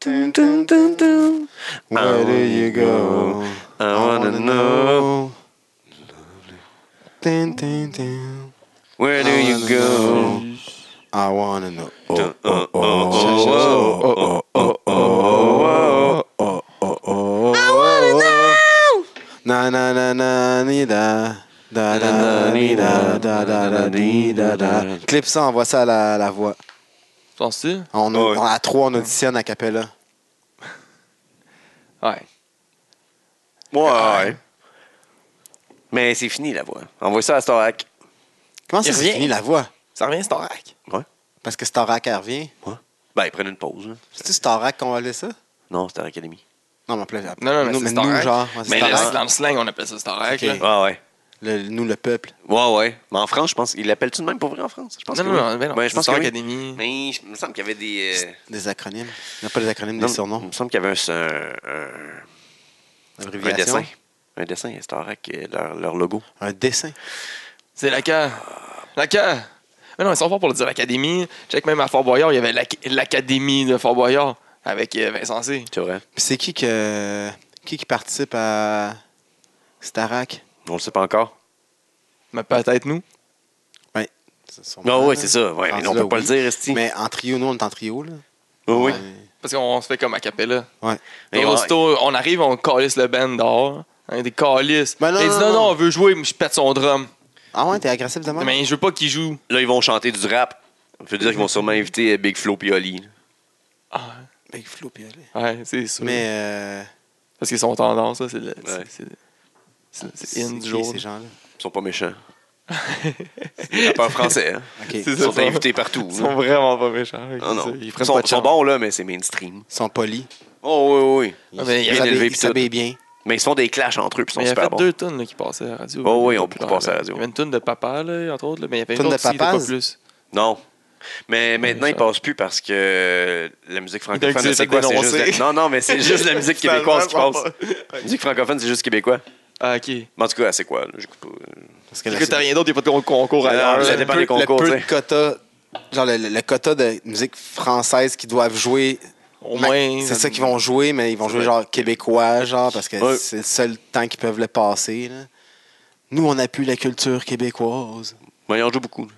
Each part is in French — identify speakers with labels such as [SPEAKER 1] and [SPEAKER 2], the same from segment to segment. [SPEAKER 1] Dun, dun, dun, dun. Where do you go?
[SPEAKER 2] I wanna know.
[SPEAKER 1] Dun, dun, dun.
[SPEAKER 2] Where do you go?
[SPEAKER 1] I wanna know.
[SPEAKER 2] Dun,
[SPEAKER 1] uh,
[SPEAKER 2] oh, oh, oh, oh, oh, oh, oh, oh, oh.
[SPEAKER 1] oh, Na na na na ni da. Da da ni da da da da ni da da. Clip ça, envoie ça à la, la voix.
[SPEAKER 3] Penses-tu?
[SPEAKER 1] On,
[SPEAKER 2] Ouais.
[SPEAKER 1] on- à trois, on auditionne à Capella.
[SPEAKER 3] Ouais.
[SPEAKER 2] Ouais. Mais c'est fini la voix. Envoie ça à Storac.
[SPEAKER 1] Comment ça
[SPEAKER 3] Il
[SPEAKER 1] c'est
[SPEAKER 3] revient.
[SPEAKER 1] fini la voix?
[SPEAKER 3] Ça revient, Starak.
[SPEAKER 2] Ouais.
[SPEAKER 1] Parce que Starak elle revient.
[SPEAKER 2] Ben, ils prennent une pause. là.
[SPEAKER 1] C'est-tu Starak qu'on allait ça?
[SPEAKER 2] Non, c'était à l'Académie.
[SPEAKER 1] Non, mais appelez-
[SPEAKER 3] Non, non, mais
[SPEAKER 1] nous,
[SPEAKER 3] c'est
[SPEAKER 1] nous,
[SPEAKER 3] Starak.
[SPEAKER 1] genre, ouais, c'est
[SPEAKER 3] Mais
[SPEAKER 2] Starak.
[SPEAKER 3] le- dans le slang, on appelle ça Starak.
[SPEAKER 1] Ok.
[SPEAKER 3] là.
[SPEAKER 2] Ouais, ouais.
[SPEAKER 1] le- nous, le peuple.
[SPEAKER 2] Ouais, ouais. Mais en France, je pense. Ils l'appellent-tu de même pour vrai en France? Je pense
[SPEAKER 3] Non,
[SPEAKER 2] que
[SPEAKER 3] non,
[SPEAKER 2] oui.
[SPEAKER 3] non, ben non.
[SPEAKER 2] Ben, je pense que
[SPEAKER 3] Star
[SPEAKER 2] oui.
[SPEAKER 3] Academy.
[SPEAKER 2] Mais je- il me semble qu'il y avait des. euh,
[SPEAKER 1] Des acronymes. Il n'y a pas des acronymes,
[SPEAKER 2] non,
[SPEAKER 1] des
[SPEAKER 2] Il
[SPEAKER 1] surnoms.
[SPEAKER 2] me semble qu'il y avait un, un- un- un
[SPEAKER 1] Abréviation.
[SPEAKER 2] dessin. Un dessin, Starac, euh, leur, leur logo.
[SPEAKER 1] Un dessin.
[SPEAKER 3] C'est la CA. La CA. Mais non, ils sont forts pour le dire, l'Académie. Check même à Fort Boyard, il y avait l'ac- l'Académie de Fort Boyard avec euh, Vincent C.
[SPEAKER 2] C'est vrai.
[SPEAKER 1] Puis c'est qui que, qui qui participe à Starak?
[SPEAKER 2] On le sait pas encore.
[SPEAKER 3] Mais peut-être nous.
[SPEAKER 1] Ben,
[SPEAKER 2] Non, oui, c'est ça. Ouais,
[SPEAKER 1] Ah,
[SPEAKER 2] mais on
[SPEAKER 1] c'est
[SPEAKER 2] peut
[SPEAKER 1] là,
[SPEAKER 2] pas
[SPEAKER 1] oui.
[SPEAKER 2] le dire, Esti.
[SPEAKER 1] Mais en trio, nous, on est en trio. Là.
[SPEAKER 2] Oui, oui.
[SPEAKER 1] Ouais.
[SPEAKER 3] Parce qu'on se fait comme à Capella.
[SPEAKER 1] Ouais.
[SPEAKER 2] Mais
[SPEAKER 3] Et
[SPEAKER 2] ouais.
[SPEAKER 3] aussitôt, on arrive, on calisse le band dehors. On est des calisses.
[SPEAKER 1] Ben non,
[SPEAKER 3] Et il dit
[SPEAKER 1] non,
[SPEAKER 3] non,
[SPEAKER 1] non.
[SPEAKER 3] non, on veut jouer, mais je pète son drum.
[SPEAKER 1] Ah ouais, t'es agressif de même?
[SPEAKER 3] Mais je veux pas qu'il joue.
[SPEAKER 2] Là, ils vont chanter du rap. Je veux dire qu'ils vont sûrement inviter euh, Big Flo et Oli. là.
[SPEAKER 3] Ah,
[SPEAKER 1] Big Flo, Ben, puis allez.
[SPEAKER 3] ouais, c'est sûr.
[SPEAKER 1] Mais euh,
[SPEAKER 3] Parce qu'ils sont tendance, là, c'est le.
[SPEAKER 2] Ouais.
[SPEAKER 3] c'est- c'est- C'est c'est in
[SPEAKER 1] c'est
[SPEAKER 3] du
[SPEAKER 1] qui,
[SPEAKER 3] jour.
[SPEAKER 1] ces gens-là?
[SPEAKER 2] Ils sont pas méchants. C'est rappeurs français. hein.
[SPEAKER 1] OK.
[SPEAKER 3] C'est
[SPEAKER 1] Ils
[SPEAKER 2] Ils sont
[SPEAKER 3] ça.
[SPEAKER 2] invités partout.
[SPEAKER 3] Ils
[SPEAKER 2] là.
[SPEAKER 3] sont vraiment pas méchants.
[SPEAKER 2] Ah, non.
[SPEAKER 3] Ils
[SPEAKER 2] Ils
[SPEAKER 3] prennent
[SPEAKER 2] sont,
[SPEAKER 3] pas de
[SPEAKER 2] sont
[SPEAKER 3] chance.
[SPEAKER 2] bons, là, mais c'est mainstream.
[SPEAKER 1] sont polis.
[SPEAKER 2] Oh, oui, oui, oui.
[SPEAKER 3] Ah, mais il y
[SPEAKER 1] Ils
[SPEAKER 2] Bien
[SPEAKER 3] avait-
[SPEAKER 2] élevé,
[SPEAKER 1] s'habillent-
[SPEAKER 2] puis
[SPEAKER 1] ils
[SPEAKER 2] tout.
[SPEAKER 1] s'habillent bien.
[SPEAKER 2] Mais ils se font des clashs entre eux, puis ils sont
[SPEAKER 3] Mais il y a
[SPEAKER 2] super
[SPEAKER 3] fait
[SPEAKER 2] bons.
[SPEAKER 3] deux tonnes là, qui passaient à la radio.
[SPEAKER 2] Oh oui,
[SPEAKER 3] Pas
[SPEAKER 2] on
[SPEAKER 3] plus
[SPEAKER 2] peut
[SPEAKER 3] tard,
[SPEAKER 2] passer à la
[SPEAKER 3] là.
[SPEAKER 2] radio.
[SPEAKER 3] Il y avait une tonne de papa, là, entre autres, là, mais il y avait une
[SPEAKER 1] Tonne
[SPEAKER 3] autre
[SPEAKER 1] de
[SPEAKER 3] aussi, il y avait
[SPEAKER 1] papas?
[SPEAKER 3] pas plus.
[SPEAKER 2] Non. Mais maintenant, ils passent plus parce que la musique
[SPEAKER 3] Donc, tu
[SPEAKER 2] francophone,
[SPEAKER 3] t'es
[SPEAKER 2] c'est quoi? C'est juste
[SPEAKER 3] dénoncé.
[SPEAKER 2] la- Non, non, mais c'est juste la musique québécoise qui passe. La musique francophone, c'est juste québécois.
[SPEAKER 3] Ah, ok.
[SPEAKER 2] Mais en tout cas, c'est quoi? là? J'écoute pas.
[SPEAKER 1] Parce que
[SPEAKER 3] Parce
[SPEAKER 1] la-
[SPEAKER 3] que t'as rien d'autre, il n'y a pas de concours
[SPEAKER 2] Ah,
[SPEAKER 3] ailleurs.
[SPEAKER 2] ça
[SPEAKER 3] là.
[SPEAKER 2] dépend
[SPEAKER 1] peu-
[SPEAKER 2] des concours,
[SPEAKER 1] Le peu
[SPEAKER 2] tu
[SPEAKER 1] de
[SPEAKER 2] sais.
[SPEAKER 1] quota, genre le, le- le quota de musique française qu'ils doivent jouer.
[SPEAKER 3] Au
[SPEAKER 1] ma-
[SPEAKER 3] moins.
[SPEAKER 1] C'est ça qu'ils vont jouer, mais ils vont jouer genre québécois, genre, parce que
[SPEAKER 2] Ouais.
[SPEAKER 1] c'est le seul temps qu'ils peuvent le passer. là. Nous, on appuie la culture québécoise.
[SPEAKER 2] Mais ils en jouent beaucoup.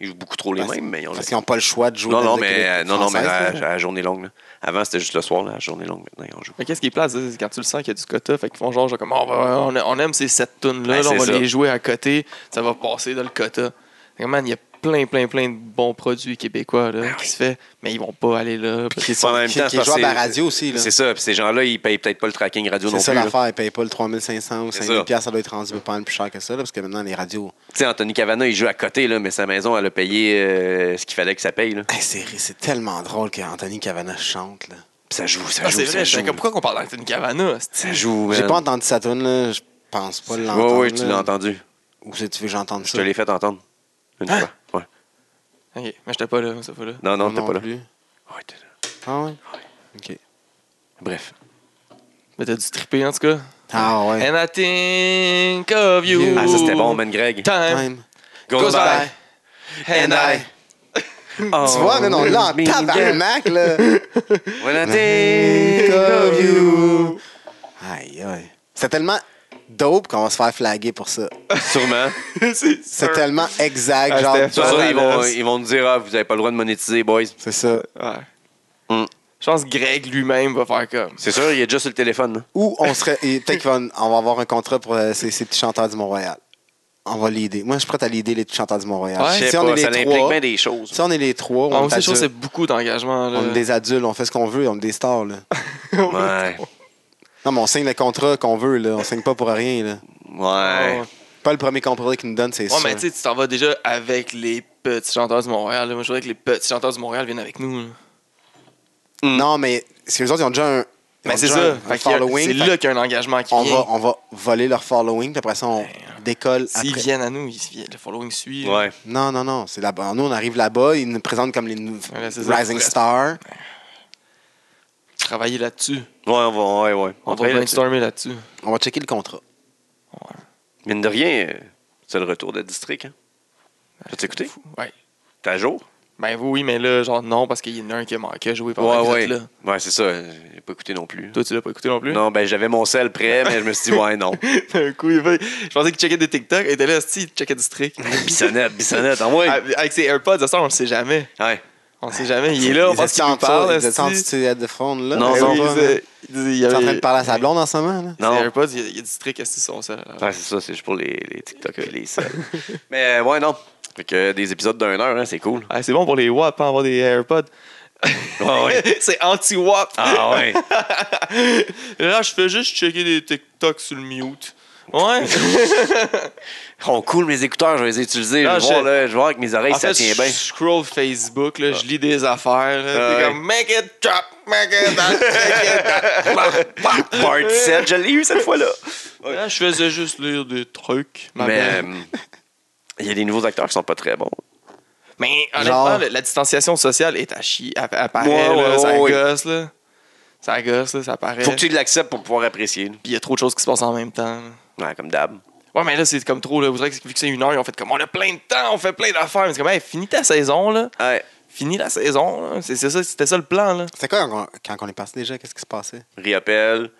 [SPEAKER 2] Ils jouent beaucoup trop les
[SPEAKER 1] Parce-
[SPEAKER 2] mêmes, mais ils en jouent.
[SPEAKER 1] Parce qu'ils n'ont pas le choix de jouer.
[SPEAKER 2] Non,
[SPEAKER 1] de
[SPEAKER 2] non,
[SPEAKER 1] la
[SPEAKER 2] mais,
[SPEAKER 1] musique
[SPEAKER 2] euh, non, non, mais à,
[SPEAKER 1] française,
[SPEAKER 2] à
[SPEAKER 1] là.
[SPEAKER 2] la journée longue. là. Avant, c'était juste le soir, là, à la journée longue. Maintenant, ils en jouent.
[SPEAKER 3] Mais qu'est-ce qui est plate, c'est c'est quand tu le sens qu'il y a du quota, fait qu'ils font genre, genre comme Ah, on, va- on, on aime ces sept tunes là,
[SPEAKER 2] Ouais,
[SPEAKER 3] on va
[SPEAKER 2] Ben, c'est ça.
[SPEAKER 3] les jouer à côté, ça va passer dans le quota. Fait que, man, il y a plein, plein, plein de bons produits québécois là,
[SPEAKER 2] Ben
[SPEAKER 3] qui se fait, mais ils vont pas aller là. parce-
[SPEAKER 1] Qui
[SPEAKER 2] en même temps,
[SPEAKER 1] sont
[SPEAKER 2] parce que
[SPEAKER 1] jouables à la
[SPEAKER 2] c'est-
[SPEAKER 1] radio aussi. là.
[SPEAKER 2] C'est ça, puis ces gens-là, ils payent peut-être pas le tracking radio non
[SPEAKER 1] C'est ça
[SPEAKER 2] plus. là. Tu
[SPEAKER 1] l'affaire, ils payent pas le 3500 ou
[SPEAKER 2] C'est
[SPEAKER 1] 5000
[SPEAKER 2] ça.
[SPEAKER 1] piastres, ça doit être rendu pas mal plus cher que ça, là, parce que maintenant les radios.
[SPEAKER 2] sais, Anthony Cavana, il joue à côté, là, mais sa maison, elle a payé euh, ce qu'il fallait que ça paye. Là.
[SPEAKER 1] Hey, c'est c'est tellement drôle qu'Anthony Cavana chante. Là.
[SPEAKER 2] Puis ça joue, ça
[SPEAKER 3] Ah,
[SPEAKER 2] joue,
[SPEAKER 3] c'est
[SPEAKER 2] ça
[SPEAKER 3] vrai, je
[SPEAKER 2] joue.
[SPEAKER 3] sais comme pourquoi qu'on parle d'Anthony Cavana. c'est-
[SPEAKER 2] Ça joue,
[SPEAKER 1] J'ai
[SPEAKER 2] man.
[SPEAKER 1] pas entendu sa tune, là, je pense pas
[SPEAKER 2] Ouais,
[SPEAKER 1] l'entendre.
[SPEAKER 2] ouais, tu
[SPEAKER 1] là.
[SPEAKER 2] l'as entendu.
[SPEAKER 1] Ou si tu veux que j'entende
[SPEAKER 2] Je
[SPEAKER 1] ça.
[SPEAKER 2] te l'ai fait entendre. Une
[SPEAKER 3] Hein?
[SPEAKER 2] fois. Ouais.
[SPEAKER 3] Ok, mais j'étais pas là, ça fois là.
[SPEAKER 2] Non, non,
[SPEAKER 1] Moi
[SPEAKER 2] t'es pas là.
[SPEAKER 1] plus.
[SPEAKER 2] Ouais, t'es là.
[SPEAKER 1] Ah ouais? Ok.
[SPEAKER 2] Bref.
[SPEAKER 3] Mais t'as dû triper en tout cas.
[SPEAKER 1] Ah ouais.
[SPEAKER 3] And I think of you.
[SPEAKER 1] You.
[SPEAKER 2] Ah, ça, c'était bon, man, Greg.
[SPEAKER 3] Time
[SPEAKER 1] Time.
[SPEAKER 3] goes by.
[SPEAKER 1] by.
[SPEAKER 3] And I. Oh.
[SPEAKER 1] Tu vois, man, on l'a en
[SPEAKER 2] me
[SPEAKER 1] tabarnak, là.
[SPEAKER 2] When I think
[SPEAKER 1] Love
[SPEAKER 2] of
[SPEAKER 1] you. Aïe, aïe. C'est tellement dope qu'on va se faire flaguer pour ça.
[SPEAKER 2] Sûrement.
[SPEAKER 1] C'est tellement exact,
[SPEAKER 3] Ah,
[SPEAKER 1] genre.
[SPEAKER 3] c'était
[SPEAKER 2] Sur
[SPEAKER 3] Ouais,
[SPEAKER 2] ça,
[SPEAKER 3] la
[SPEAKER 2] ils vont,
[SPEAKER 3] laisse.
[SPEAKER 2] ils vont nous dire Ah, vous n'avez pas le droit de monétiser, boys.
[SPEAKER 1] C'est ça.
[SPEAKER 3] Ouais.
[SPEAKER 2] Mm.
[SPEAKER 3] Je pense que Greg lui-même va faire comme.
[SPEAKER 2] C'est sûr, il est déjà sur le téléphone. hein. là.
[SPEAKER 1] Ou on serait. et Peut-être qu'on on va avoir un contrat pour euh, ces, ces petits chanteurs du Mont-Royal. On va l'aider. Moi, je suis prêt à l'aider, les petits chanteurs du Mont-Royal.
[SPEAKER 3] Ouais.
[SPEAKER 2] Je
[SPEAKER 1] si
[SPEAKER 2] sais
[SPEAKER 1] on
[SPEAKER 2] pas,
[SPEAKER 1] est
[SPEAKER 2] ça
[SPEAKER 1] les
[SPEAKER 2] implique
[SPEAKER 1] trois.
[SPEAKER 2] bien des choses.
[SPEAKER 1] Si on est les trois,
[SPEAKER 3] Ah,
[SPEAKER 1] on,
[SPEAKER 3] moi aussi,
[SPEAKER 1] est
[SPEAKER 3] je trouve que c'est
[SPEAKER 1] adultes.
[SPEAKER 3] beaucoup d'engagement. là.
[SPEAKER 1] on est des adultes, on fait ce qu'on veut, on est des stars. Là.
[SPEAKER 2] Ouais.
[SPEAKER 1] Non, mais on signe le contrat qu'on veut, là. on signe pas pour rien. Là.
[SPEAKER 2] Ouais.
[SPEAKER 3] Ouais.
[SPEAKER 1] Pas le premier contrat qu'ils nous donnent, c'est
[SPEAKER 3] Ouais,
[SPEAKER 1] ça.
[SPEAKER 3] mais tu sais, tu t'en vas déjà avec les petits chanteurs du Montréal. là. Moi, je voudrais que les petits chanteurs du Montréal viennent avec nous. là.
[SPEAKER 1] Non, mais c'est eux autres, ils ont déjà un, ils
[SPEAKER 3] Mais
[SPEAKER 1] ont
[SPEAKER 3] c'est
[SPEAKER 1] déjà
[SPEAKER 3] ça.
[SPEAKER 1] un- un
[SPEAKER 3] Fait qu'il y a-
[SPEAKER 1] following.
[SPEAKER 3] C'est
[SPEAKER 1] Fait
[SPEAKER 3] là qu'il y a un engagement qui
[SPEAKER 1] on,
[SPEAKER 3] vient.
[SPEAKER 1] va, on va voler leur following, puis après ça, on décolle
[SPEAKER 3] S'ils
[SPEAKER 1] après.
[SPEAKER 3] viennent à nous, ils se viennent. le following suit. là.
[SPEAKER 2] Ouais.
[SPEAKER 1] Non, non, non, c'est là-bas. Nous, on arrive là-bas, ils nous présentent comme les nou-
[SPEAKER 3] Ouais, c'est ça.
[SPEAKER 1] Rising Stars.
[SPEAKER 3] Travailler là-dessus.
[SPEAKER 2] Ouais, on va, ouais, ouais.
[SPEAKER 3] On, va
[SPEAKER 2] travaille là-dessus.
[SPEAKER 3] brainstormer là-dessus.
[SPEAKER 1] On va checker le contrat.
[SPEAKER 2] Mine de rien, euh, c'est le retour de district. Hein. T'as écouté?
[SPEAKER 3] Ouais.
[SPEAKER 2] T'es à jour?
[SPEAKER 3] Ben oui, mais là, genre non, parce qu'il y en a un qui a manqué joué pendant
[SPEAKER 2] Ouais,
[SPEAKER 3] que vous
[SPEAKER 2] ouais.
[SPEAKER 3] êtes là.
[SPEAKER 2] Ouais, c'est ça. J'ai pas écouté non plus.
[SPEAKER 3] Toi, tu l'as pas écouté non plus?
[SPEAKER 2] Non, ben j'avais mon sel prêt, mais je me suis dit, ouais, non.
[SPEAKER 3] D'un coup, il va- je pensais qu'il checkait des TikTok. Et était là, si, il checkait du strict. Ah,
[SPEAKER 2] Bissonnette, bissonnette, envoie.
[SPEAKER 3] Avec ses AirPods, ça, on le sait jamais.
[SPEAKER 2] Ouais.
[SPEAKER 3] On le sait jamais. Il est là, on
[SPEAKER 1] Ils étaient
[SPEAKER 3] pense qu'il nous
[SPEAKER 1] en
[SPEAKER 3] parle.
[SPEAKER 1] Ils étaient en
[SPEAKER 3] esti.
[SPEAKER 1] petite de fond, là. Ben
[SPEAKER 2] Non,
[SPEAKER 1] Ils
[SPEAKER 3] Eh
[SPEAKER 1] sont
[SPEAKER 3] oui,
[SPEAKER 1] pas-
[SPEAKER 3] il disait- il disait- il y
[SPEAKER 1] Ils sont en train
[SPEAKER 3] avait-
[SPEAKER 1] de parler à sa blonde en ce moment, là.
[SPEAKER 3] Ses
[SPEAKER 2] Non.
[SPEAKER 3] AirPods, il y a- il y a du strict, est-ce sur ça?
[SPEAKER 2] Ouais, c'est ça, c'est juste pour les, les TikTok et les sels. Mais euh, ouais, non. Fait que euh, des épisodes d'une heure, hein, c'est cool.
[SPEAKER 3] Ah, c'est bon pour les WAP, hein, avoir des AirPods.
[SPEAKER 2] Ah ouais.
[SPEAKER 3] c'est anti-WAP.
[SPEAKER 2] Ah ouais.
[SPEAKER 3] Là, je fais juste checker des TikTok sur le mute. Ouais.
[SPEAKER 2] On coule mes écouteurs, je vais les utiliser.
[SPEAKER 3] Ah,
[SPEAKER 2] je, vais voir,
[SPEAKER 3] je-
[SPEAKER 2] là, je vais voir avec mes oreilles
[SPEAKER 3] en
[SPEAKER 2] si ça
[SPEAKER 3] fait,
[SPEAKER 2] tient bien.
[SPEAKER 3] je scroll Facebook, là, je lis des affaires. là,
[SPEAKER 2] Ah
[SPEAKER 3] t'es
[SPEAKER 2] ouais.
[SPEAKER 3] comme make it drop, make it drop, make it drop.
[SPEAKER 2] Part 7, je l'ai eu cette fois-là. Ouais.
[SPEAKER 3] Là, je faisais juste lire des trucs. ma
[SPEAKER 2] Mais
[SPEAKER 3] belle.
[SPEAKER 2] euh, il y a des nouveaux acteurs qui sont pas très bons.
[SPEAKER 3] mais
[SPEAKER 1] genre-
[SPEAKER 3] honnêtement, la, la distanciation sociale est à chier. Elle, elle paraît,
[SPEAKER 2] Ouais,
[SPEAKER 3] là,
[SPEAKER 2] ouais,
[SPEAKER 3] ça
[SPEAKER 2] ouais, ouais.
[SPEAKER 3] gosse, là. Ça gosse, là, ça paraît.
[SPEAKER 2] Faut que tu l'acceptes pour pouvoir apprécier.
[SPEAKER 3] Puis il y a trop de choses qui se passent en même temps. là.
[SPEAKER 2] là. Ouais, comme d'hab.
[SPEAKER 3] Ouais, mais là, c'est comme trop. Là. Vous savez que vu que c'est une heure, ils ont fait comme on a plein de temps, on fait plein d'affaires. Mais c'est comme, hey, finis ta saison, là.
[SPEAKER 2] Ouais.
[SPEAKER 3] Finis la saison, là. C'est c'est ça, c'était ça le plan, là.
[SPEAKER 1] C'était quoi quand on- quand on est passé déjà? Qu'est-ce qui se passait?
[SPEAKER 2] Riopel.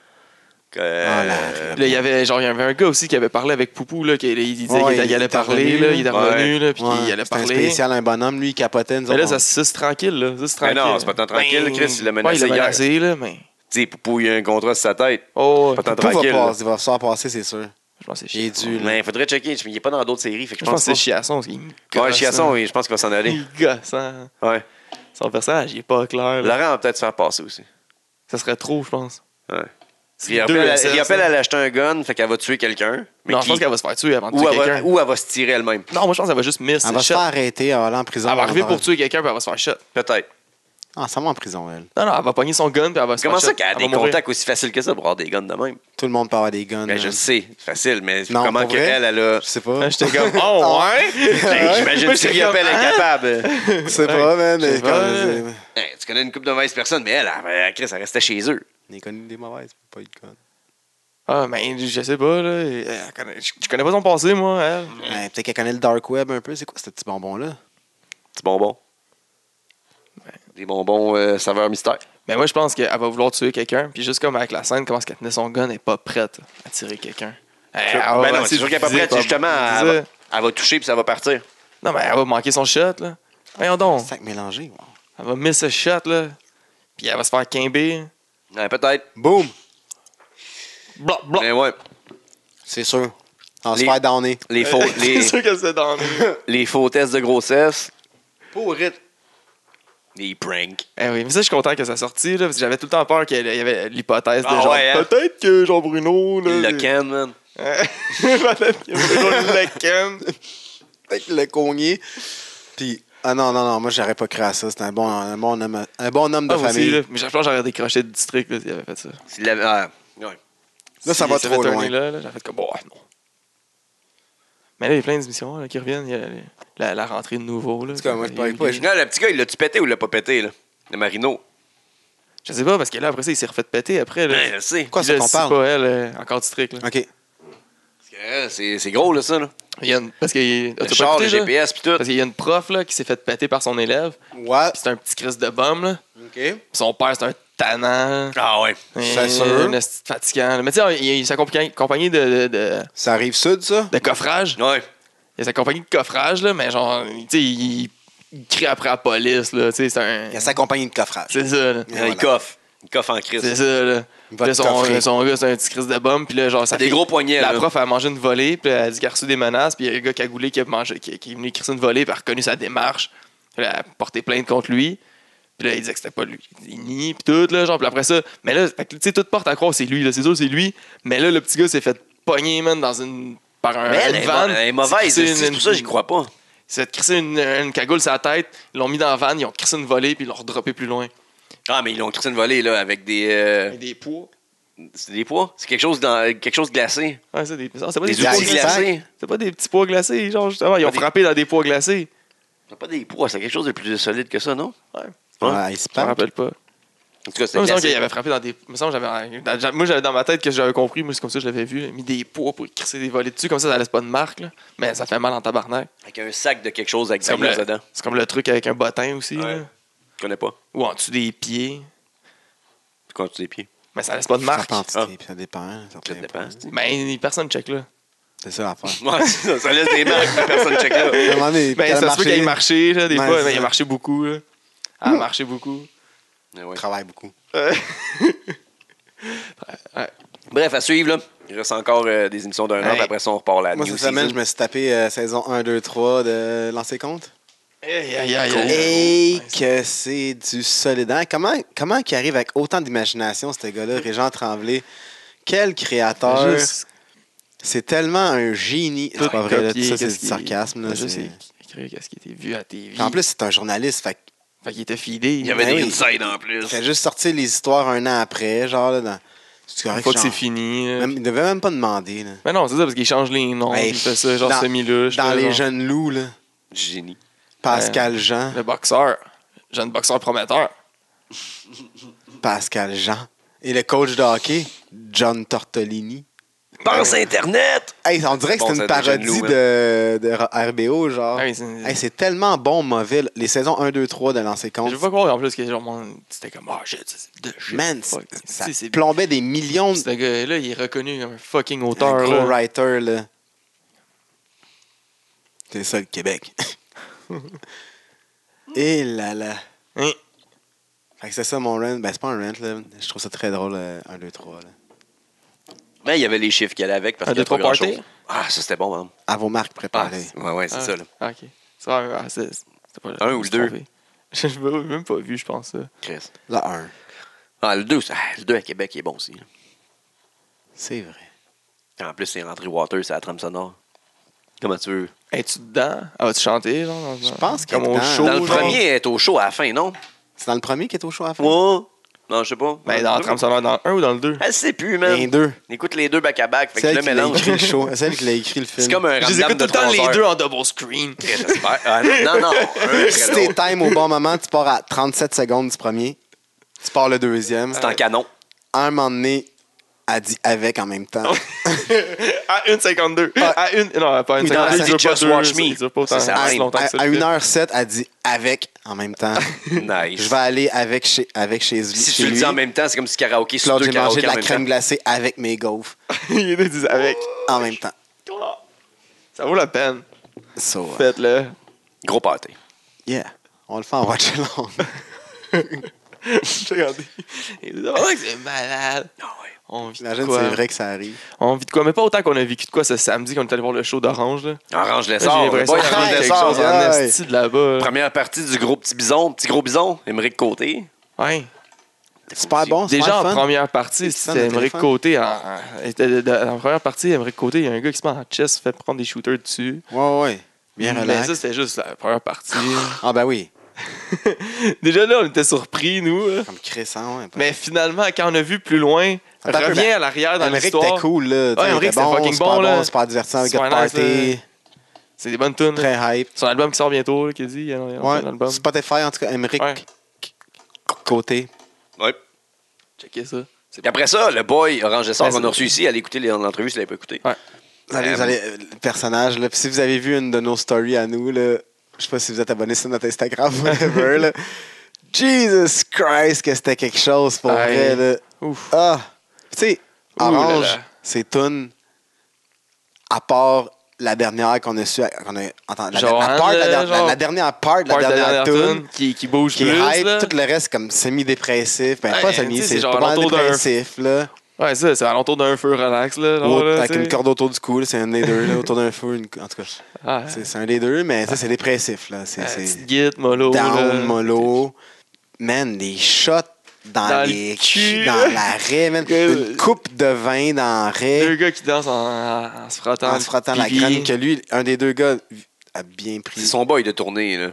[SPEAKER 1] Ah, là,
[SPEAKER 2] Euh,
[SPEAKER 1] Riopelle.
[SPEAKER 3] Puis là, il y avait genre il y avait un gars aussi qui avait parlé avec Poupou là qui il disait
[SPEAKER 1] Ouais,
[SPEAKER 3] qu'il allait-
[SPEAKER 1] il
[SPEAKER 3] il allait
[SPEAKER 1] était
[SPEAKER 3] parler
[SPEAKER 1] revenu,
[SPEAKER 3] là,
[SPEAKER 1] là.
[SPEAKER 3] il était
[SPEAKER 2] Ouais.
[SPEAKER 3] revenu là puis
[SPEAKER 1] Ouais,
[SPEAKER 3] il allait
[SPEAKER 1] c'était un
[SPEAKER 3] parler.
[SPEAKER 1] spécial, un bonhomme, lui, il capotait. Nous
[SPEAKER 3] Mais là
[SPEAKER 1] autres,
[SPEAKER 3] ça, ça, c'est tranquille là, ça c'est
[SPEAKER 2] Mais
[SPEAKER 3] tranquille. Ben,
[SPEAKER 2] non, c'est pas tant tranquille, Chris, il l'a menacé
[SPEAKER 3] ouais, il
[SPEAKER 2] hier.
[SPEAKER 3] menacé là mais
[SPEAKER 2] Tu sais, Poupou, il y a un contrat sur sa tête.
[SPEAKER 3] oh ouais.
[SPEAKER 2] Pas tant
[SPEAKER 1] on- Pou
[SPEAKER 2] tranquille.
[SPEAKER 1] va,
[SPEAKER 2] là.
[SPEAKER 1] passer, il va se faire passer, c'est sûr.
[SPEAKER 3] je pense que c'est
[SPEAKER 1] J'ai
[SPEAKER 3] Chiasson.
[SPEAKER 1] dû. là.
[SPEAKER 2] Mais il faudrait checker. Je- Il est pas dans d'autres séries. Fait que
[SPEAKER 3] Je pense que c'est
[SPEAKER 2] pas.
[SPEAKER 3] chiasson parce qu'il me
[SPEAKER 2] Ouais,
[SPEAKER 3] gosse,
[SPEAKER 2] Chiasson,
[SPEAKER 3] hein.
[SPEAKER 2] oui, je pense qu'il va s'en aller.
[SPEAKER 3] il gosse hein.
[SPEAKER 2] Ouais.
[SPEAKER 3] Son personnage, il est pas clair. là.
[SPEAKER 2] Laurent va peut-être se faire passer aussi.
[SPEAKER 3] Ça serait trop je pense.
[SPEAKER 2] Ouais.
[SPEAKER 3] C'est
[SPEAKER 2] Riopelle,
[SPEAKER 3] deux
[SPEAKER 2] elle,
[SPEAKER 3] SS,
[SPEAKER 2] Riopelle,
[SPEAKER 3] là.
[SPEAKER 2] elle a acheté un gun, fait qu'elle va tuer quelqu'un. Mais
[SPEAKER 3] Non,
[SPEAKER 2] qui-
[SPEAKER 3] je pense qu'elle va se faire tuer avant de
[SPEAKER 2] ou,
[SPEAKER 3] tuer
[SPEAKER 2] elle va,
[SPEAKER 3] quelqu'un.
[SPEAKER 2] ou elle va se tirer elle-même.
[SPEAKER 3] Non, moi je pense qu'elle va juste miss.
[SPEAKER 1] Elle va se
[SPEAKER 3] shot.
[SPEAKER 1] faire hein. arrêter, elle va aller en prison.
[SPEAKER 3] Elle va arriver pour
[SPEAKER 1] faire-
[SPEAKER 3] tuer quelqu'un puis elle va se faire shot.
[SPEAKER 2] Peut-être.
[SPEAKER 1] Ah, ça va en prison, elle.
[SPEAKER 3] Non, non, elle va pogner son gun puis elle va se
[SPEAKER 2] Comment
[SPEAKER 3] faire shot.
[SPEAKER 2] ça qu'elle a
[SPEAKER 3] Elle
[SPEAKER 2] des
[SPEAKER 3] va mourir.
[SPEAKER 2] contacts aussi faciles que ça pour avoir des guns de même?
[SPEAKER 1] Tout le monde peut avoir des guns.
[SPEAKER 2] Ben, je
[SPEAKER 1] là.
[SPEAKER 2] le sais, c'est facile, mais
[SPEAKER 1] Non,
[SPEAKER 2] comment
[SPEAKER 1] pour
[SPEAKER 2] qu'elle,
[SPEAKER 1] vrai?
[SPEAKER 2] elle, elle a.
[SPEAKER 1] Je sais pas.
[SPEAKER 3] Là, J'étais comme, oh ouais!
[SPEAKER 2] Ben, J'imagine
[SPEAKER 3] Moi,
[SPEAKER 2] si
[SPEAKER 3] j'étais
[SPEAKER 2] Riopelle est
[SPEAKER 3] comme, hein?
[SPEAKER 2] capable.
[SPEAKER 1] Je sais pas, man.
[SPEAKER 3] je sais
[SPEAKER 1] mais
[SPEAKER 3] pas,
[SPEAKER 1] quand-
[SPEAKER 3] là.
[SPEAKER 2] Hey, Ben, tu connais une couple de mauvaises personnes, mais elle, elle, elle, Chris, elle restait chez eux.
[SPEAKER 1] On est connu des mauvaises, pas eu de connes.
[SPEAKER 3] Ah, mais je sais pas, là. euh, Elle connaît- Je je connais pas son passé, moi, elle.
[SPEAKER 1] Ben, Peut-être qu'elle connaît le dark web un peu. C'est quoi ce petit bonbon-là?
[SPEAKER 2] Petit bonbon. Des bonbons euh, saveur mystère.
[SPEAKER 3] Mais moi, je pense qu'elle va vouloir tuer quelqu'un. Puis juste comme avec la scène, comment est-ce qu'elle tenait son gun, elle est pas prête à tirer quelqu'un. Eh, Elle- elle
[SPEAKER 2] ben
[SPEAKER 3] va
[SPEAKER 2] non,
[SPEAKER 3] essayer
[SPEAKER 2] c'est
[SPEAKER 3] de
[SPEAKER 2] sûr qu'elle est pas
[SPEAKER 3] viser,
[SPEAKER 2] prête, justement. Elle
[SPEAKER 3] viser.
[SPEAKER 2] va, elle va toucher puis ça va partir.
[SPEAKER 3] Non, mais elle va manquer son shot, là. Voyons donc.
[SPEAKER 1] Sac mélangé. wow.
[SPEAKER 3] Elle va miss ce shot, là. Puis elle va se faire quimber.
[SPEAKER 2] Ouais, peut-être.
[SPEAKER 1] Boom!
[SPEAKER 3] Blop, blop.
[SPEAKER 2] Mais ouais,
[SPEAKER 1] C'est sûr. On se
[SPEAKER 2] Les-
[SPEAKER 1] fait downer.
[SPEAKER 2] les faux, les,
[SPEAKER 3] Euh, C'est sûr qu'elle s'est dans
[SPEAKER 2] les faux tests de grossesse,
[SPEAKER 1] Pour rite.
[SPEAKER 2] les pranks.
[SPEAKER 3] Eh oui, mais ça, je suis content que ça sorti, là, parce que j'avais tout le temps peur qu'il y avait l'hypothèse de
[SPEAKER 2] Ah
[SPEAKER 3] genre,
[SPEAKER 2] ouais, hein?
[SPEAKER 3] peut-être que Jean-Bruno, là.
[SPEAKER 2] Il le
[SPEAKER 3] les-
[SPEAKER 2] can, man.
[SPEAKER 3] Peut-être qu'il y avait toujours le can.
[SPEAKER 1] Peut-être le cogné. Puis, ah non, non, non, moi, j'aurais pas créé à ça. C'était un bon, un bon homme, un bon homme de
[SPEAKER 3] Ah, moi aussi,
[SPEAKER 1] famille.
[SPEAKER 3] là.
[SPEAKER 1] là.
[SPEAKER 3] Mais je pense que j'aurais décroché du district là, s'il avait fait ça.
[SPEAKER 2] S'il l'avait- ah, ouais.
[SPEAKER 1] Là, ça
[SPEAKER 3] S'il
[SPEAKER 1] va
[SPEAKER 3] s'était
[SPEAKER 1] trop
[SPEAKER 3] fait
[SPEAKER 1] loin.
[SPEAKER 3] turner Là, là, j'aurais fait comme, bon, ah, non. Mais là, il y a plein d'émissions là, qui reviennent. Il y a les- la, la rentrée de nouveau. Là,
[SPEAKER 1] tout cas, moi, je
[SPEAKER 3] Il y a
[SPEAKER 1] parie
[SPEAKER 3] eu
[SPEAKER 1] pas,
[SPEAKER 3] les-
[SPEAKER 1] je-
[SPEAKER 2] Non, le petit gars, il l'a-tu pété ou il l'a pas pété, là? Le Marino.
[SPEAKER 3] Je sais pas, parce que là, après ça, il s'est refait péter après. Là.
[SPEAKER 2] Ouais, je le sais.
[SPEAKER 1] Ben, Quoi,
[SPEAKER 3] Puis
[SPEAKER 1] ça
[SPEAKER 3] là,
[SPEAKER 1] qu'on
[SPEAKER 3] c'est
[SPEAKER 1] parle?
[SPEAKER 3] pas elle, euh, encore district. Là.
[SPEAKER 1] OK.
[SPEAKER 2] Parce que, euh, C'est c'est gros, là, ça, là.
[SPEAKER 3] Il y a une- parce que, ah, t'as
[SPEAKER 2] Le
[SPEAKER 3] pas
[SPEAKER 2] char,
[SPEAKER 3] écouté,
[SPEAKER 2] le
[SPEAKER 3] ça?
[SPEAKER 2] GPS, puis tout.
[SPEAKER 3] Parce qu'il y a une prof là, qui s'est fait péter par son élève.
[SPEAKER 1] What?
[SPEAKER 3] Puis c'est un petit Chris de bum. Là.
[SPEAKER 1] OK.
[SPEAKER 3] Son père, c'est un tannant.
[SPEAKER 2] Ah ouais.
[SPEAKER 1] C'est
[SPEAKER 3] Et-
[SPEAKER 1] sûr.
[SPEAKER 3] Un esti de fatigant. là. Mais tu sais, il, il s'est accompagné accompagné de- de- de,
[SPEAKER 1] Ça arrive sud, ça?
[SPEAKER 3] de coffrage.
[SPEAKER 2] Ouais.
[SPEAKER 3] Il y a sa compagnie de coffrage, là, mais genre, tu sais, il, il crie après la police, là, tu sais, c'est un...
[SPEAKER 1] Il y a sa compagnie de coffrage.
[SPEAKER 3] C'est ça, là.
[SPEAKER 1] Et
[SPEAKER 2] Il
[SPEAKER 1] voilà.
[SPEAKER 2] coffe. Il coffe en crise.
[SPEAKER 3] C'est ça, là.
[SPEAKER 1] Il
[SPEAKER 3] Puis
[SPEAKER 1] va
[SPEAKER 3] là,
[SPEAKER 1] te coffrer.
[SPEAKER 3] son, son gars, c'est un petit crise de bombe, puis là, genre, ça
[SPEAKER 2] Des gros poignets,
[SPEAKER 3] La
[SPEAKER 2] là.
[SPEAKER 3] prof, elle a mangé une volée, puis elle a dit qu'elle a reçu des menaces, puis il y a un gars cagoulé qui a mangé, qui, qui est venu crisser une volée, puis elle a reconnu sa démarche. Puis là, elle a porté plainte contre lui. Puis là, il disait que c'était pas lui. Il nie, puis tout, là, genre, puis après ça. Mais là, fait que, tu sais, toute porte à croire, c'est lui, là, c'est sûr, c'est lui. Mais là, le petit gars s'est fait pogner, man, dans une. par un.
[SPEAKER 2] Mais elle,
[SPEAKER 3] une
[SPEAKER 2] est,
[SPEAKER 3] vanne.
[SPEAKER 2] mo- elle est
[SPEAKER 3] Il
[SPEAKER 2] mauvaise. C'est
[SPEAKER 3] s'est crissé
[SPEAKER 2] c'est
[SPEAKER 3] une-
[SPEAKER 2] pour ça que j'y crois pas.
[SPEAKER 3] Ils s'est crissé une, une cagoule sur la tête, ils l'ont mis dans la vanne, ils ont crissé une volée, puis ils l'ont redroppé plus loin.
[SPEAKER 2] Ah, mais ils l'ont crissé une volée, là, avec des. euh,
[SPEAKER 3] des poids.
[SPEAKER 2] c'est des pois. C'est quelque chose dans quelque chose de glacé.
[SPEAKER 3] Ouais, c'est des, non, c'est pas des,
[SPEAKER 2] Des
[SPEAKER 3] petits pois
[SPEAKER 2] outils
[SPEAKER 1] outils
[SPEAKER 3] glacés.
[SPEAKER 1] glacés.
[SPEAKER 2] glacés.
[SPEAKER 3] C'est pas des petits pois glacés, genre, justement, ils ont
[SPEAKER 2] Pas des-
[SPEAKER 3] frappé dans des pois glacés.
[SPEAKER 2] C'est pas des pois, c'est quelque chose de plus solide que ça, non?
[SPEAKER 3] Ouais,
[SPEAKER 2] Ouais. Hein?
[SPEAKER 1] Ouais, il se
[SPEAKER 3] je me
[SPEAKER 1] parle.
[SPEAKER 3] rappelle pas.
[SPEAKER 2] En tout cas,
[SPEAKER 3] Moi, il me
[SPEAKER 2] c'était
[SPEAKER 3] semble qu'il
[SPEAKER 2] glacé.
[SPEAKER 3] avait frappé dans des. il me semble que j'avais- dans- j'a- Moi, j'avais dans ma tête que j'avais compris, moi, c'est comme ça que je l'avais vu, là, mis des poids pour crisser des volets dessus, comme ça, ça laisse pas de marque, là. Mais ça fait mal en tabarnak.
[SPEAKER 2] Avec un sac de quelque chose avec
[SPEAKER 3] C'est
[SPEAKER 2] sa
[SPEAKER 3] comme,
[SPEAKER 2] glace
[SPEAKER 3] le,
[SPEAKER 2] dedans.
[SPEAKER 3] c'est comme le truc avec un bottin aussi,
[SPEAKER 2] Ouais.
[SPEAKER 3] là.
[SPEAKER 2] Je connais pas.
[SPEAKER 3] ou en dessous des pieds.
[SPEAKER 2] Tu comptes tes pieds.
[SPEAKER 3] Mais ça laisse pas de marque.
[SPEAKER 1] Certains
[SPEAKER 2] Ah.
[SPEAKER 1] types, ça dépend. hein, certains
[SPEAKER 2] dépend,
[SPEAKER 1] points.
[SPEAKER 2] c'est-
[SPEAKER 3] Mais personne check là.
[SPEAKER 1] C'est ça l'affaire.
[SPEAKER 2] Ouais, ça, ça laisse des marques, mais personne check là.
[SPEAKER 1] À un moment donné,
[SPEAKER 3] Mais
[SPEAKER 1] t'as
[SPEAKER 3] Ben, ça se peut
[SPEAKER 1] marché,
[SPEAKER 3] qu'elle ait marché, là, des
[SPEAKER 1] Ouais,
[SPEAKER 3] fois.
[SPEAKER 1] c'est
[SPEAKER 3] mais il a
[SPEAKER 1] ça.
[SPEAKER 3] marché beaucoup. Là. Elle a marché beaucoup.
[SPEAKER 2] Mais ouais.
[SPEAKER 1] travaille beaucoup.
[SPEAKER 2] Bref, à suivre, là. Il reste encore euh, des émissions d'un an,
[SPEAKER 3] Hey.
[SPEAKER 2] puis après ça, on repart la
[SPEAKER 1] Moi,
[SPEAKER 2] new
[SPEAKER 1] cette semaine, je
[SPEAKER 2] season.
[SPEAKER 1] me suis tapé euh, saison 1, 2, 3 de Lancer Compte.
[SPEAKER 3] Aïe, aïe, aïe, aïe.
[SPEAKER 1] Et que c'est du solide. hein. Comment, comment qu'il arrive avec autant d'imagination, ce gars-là, Régent Tremblay? Quel créateur!
[SPEAKER 3] Juste-
[SPEAKER 1] C'est tellement un génie.
[SPEAKER 3] Tout
[SPEAKER 1] C'est pas vrai, là, tout
[SPEAKER 3] copier,
[SPEAKER 1] ça, c'est
[SPEAKER 3] qu'est-ce
[SPEAKER 1] du
[SPEAKER 3] qu'il-
[SPEAKER 1] sarcasme. là,
[SPEAKER 3] Juste,
[SPEAKER 1] c'est-
[SPEAKER 3] c'est écrire qu'est-ce qui était vu à TV.
[SPEAKER 1] En plus, c'est un journaliste. Fait que-
[SPEAKER 3] fait qu'il était fidé.
[SPEAKER 2] Il y avait
[SPEAKER 1] Ben
[SPEAKER 2] des
[SPEAKER 1] oui.
[SPEAKER 2] insides en plus.
[SPEAKER 1] il a juste sorti les histoires un an après, genre, là, dans... C'est
[SPEAKER 3] Une
[SPEAKER 1] correct,
[SPEAKER 3] fois que
[SPEAKER 1] genre,
[SPEAKER 3] c'est fini. là.
[SPEAKER 1] même- il devait même pas demander, là.
[SPEAKER 3] Mais non, c'est ça, parce qu'il change les noms.
[SPEAKER 1] Hey,
[SPEAKER 3] il fait ça, genre
[SPEAKER 1] dans-
[SPEAKER 3] semi-louche.
[SPEAKER 1] Dans
[SPEAKER 3] là,
[SPEAKER 1] les
[SPEAKER 3] genre.
[SPEAKER 1] jeunes loups, là.
[SPEAKER 2] Génie.
[SPEAKER 1] Pascal Jean.
[SPEAKER 3] Le boxeur. Jeune boxeur prometteur.
[SPEAKER 1] Pascal Jean. Et le coach de hockey, John Tortolini.
[SPEAKER 2] Pense Internet!
[SPEAKER 1] Hey, on dirait que
[SPEAKER 2] Bon,
[SPEAKER 1] c'est
[SPEAKER 2] ça
[SPEAKER 1] une
[SPEAKER 2] a déjà une
[SPEAKER 1] parodie
[SPEAKER 2] loupe,
[SPEAKER 1] de, de R- RBO, genre.
[SPEAKER 3] Ah oui, c'est-
[SPEAKER 1] Hey, c'est tellement bon, mauvais. là. Les saisons 1, 2, 3 de lancer
[SPEAKER 3] Je
[SPEAKER 1] compte.
[SPEAKER 3] veux pas croire en plus que genre, mon- c'était comme, ah, shit, c'est de shit.
[SPEAKER 1] Man, c'est-
[SPEAKER 3] Fuck.
[SPEAKER 1] ça
[SPEAKER 3] Tu sais, c'est
[SPEAKER 1] plombait des millions de
[SPEAKER 3] Ce gars-là, il est reconnu comme un fucking auteur.
[SPEAKER 1] un gros
[SPEAKER 3] là.
[SPEAKER 1] writer, là. C'est ça, le Québec. Et là là.
[SPEAKER 3] Hein?
[SPEAKER 1] Fait que c'est ça mon rant. Ben, c'est pas un rant, là. Je trouve ça très drôle, euh, 1, 2, 3, là.
[SPEAKER 2] Mais Ben, il y avait les chiffres qu'il allait avec parce
[SPEAKER 3] Un,
[SPEAKER 2] qu'il y
[SPEAKER 3] deux,
[SPEAKER 2] avait
[SPEAKER 3] trois
[SPEAKER 2] pas
[SPEAKER 3] parties.
[SPEAKER 2] grand-chose. Ah, ça, c'était bon, madame.
[SPEAKER 1] À vos marques,
[SPEAKER 2] Ah,
[SPEAKER 1] préparées.
[SPEAKER 2] ouais, ouais, c'est
[SPEAKER 3] Ah,
[SPEAKER 2] ça, là.
[SPEAKER 3] ah, OK. C'est vrai, ah, c'est- c'était pas
[SPEAKER 2] Un ou le deux?
[SPEAKER 3] Je l'ai même pas vu, je pense. ça.
[SPEAKER 2] Chris.
[SPEAKER 1] Le 1.
[SPEAKER 2] Ah, le 2, le 2 à Québec, il est bon aussi. là.
[SPEAKER 1] C'est vrai.
[SPEAKER 2] En plus, c'est rentré Water, c'est la trame sonore. Comment tu veux?
[SPEAKER 3] Es-tu dedans? Ah, vas-tu chanter? Genre, dans-
[SPEAKER 1] Je pense
[SPEAKER 3] comme
[SPEAKER 1] qu'elle est
[SPEAKER 3] au
[SPEAKER 1] dedans.
[SPEAKER 3] show.
[SPEAKER 2] Dans le
[SPEAKER 3] genre?
[SPEAKER 2] premier, elle est au show à la fin, non?
[SPEAKER 1] C'est dans le premier qui est au show à la fin?
[SPEAKER 2] Ouais. Non, je sais pas.
[SPEAKER 3] Ben, dans la trame sonore, dans le 1 ou dans le 2?
[SPEAKER 2] Elle sait plus, man.
[SPEAKER 1] Les deux.
[SPEAKER 2] Écoute les deux back-à-back, fait que je
[SPEAKER 1] Celle
[SPEAKER 2] le
[SPEAKER 1] qui l'a
[SPEAKER 2] mélange.
[SPEAKER 1] écrit le show. Celle qui l'a écrit le film.
[SPEAKER 2] C'est comme un
[SPEAKER 3] Je les
[SPEAKER 2] random
[SPEAKER 3] écoute tout
[SPEAKER 2] de
[SPEAKER 3] le temps
[SPEAKER 2] 3
[SPEAKER 3] les
[SPEAKER 2] heures.
[SPEAKER 3] deux en double screen.
[SPEAKER 2] Chris, j'espère. Ah, non, non. un
[SPEAKER 1] Si
[SPEAKER 2] après
[SPEAKER 1] t'es
[SPEAKER 2] l'autre.
[SPEAKER 1] time au bon moment, tu pars à 37 secondes du premier. Tu pars le deuxième.
[SPEAKER 2] C'est en canon.
[SPEAKER 1] À un moment donné, elle dit avec en même temps.
[SPEAKER 3] À 1,52. À une... Non, pas à
[SPEAKER 1] Oui, dans la
[SPEAKER 3] 1,52.
[SPEAKER 1] scène
[SPEAKER 3] Il dure pas
[SPEAKER 2] Just
[SPEAKER 3] deux,
[SPEAKER 2] Watch Me.
[SPEAKER 3] Il dure pas autant
[SPEAKER 2] C'est ça,
[SPEAKER 1] à,
[SPEAKER 2] Ah,
[SPEAKER 3] aussi
[SPEAKER 2] oui.
[SPEAKER 3] longtemps que
[SPEAKER 1] à-
[SPEAKER 3] ça.
[SPEAKER 1] à
[SPEAKER 3] le fait.
[SPEAKER 1] 1h07, elle dit avec en même temps.
[SPEAKER 2] Nice.
[SPEAKER 1] Je vais aller avec chez, avec chez, lui-
[SPEAKER 2] Si
[SPEAKER 1] chez
[SPEAKER 2] tu le
[SPEAKER 1] lui.
[SPEAKER 2] dis en même temps, c'est comme si karaoké
[SPEAKER 1] Puis
[SPEAKER 2] sur
[SPEAKER 1] l'autre,
[SPEAKER 2] deux
[SPEAKER 1] j'ai
[SPEAKER 2] karaokés
[SPEAKER 1] mangé de
[SPEAKER 2] en
[SPEAKER 1] la
[SPEAKER 2] même
[SPEAKER 1] crème
[SPEAKER 2] temps.
[SPEAKER 1] glacée avec mes gaufres
[SPEAKER 3] Il y en a qui disent avec.
[SPEAKER 1] en même temps.
[SPEAKER 3] Ça vaut la peine.
[SPEAKER 1] So, euh,
[SPEAKER 3] Faites-le.
[SPEAKER 2] Gros pâté.
[SPEAKER 1] yeah. On le fait en watch along.
[SPEAKER 3] Regardez. Il dit, oh, c'est malade. On vit de
[SPEAKER 1] J'imagine que
[SPEAKER 3] quoi.
[SPEAKER 1] c'est vrai que ça arrive.
[SPEAKER 3] On vit de quoi, mais pas autant qu'on a vécu de quoi ce samedi qu'on est allé voir le show d'Orange. là.
[SPEAKER 2] Orange
[SPEAKER 3] J'ai
[SPEAKER 2] Lessard. le
[SPEAKER 3] l'impression
[SPEAKER 2] boy
[SPEAKER 3] qu'il y
[SPEAKER 1] ouais,
[SPEAKER 3] a
[SPEAKER 2] Orange
[SPEAKER 3] quelque
[SPEAKER 1] ouais,
[SPEAKER 3] chose
[SPEAKER 2] Lessard.
[SPEAKER 3] en
[SPEAKER 1] ouais.
[SPEAKER 3] esti de
[SPEAKER 1] hein.
[SPEAKER 3] là-bas. là.
[SPEAKER 2] Première partie du gros petit bison, petit gros bison, Émeric Côté.
[SPEAKER 3] Ouais.
[SPEAKER 1] Super bon, super
[SPEAKER 3] Déjà en
[SPEAKER 1] fun.
[SPEAKER 3] première
[SPEAKER 1] Et
[SPEAKER 3] partie,
[SPEAKER 1] qui sonne le
[SPEAKER 3] c'était Emmerich
[SPEAKER 1] téléphone.
[SPEAKER 3] Côté. En, en- était de- de- en première partie, Emmerich Côté, il y a un gars qui se met en chess, fait prendre des shooters dessus.
[SPEAKER 1] Ouais, ouais. Bien
[SPEAKER 3] Mais
[SPEAKER 1] relax.
[SPEAKER 3] ça, c'était juste la première partie.
[SPEAKER 1] Ah ben oui.
[SPEAKER 3] Déjà là, on était surpris, nous. là.
[SPEAKER 1] Comme Chris, hein, ouais.
[SPEAKER 3] Mais finalement, quand on a vu plus loin,
[SPEAKER 1] Attends un peu,
[SPEAKER 3] revient
[SPEAKER 1] mais-
[SPEAKER 3] à l'arrière dans
[SPEAKER 1] Amérique,
[SPEAKER 3] l'histoire.
[SPEAKER 1] t'es cool, là. Tu sais,
[SPEAKER 3] Ouais,
[SPEAKER 1] il
[SPEAKER 3] Amérique,
[SPEAKER 1] était
[SPEAKER 3] c'était fucking
[SPEAKER 1] super
[SPEAKER 3] bon, là.
[SPEAKER 1] super divertissant, avec gars de
[SPEAKER 3] Super nice,
[SPEAKER 1] party,
[SPEAKER 3] C'est des bonnes tunes. là.
[SPEAKER 1] très hype.
[SPEAKER 3] Son album qui sort bientôt, là, qu'il dit. Il y a, il y a un
[SPEAKER 1] Ouais,
[SPEAKER 3] album.
[SPEAKER 1] Spotify, en tout cas, Amérique,
[SPEAKER 3] Ouais.
[SPEAKER 1] côté.
[SPEAKER 2] Ouais.
[SPEAKER 3] Checkez ça.
[SPEAKER 2] Puis après ça, le boy Orange Lessard
[SPEAKER 3] Ben,
[SPEAKER 2] qu'on
[SPEAKER 3] c'est-
[SPEAKER 2] a reçu ici, allez écouter les- l'entrevue si vous l'avez pas écouté.
[SPEAKER 3] Ouais.
[SPEAKER 1] Vous allez,
[SPEAKER 2] Euh,
[SPEAKER 1] vous allez- euh, le personnage, là. Puis si vous avez vu une de nos stories à nous, là, je sais pas si vous êtes abonné sur notre Instagram, whatever, là. Jesus Christ, que c'était quelque chose pour
[SPEAKER 3] Aïe.
[SPEAKER 1] vrai, là.
[SPEAKER 3] Ouf.
[SPEAKER 1] Ah! Tu sais,
[SPEAKER 3] Ouh là là.
[SPEAKER 1] Orange, c'est tune à part la dernière qu'on a su, qu'on a entendu. La,
[SPEAKER 3] Genre,
[SPEAKER 1] la part de la,
[SPEAKER 3] hein,
[SPEAKER 1] dernière-
[SPEAKER 3] genre,
[SPEAKER 1] la dernière part, de la
[SPEAKER 3] Part de
[SPEAKER 1] dernière, tune.
[SPEAKER 3] qui, qui bouge
[SPEAKER 1] qui
[SPEAKER 3] plus.
[SPEAKER 1] est hype,
[SPEAKER 3] là.
[SPEAKER 1] tout le reste comme semi-dépressif. Ben,
[SPEAKER 3] Ouais,
[SPEAKER 1] pas
[SPEAKER 3] tu
[SPEAKER 1] semi,
[SPEAKER 3] sais,
[SPEAKER 1] c'est
[SPEAKER 3] c'est genre
[SPEAKER 1] pas mal
[SPEAKER 3] l'entour d'un-
[SPEAKER 1] dépressif, là.
[SPEAKER 3] Ouais, ça, c'est à l'entour d'un feu relax, là. genre,
[SPEAKER 1] Ou
[SPEAKER 3] là,
[SPEAKER 1] avec
[SPEAKER 3] tu sais.
[SPEAKER 1] une corde autour du cou, là, c'est un des deux, là, autour d'un feu, une- en tout cas.
[SPEAKER 3] Ah,
[SPEAKER 1] C'est c'est un des deux, mais ça, c'est dépressif, là. C'est
[SPEAKER 3] euh,
[SPEAKER 1] c'est
[SPEAKER 3] petite guite, mollo. là.
[SPEAKER 1] down, mollo. Man, des shots dans,
[SPEAKER 3] Dans
[SPEAKER 1] les
[SPEAKER 3] le cul.
[SPEAKER 1] dans l'arrêt, man.
[SPEAKER 3] Que-
[SPEAKER 1] Une coupe de vin dans
[SPEAKER 3] Deux
[SPEAKER 1] l'arrêt,
[SPEAKER 3] gars qui dansent en, en se frottant.
[SPEAKER 1] en
[SPEAKER 3] le
[SPEAKER 1] se frottant la
[SPEAKER 3] pipi.
[SPEAKER 1] graine, que lui, un des deux gars a bien
[SPEAKER 2] C'est
[SPEAKER 1] pris.
[SPEAKER 2] son boy de tournée, là.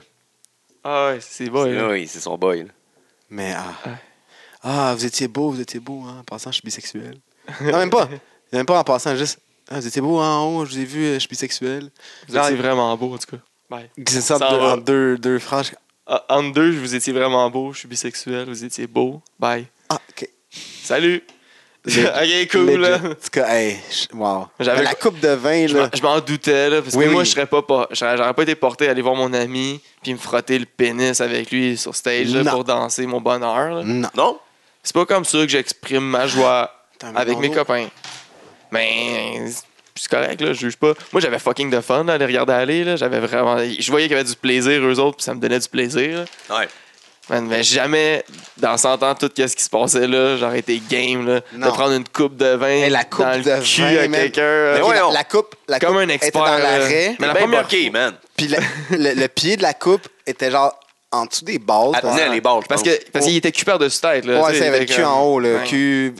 [SPEAKER 3] Ah ouais, c'est bon.
[SPEAKER 2] C'est-
[SPEAKER 1] hein.
[SPEAKER 3] là.
[SPEAKER 2] Oui, c'est son boy. là.
[SPEAKER 1] Mais ah.
[SPEAKER 3] Ouais.
[SPEAKER 1] Ah, vous étiez beau, vous étiez beau, hein. En passant, je suis bisexuel. Non, même pas. Même pas en passant, juste. Ah, vous étiez beau en haut, je vous ai vu, euh, je suis bisexuel.
[SPEAKER 3] Vous étiez vraiment beau, en tout cas. Ouais.
[SPEAKER 1] C'est ça
[SPEAKER 3] Ça
[SPEAKER 1] en deux-
[SPEAKER 3] va.
[SPEAKER 1] en deux, deux phrases.
[SPEAKER 3] Ah, entre deux, vous étiez vraiment beau, je suis bisexuel, vous étiez beau. Bye.
[SPEAKER 1] Ah, ok.
[SPEAKER 3] Salut.
[SPEAKER 1] Legit.
[SPEAKER 3] ok, cool.
[SPEAKER 1] Legit.
[SPEAKER 3] là.
[SPEAKER 1] En tout cas, hey, je- wow.
[SPEAKER 3] J'avais-
[SPEAKER 1] La coupe de vin,
[SPEAKER 3] Je m'en-
[SPEAKER 1] là.
[SPEAKER 3] je m'en doutais, là, parce que
[SPEAKER 1] Oui,
[SPEAKER 3] moi,
[SPEAKER 1] oui.
[SPEAKER 3] je serais pas, por- j'aurais j'aurais pas été porté à aller voir mon ami puis me frotter le pénis avec lui sur stage là,
[SPEAKER 1] Non.
[SPEAKER 3] pour danser mon bonheur. là.
[SPEAKER 1] Non.
[SPEAKER 2] Non?
[SPEAKER 3] C'est pas comme ça que j'exprime ma joie
[SPEAKER 1] Attends, mais
[SPEAKER 3] avec
[SPEAKER 1] mon
[SPEAKER 3] mes
[SPEAKER 1] eau.
[SPEAKER 3] copains. Mais c'est correct, là, je juge pas. Moi, j'avais fucking de fun là, à les regarder aller. Là. J'avais vraiment... Je voyais qu'il y avait du plaisir, eux autres, puis ça me donnait du plaisir. là.
[SPEAKER 2] Ouais.
[SPEAKER 3] Man, mais jamais, dans 100 ans, tout ce qui se passait là, j'aurais été game là, de
[SPEAKER 1] Non.
[SPEAKER 3] prendre une coupe de vin
[SPEAKER 1] Hey, la coupe
[SPEAKER 3] dans le
[SPEAKER 1] de
[SPEAKER 3] cul
[SPEAKER 1] vin,
[SPEAKER 3] à
[SPEAKER 1] man.
[SPEAKER 3] quelqu'un. euh,
[SPEAKER 2] Mais
[SPEAKER 1] Ok,
[SPEAKER 2] voyons.
[SPEAKER 1] la, la coupe, la
[SPEAKER 3] Comme
[SPEAKER 1] coupe
[SPEAKER 3] un expert,
[SPEAKER 1] était dans
[SPEAKER 3] là.
[SPEAKER 1] l'arrêt,
[SPEAKER 3] Mais
[SPEAKER 2] Mais
[SPEAKER 3] la
[SPEAKER 2] la
[SPEAKER 3] première
[SPEAKER 2] man.
[SPEAKER 1] puis la- le, le pied de la coupe était genre en dessous des balles.
[SPEAKER 2] Elle tenait les balles, je
[SPEAKER 3] Parce
[SPEAKER 2] pense.
[SPEAKER 3] que parce qu'il était cul par-dessus tête. Là,
[SPEAKER 1] Ouais,
[SPEAKER 3] tu sais,
[SPEAKER 1] c'est
[SPEAKER 3] il
[SPEAKER 1] avec
[SPEAKER 3] était
[SPEAKER 1] le cul
[SPEAKER 3] comme-
[SPEAKER 1] en haut, le
[SPEAKER 3] Ouais.
[SPEAKER 1] cul.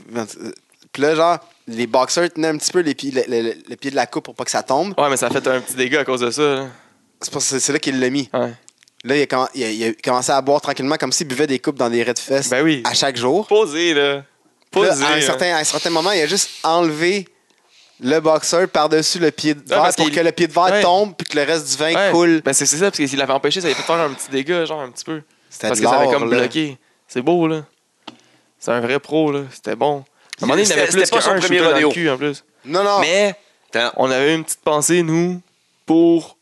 [SPEAKER 1] Puis là, genre, les boxeurs tenaient un petit peu les pieds, le, le- le pied de la coupe pour pas que ça tombe.
[SPEAKER 3] Ouais, mais ça a fait un petit dégât à cause de ça. là.
[SPEAKER 1] C'est pour- c'est c'est là qu'il l'a mis.
[SPEAKER 3] Ouais.
[SPEAKER 1] Là, il a, commen- il a- il a commencé à boire tranquillement comme s'il buvait des coupes dans des raies de fesses
[SPEAKER 3] Ben oui.
[SPEAKER 1] à chaque jour.
[SPEAKER 3] Posé, là.
[SPEAKER 1] Puis
[SPEAKER 3] Posé.
[SPEAKER 1] là, à, un
[SPEAKER 3] là.
[SPEAKER 1] certain, à un certain moment, il a juste enlevé le boxeur par-dessus le pied de
[SPEAKER 3] Ouais,
[SPEAKER 1] verre
[SPEAKER 3] Ah, parce
[SPEAKER 1] pour
[SPEAKER 3] qu'il-
[SPEAKER 1] que le pied de verre
[SPEAKER 3] Ouais.
[SPEAKER 1] tombe puis que le reste du vin
[SPEAKER 3] Ouais.
[SPEAKER 1] coule.
[SPEAKER 3] Ben c'est c'est ça, parce que s'il l'avait empêché, ça avait fait faire un petit dégât, genre un petit peu.
[SPEAKER 1] C'était
[SPEAKER 3] Parce
[SPEAKER 1] de
[SPEAKER 3] que ça avait
[SPEAKER 1] l'or,
[SPEAKER 3] comme
[SPEAKER 1] là.
[SPEAKER 3] bloqué. C'est beau, là. C'est un vrai pro, là. C'était bon. À un moment donné, il y en avait
[SPEAKER 2] C'était-
[SPEAKER 3] plus
[SPEAKER 2] c'était pas son
[SPEAKER 3] qu'un
[SPEAKER 2] premier
[SPEAKER 3] shooter dans le
[SPEAKER 2] rodéo.
[SPEAKER 3] cul, en plus.
[SPEAKER 1] Non, non.
[SPEAKER 3] Mais
[SPEAKER 2] Attends.
[SPEAKER 3] on avait une petite pensée, nous, pour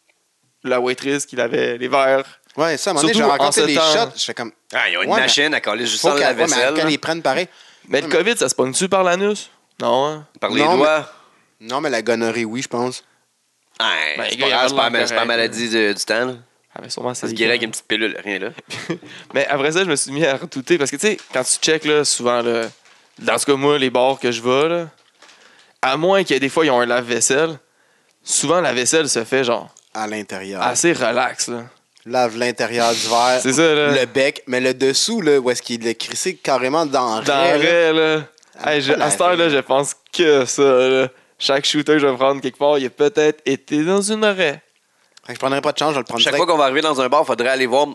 [SPEAKER 3] la waitress qu'il avait les verres.
[SPEAKER 1] Ouais, ça, à un moment donné,
[SPEAKER 3] Surtout
[SPEAKER 1] j'ai raconté
[SPEAKER 3] en ce
[SPEAKER 1] les
[SPEAKER 3] temps-
[SPEAKER 1] shots. Je fais comme.
[SPEAKER 2] Ah, ils ont une
[SPEAKER 1] Ouais, mais-
[SPEAKER 2] machine à coller juste
[SPEAKER 1] Faut
[SPEAKER 2] dans
[SPEAKER 1] qu'elle
[SPEAKER 2] la
[SPEAKER 1] ouais, mais
[SPEAKER 2] vaisselle.
[SPEAKER 1] qu'elle
[SPEAKER 2] là.
[SPEAKER 1] les prenne pareil.
[SPEAKER 3] Mais le
[SPEAKER 1] Ouais, mais-
[SPEAKER 3] COVID, ça se pogne-tu par l'anus? Non, hein?
[SPEAKER 2] Par les
[SPEAKER 1] Non,
[SPEAKER 2] doigts.
[SPEAKER 1] Non, mais la gonorrhée, oui, je pense.
[SPEAKER 2] Hey,
[SPEAKER 3] Ben, les
[SPEAKER 2] c'est
[SPEAKER 3] gars,
[SPEAKER 2] pas
[SPEAKER 3] ils
[SPEAKER 2] grave,
[SPEAKER 3] avaient
[SPEAKER 2] c'est pas,
[SPEAKER 3] de l'air
[SPEAKER 2] ma- c'est pas
[SPEAKER 3] correct,
[SPEAKER 2] la maladie de- du temps. là.
[SPEAKER 3] Elle avait sûrement
[SPEAKER 2] Ça se
[SPEAKER 3] ses
[SPEAKER 2] guérit avec
[SPEAKER 3] gants.
[SPEAKER 2] une petite pilule, rien là.
[SPEAKER 3] Mais après ça, je me suis mis à redouter parce que, tu sais, quand tu check, là, souvent, là, dans ce cas, moi, les bars que je vais, là, à moins que des fois, ils ont un lave-vaisselle, souvent, la vaisselle se fait, genre,
[SPEAKER 1] À l'intérieur.
[SPEAKER 3] assez relax, là.
[SPEAKER 1] Lave l'intérieur du verre.
[SPEAKER 3] Ah, C'est ça,
[SPEAKER 2] Euh,
[SPEAKER 3] là.
[SPEAKER 1] Le bec, mais le dessous, là, où est-ce qu'il l'a crissé carrément dans le
[SPEAKER 3] Dans
[SPEAKER 1] raie,
[SPEAKER 3] le
[SPEAKER 1] là.
[SPEAKER 3] raie, là.
[SPEAKER 1] Ah,
[SPEAKER 3] Hey, je-
[SPEAKER 1] la
[SPEAKER 3] à cette heure-là,
[SPEAKER 1] raie.
[SPEAKER 3] je pense que ça, là. Chaque shooter que je vais prendre quelque part, il a peut-être été dans une raie.
[SPEAKER 1] Fait que Je prendrais pas de chance, je le prendrais.
[SPEAKER 2] Chaque fois qu'on va arriver dans un bar, faudrait aller voir,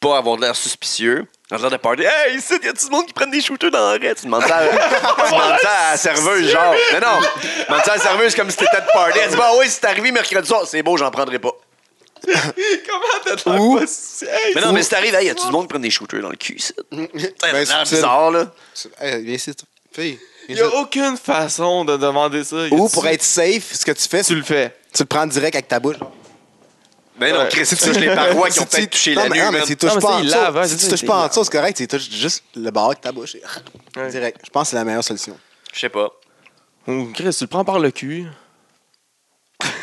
[SPEAKER 2] pas avoir de l'air suspicieux. Dans l'air de party, hey, ici, y a tout le monde qui prennent des shooters dans la raie. Tu demandes ça à, tu demandes ça à la serveuse, genre. Mais non, tu demandes ça à la serveuse comme si t'étais de party. Elle dit, bah oui, c'est arrivé mercredi soir, c'est beau, j'en prendrai pas.
[SPEAKER 3] Comment
[SPEAKER 1] Ah,
[SPEAKER 3] t'as de l'air
[SPEAKER 1] Où?
[SPEAKER 3] pas si- Hey,
[SPEAKER 2] Mais non, mais c'est arrivé, hey, y a tout le monde qui prend des shooters dans le cul, ça. Ça a
[SPEAKER 1] Ben,
[SPEAKER 2] l'air
[SPEAKER 1] subtil.
[SPEAKER 2] bizarre, là.
[SPEAKER 1] Hey, viens ici, toi. fille.
[SPEAKER 3] Il
[SPEAKER 1] viens
[SPEAKER 3] n'y a
[SPEAKER 1] ici.
[SPEAKER 3] aucune façon de demander ça. Y
[SPEAKER 1] Ou
[SPEAKER 3] a-tu-
[SPEAKER 1] pour être safe, ce que tu fais,
[SPEAKER 3] Tu
[SPEAKER 1] c'est
[SPEAKER 3] le fais.
[SPEAKER 1] tu le prends direct avec ta bouche.
[SPEAKER 2] Mais Ben non,
[SPEAKER 3] Ouais.
[SPEAKER 2] Chris, tu touches les parois qui ont peut-être touché
[SPEAKER 1] Non,
[SPEAKER 2] la
[SPEAKER 1] mais- non,
[SPEAKER 2] nuque,
[SPEAKER 1] mais
[SPEAKER 2] man.
[SPEAKER 1] si tu
[SPEAKER 3] Non,
[SPEAKER 1] touches
[SPEAKER 3] mais
[SPEAKER 1] pas
[SPEAKER 3] ça,
[SPEAKER 1] en
[SPEAKER 3] il
[SPEAKER 1] dessous,
[SPEAKER 3] lave, hein,
[SPEAKER 1] si
[SPEAKER 3] c'est
[SPEAKER 1] tu
[SPEAKER 3] ça,
[SPEAKER 1] touches
[SPEAKER 3] il
[SPEAKER 1] pas en
[SPEAKER 3] lave.
[SPEAKER 1] dessous, c'est correct, tu touches juste le bas avec ta bouche.
[SPEAKER 3] Ouais.
[SPEAKER 1] Direct. Je pense que c'est la meilleure solution.
[SPEAKER 2] Je sais pas.
[SPEAKER 3] Ou Hum, Chris, tu le prends par le cul.